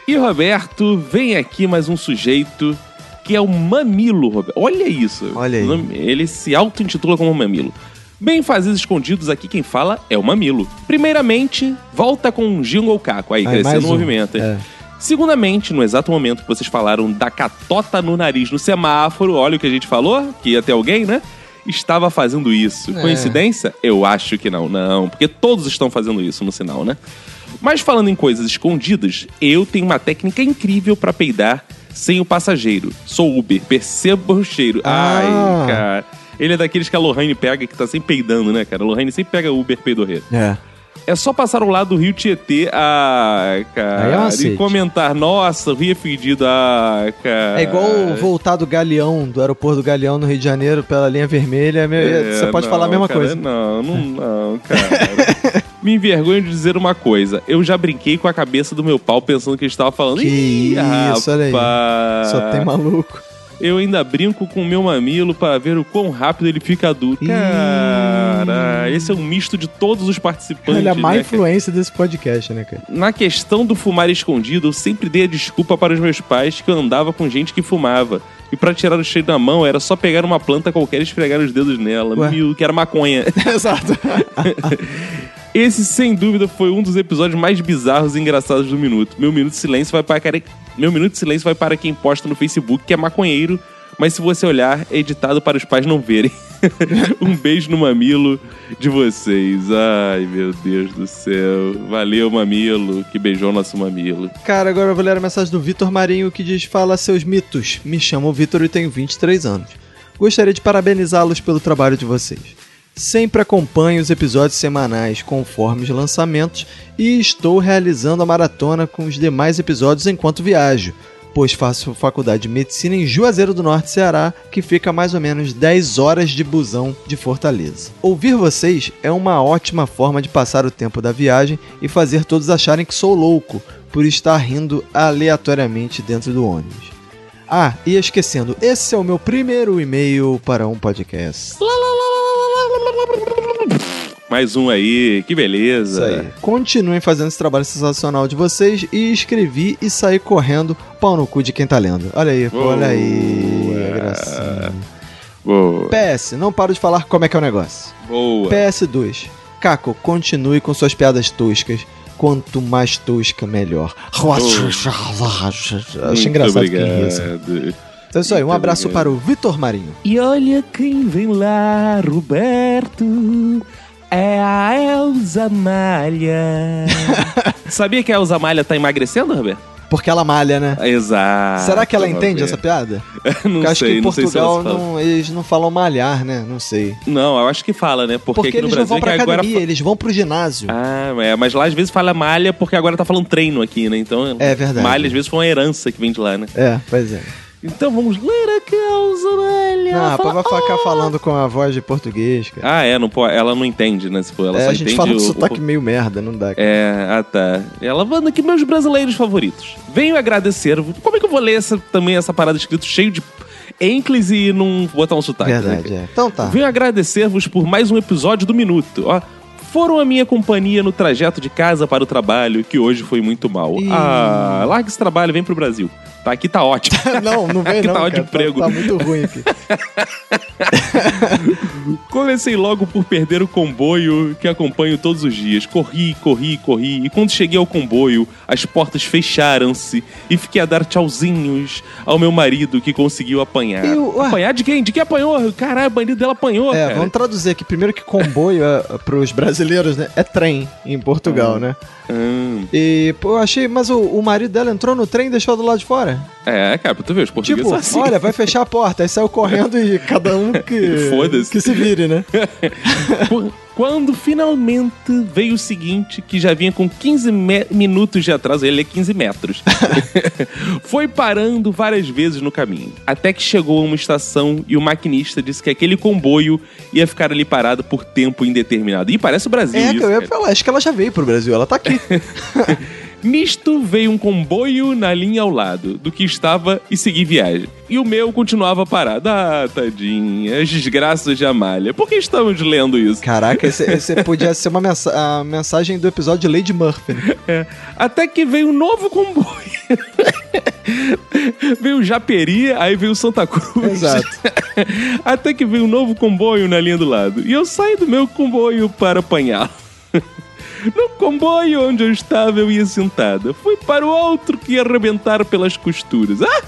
E Roberto, vem aqui mais um sujeito que é o Mamilo, Roberto. Olha isso. Olha aí. O nome- Ele se auto-intitula como Mamilo. Bem fazidos escondidos, aqui quem fala é o Mamilo. Primeiramente, volta com um jingle caco. Aí, Aí, crescendo mais o um. movimento. hein? É. Segundamente, no exato momento que vocês falaram da catota no nariz no semáforo, olha o que a gente falou, que ia ter alguém, né? Estava fazendo isso. É. Coincidência? Eu acho que não, não. Porque todos estão fazendo isso no sinal, né? Mas falando em coisas escondidas, eu tenho uma técnica incrível pra peidar sem o passageiro. Sou Uber, perceba o cheiro. Ah. Ai, cara. Ele é daqueles que a Lohane pega, que tá sempre peidando, né, cara? A Lohane sempre pega Uber peidorreiro. É. É só passar ao lado do Rio Tietê, ah, Aí é cara, macete. e comentar, nossa, o Rio é fedido, ah, cara. É igual voltar do Galeão, do aeroporto do Galeão no Rio de Janeiro pela linha vermelha. meu- É, você pode não, falar a mesma cara, coisa. Não, não, não, cara. Me envergonho de dizer uma coisa. Eu já brinquei com a cabeça do meu pau pensando que ele estava falando. Que Ih, isso, olha aí. rapaz. Só tem maluco. Eu ainda brinco com o meu mamilo para ver o quão rápido ele fica adulto. Ih. Cara, esse é um misto de todos os participantes. Olha é a má né, cara? influência desse podcast, né, cara? Na questão do fumar escondido, eu sempre dei a desculpa para os meus pais que eu andava com gente que fumava. E pra tirar o cheiro da mão era só pegar uma planta qualquer e esfregar os dedos nela. Ué. Mil, que era maconha. Exato. Esse, sem dúvida, foi um dos episódios mais bizarros e engraçados do Minuto. Meu Minuto de Silêncio vai para, care- Meu minuto de silêncio vai para quem posta no Facebook que é maconheiro, mas se você olhar, é editado para os pais não verem. um beijo no mamilo de vocês. Ai, meu Deus do céu. Valeu, mamilo, que beijou nosso mamilo. Cara, agora eu vou ler a mensagem do Vitor Marinho que diz: Fala seus mitos. Me chamo Vitor e tenho 23 anos. Gostaria de parabenizá-los pelo trabalho de vocês. Sempre acompanho os episódios semanais conforme os lançamentos e estou realizando a maratona com os demais episódios enquanto viajo, pois faço faculdade de medicina em Juazeiro do Norte, Ceará, que fica a mais ou menos 10 horas de busão de Fortaleza. Ouvir vocês é uma ótima forma de passar o tempo da viagem e fazer todos acharem que sou louco por estar rindo aleatoriamente dentro do ônibus. Ah, e esquecendo, esse é o meu primeiro e-mail para um podcast. Mais um aí, que beleza. Isso aí. Continuem fazendo esse trabalho sensacional de vocês e escrevi e saí correndo pau no cu de quem tá lendo. Olha aí, pô, Boa. olha aí, a gracinha. Boa. PS, não paro de falar como é que é o negócio. Boa. PS2, Caco, continue com suas piadas toscas. Quanto mais tosca, melhor. Acho engraçado quem ri, assim. obrigado. Então é isso aí, um Muito abraço obrigado. para o Vitor Marinho. E olha quem vem lá, Roberto. É a Elza Malha. Sabia que a Elza Malha tá emagrecendo, Roberto? Porque ela malha, né? Exato. Será que ela entende essa piada? essa? Ah, não Porque eu acho sei, que em não sei se ela Portugal se fala. não- eles não falam malhar, né? Não sei. Não, eu acho que fala, né? Porque, Porque, aqui no eles não Brasil vão é pra que agora. academia, eles vão pro ginásio. Ah, é, mas lá às vezes fala malha porque agora tá falando treino aqui, né? Então. É verdade. Malha às vezes foi uma herança que vem de lá, né? É, pois é. Então vamos ler aqui a Elza Malha. Não, Ela fala, rapaz, vai ficar falando com a voz de português, cara. Ah, é, não, pô, ela não entende, né? Se for, ela é, só a gente entende fala o- um o, sotaque meio merda, não dá. cara. É, ah tá. Ela manda aqui meus brasileiros favoritos. Venho agradecer. Como é que eu vou ler essa, também essa parada escrito cheio de ênclise e não botar um sotaque? né, Verdade, é. Então tá. Venho agradecer-vos por mais um episódio do Minuto. Ó, foram a minha companhia no trajeto de casa para o trabalho, que hoje foi muito mal. Ih. Ah, larga esse trabalho, vem pro Brasil. Tá aqui, tá ótimo. não, não vem Que não, tal cara. de emprego? Tá, tá muito ruim aqui. Comecei logo por perder o comboio que acompanho todos os dias. Corri, corri, corri. E quando cheguei ao comboio, as portas fecharam-se e fiquei a dar tchauzinhos ao meu marido que conseguiu apanhar. Eu- ué. apanhar de quem? De quem apanhou? Caralho, o bandido dela apanhou, É, cara. vamos traduzir aqui. Primeiro que comboio é, pros brasileiros, né? É trem em Portugal, né? Hum, E, pô, eu achei... Mas o, o marido dela entrou no trem e deixou do lado de fora. é, cara, pra tu ver, os portugueses Tipo, são assim. olha, vai fechar a porta. Aí saiu correndo e cada um que... Foda-se. É Que se vire, né? Qu- Quando finalmente veio o seguinte, que já vinha com 15 me- minutos de atraso, ele é 15 metros. Foi parando várias vezes no caminho, até que chegou a uma estação e o maquinista disse que aquele comboio ia ficar ali parado por tempo indeterminado. E parece o Brasil É, isso. eu ia cara. falar, acho que ela já veio pro Brasil, ela tá aqui. Nisto veio um comboio na linha ao lado do que estava e segui viagem. E o meu continuava parado. Ah, tadinha, as desgraças de Amália. Por que estamos lendo isso? Caraca, esse, esse podia ser uma mensa a mensagem do episódio de Lady Murphy. né? É, Até que veio um novo comboio. veio o Japeri, aí veio o Santa Cruz. Exato. Até que veio um novo comboio na linha do lado. E eu saí do meu comboio para apanhá-lo. No comboio onde eu estava, eu ia sentada. Fui para o outro que ia arrebentar pelas costuras. Ah!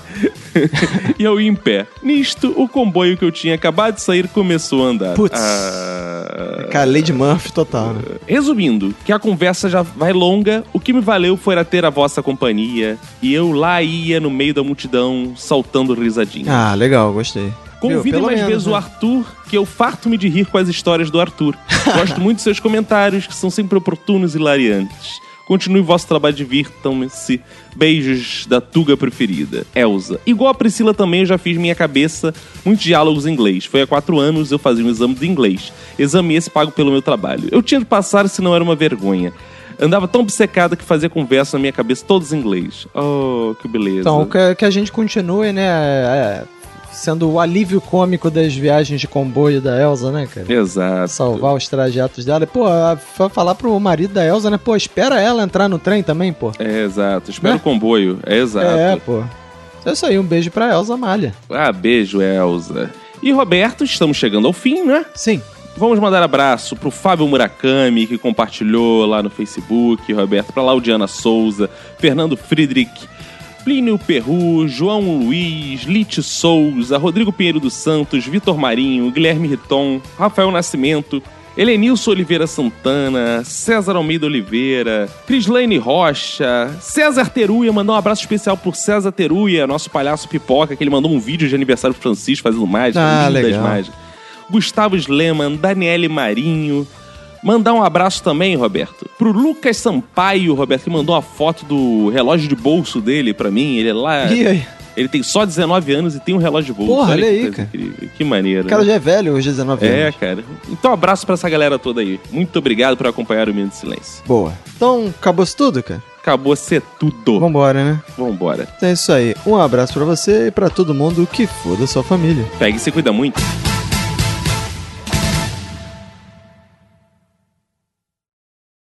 e eu ia em pé. Nisto, o comboio que eu tinha acabado de sair começou a andar. Putz. Ah. Cara, Lady Murphy total, né? Resumindo, que a conversa já vai longa, o que me valeu foi era ter a vossa companhia, e eu lá ia no meio da multidão, saltando risadinha. Ah, legal, gostei. Convida pelo mais menos, vezes o né? Arthur, que eu farto-me de rir com as histórias do Arthur. Gosto muito dos seus comentários, que são sempre oportunos e hilariantes. Continue o vosso trabalho, divirtam-se. Beijos da Tuga preferida, Elsa. Igual a Priscila também, eu já fiz minha cabeça muitos diálogos em inglês. Foi há quatro anos eu fazia um exame de inglês. Exame esse pago pelo meu trabalho. Eu tinha de passar, se não era uma vergonha. Andava tão obcecada que fazia conversa na minha cabeça, todos em inglês. Oh, que beleza. Então, que, que a gente continue, né? é, sendo o alívio cômico das viagens de comboio da Elsa, né, cara? Exato. Salvar os trajetos dela. Pô, a- fa- falar pro marido da Elsa, né? Pô, espera ela entrar no trem também, pô. É, exato. Espera Né? o comboio. É, exato. É, pô. É isso aí, um beijo pra Elsa Malha. Ah, beijo, Elza. E Roberto, estamos chegando ao fim, né? Sim. Vamos mandar abraço pro Fábio Murakami, que compartilhou lá no Facebook, Roberto, pra Laudiana Souza, Fernando Friedrich, Plínio Perru, João Luiz, Lite Souza, Rodrigo Pinheiro dos Santos, Vitor Marinho, Guilherme Riton, Rafael Nascimento, Helenilson Oliveira Santana, César Almeida Oliveira, Crislaine Rocha, César Teruia, mandou um abraço especial pro César Teruia, nosso palhaço pipoca, que ele mandou um vídeo de aniversário do Francisco fazendo mágica, Ah, lindas legal. mágicas. Gustavo Sleman, Daniele Marinho. Mandar um abraço também, Roberto, pro Lucas Sampaio, Roberto, que mandou uma foto do relógio de bolso dele pra mim. Ele é lá. E aí? Ele tem só 19 anos e tem um relógio de bolso. Porra, olha que aí, coisa cara. incrível. Que maneiro. O cara né? já é velho hoje, 19 É, anos. cara. Então, um abraço pra essa galera toda aí. Muito obrigado por acompanhar o Minuto de Silêncio. Boa. Então, acabou-se tudo, cara? Acabou ser tudo. Vambora, né? Vambora. Então é isso aí. Um abraço pra você e pra todo mundo que for da sua família. Pega e se cuida muito.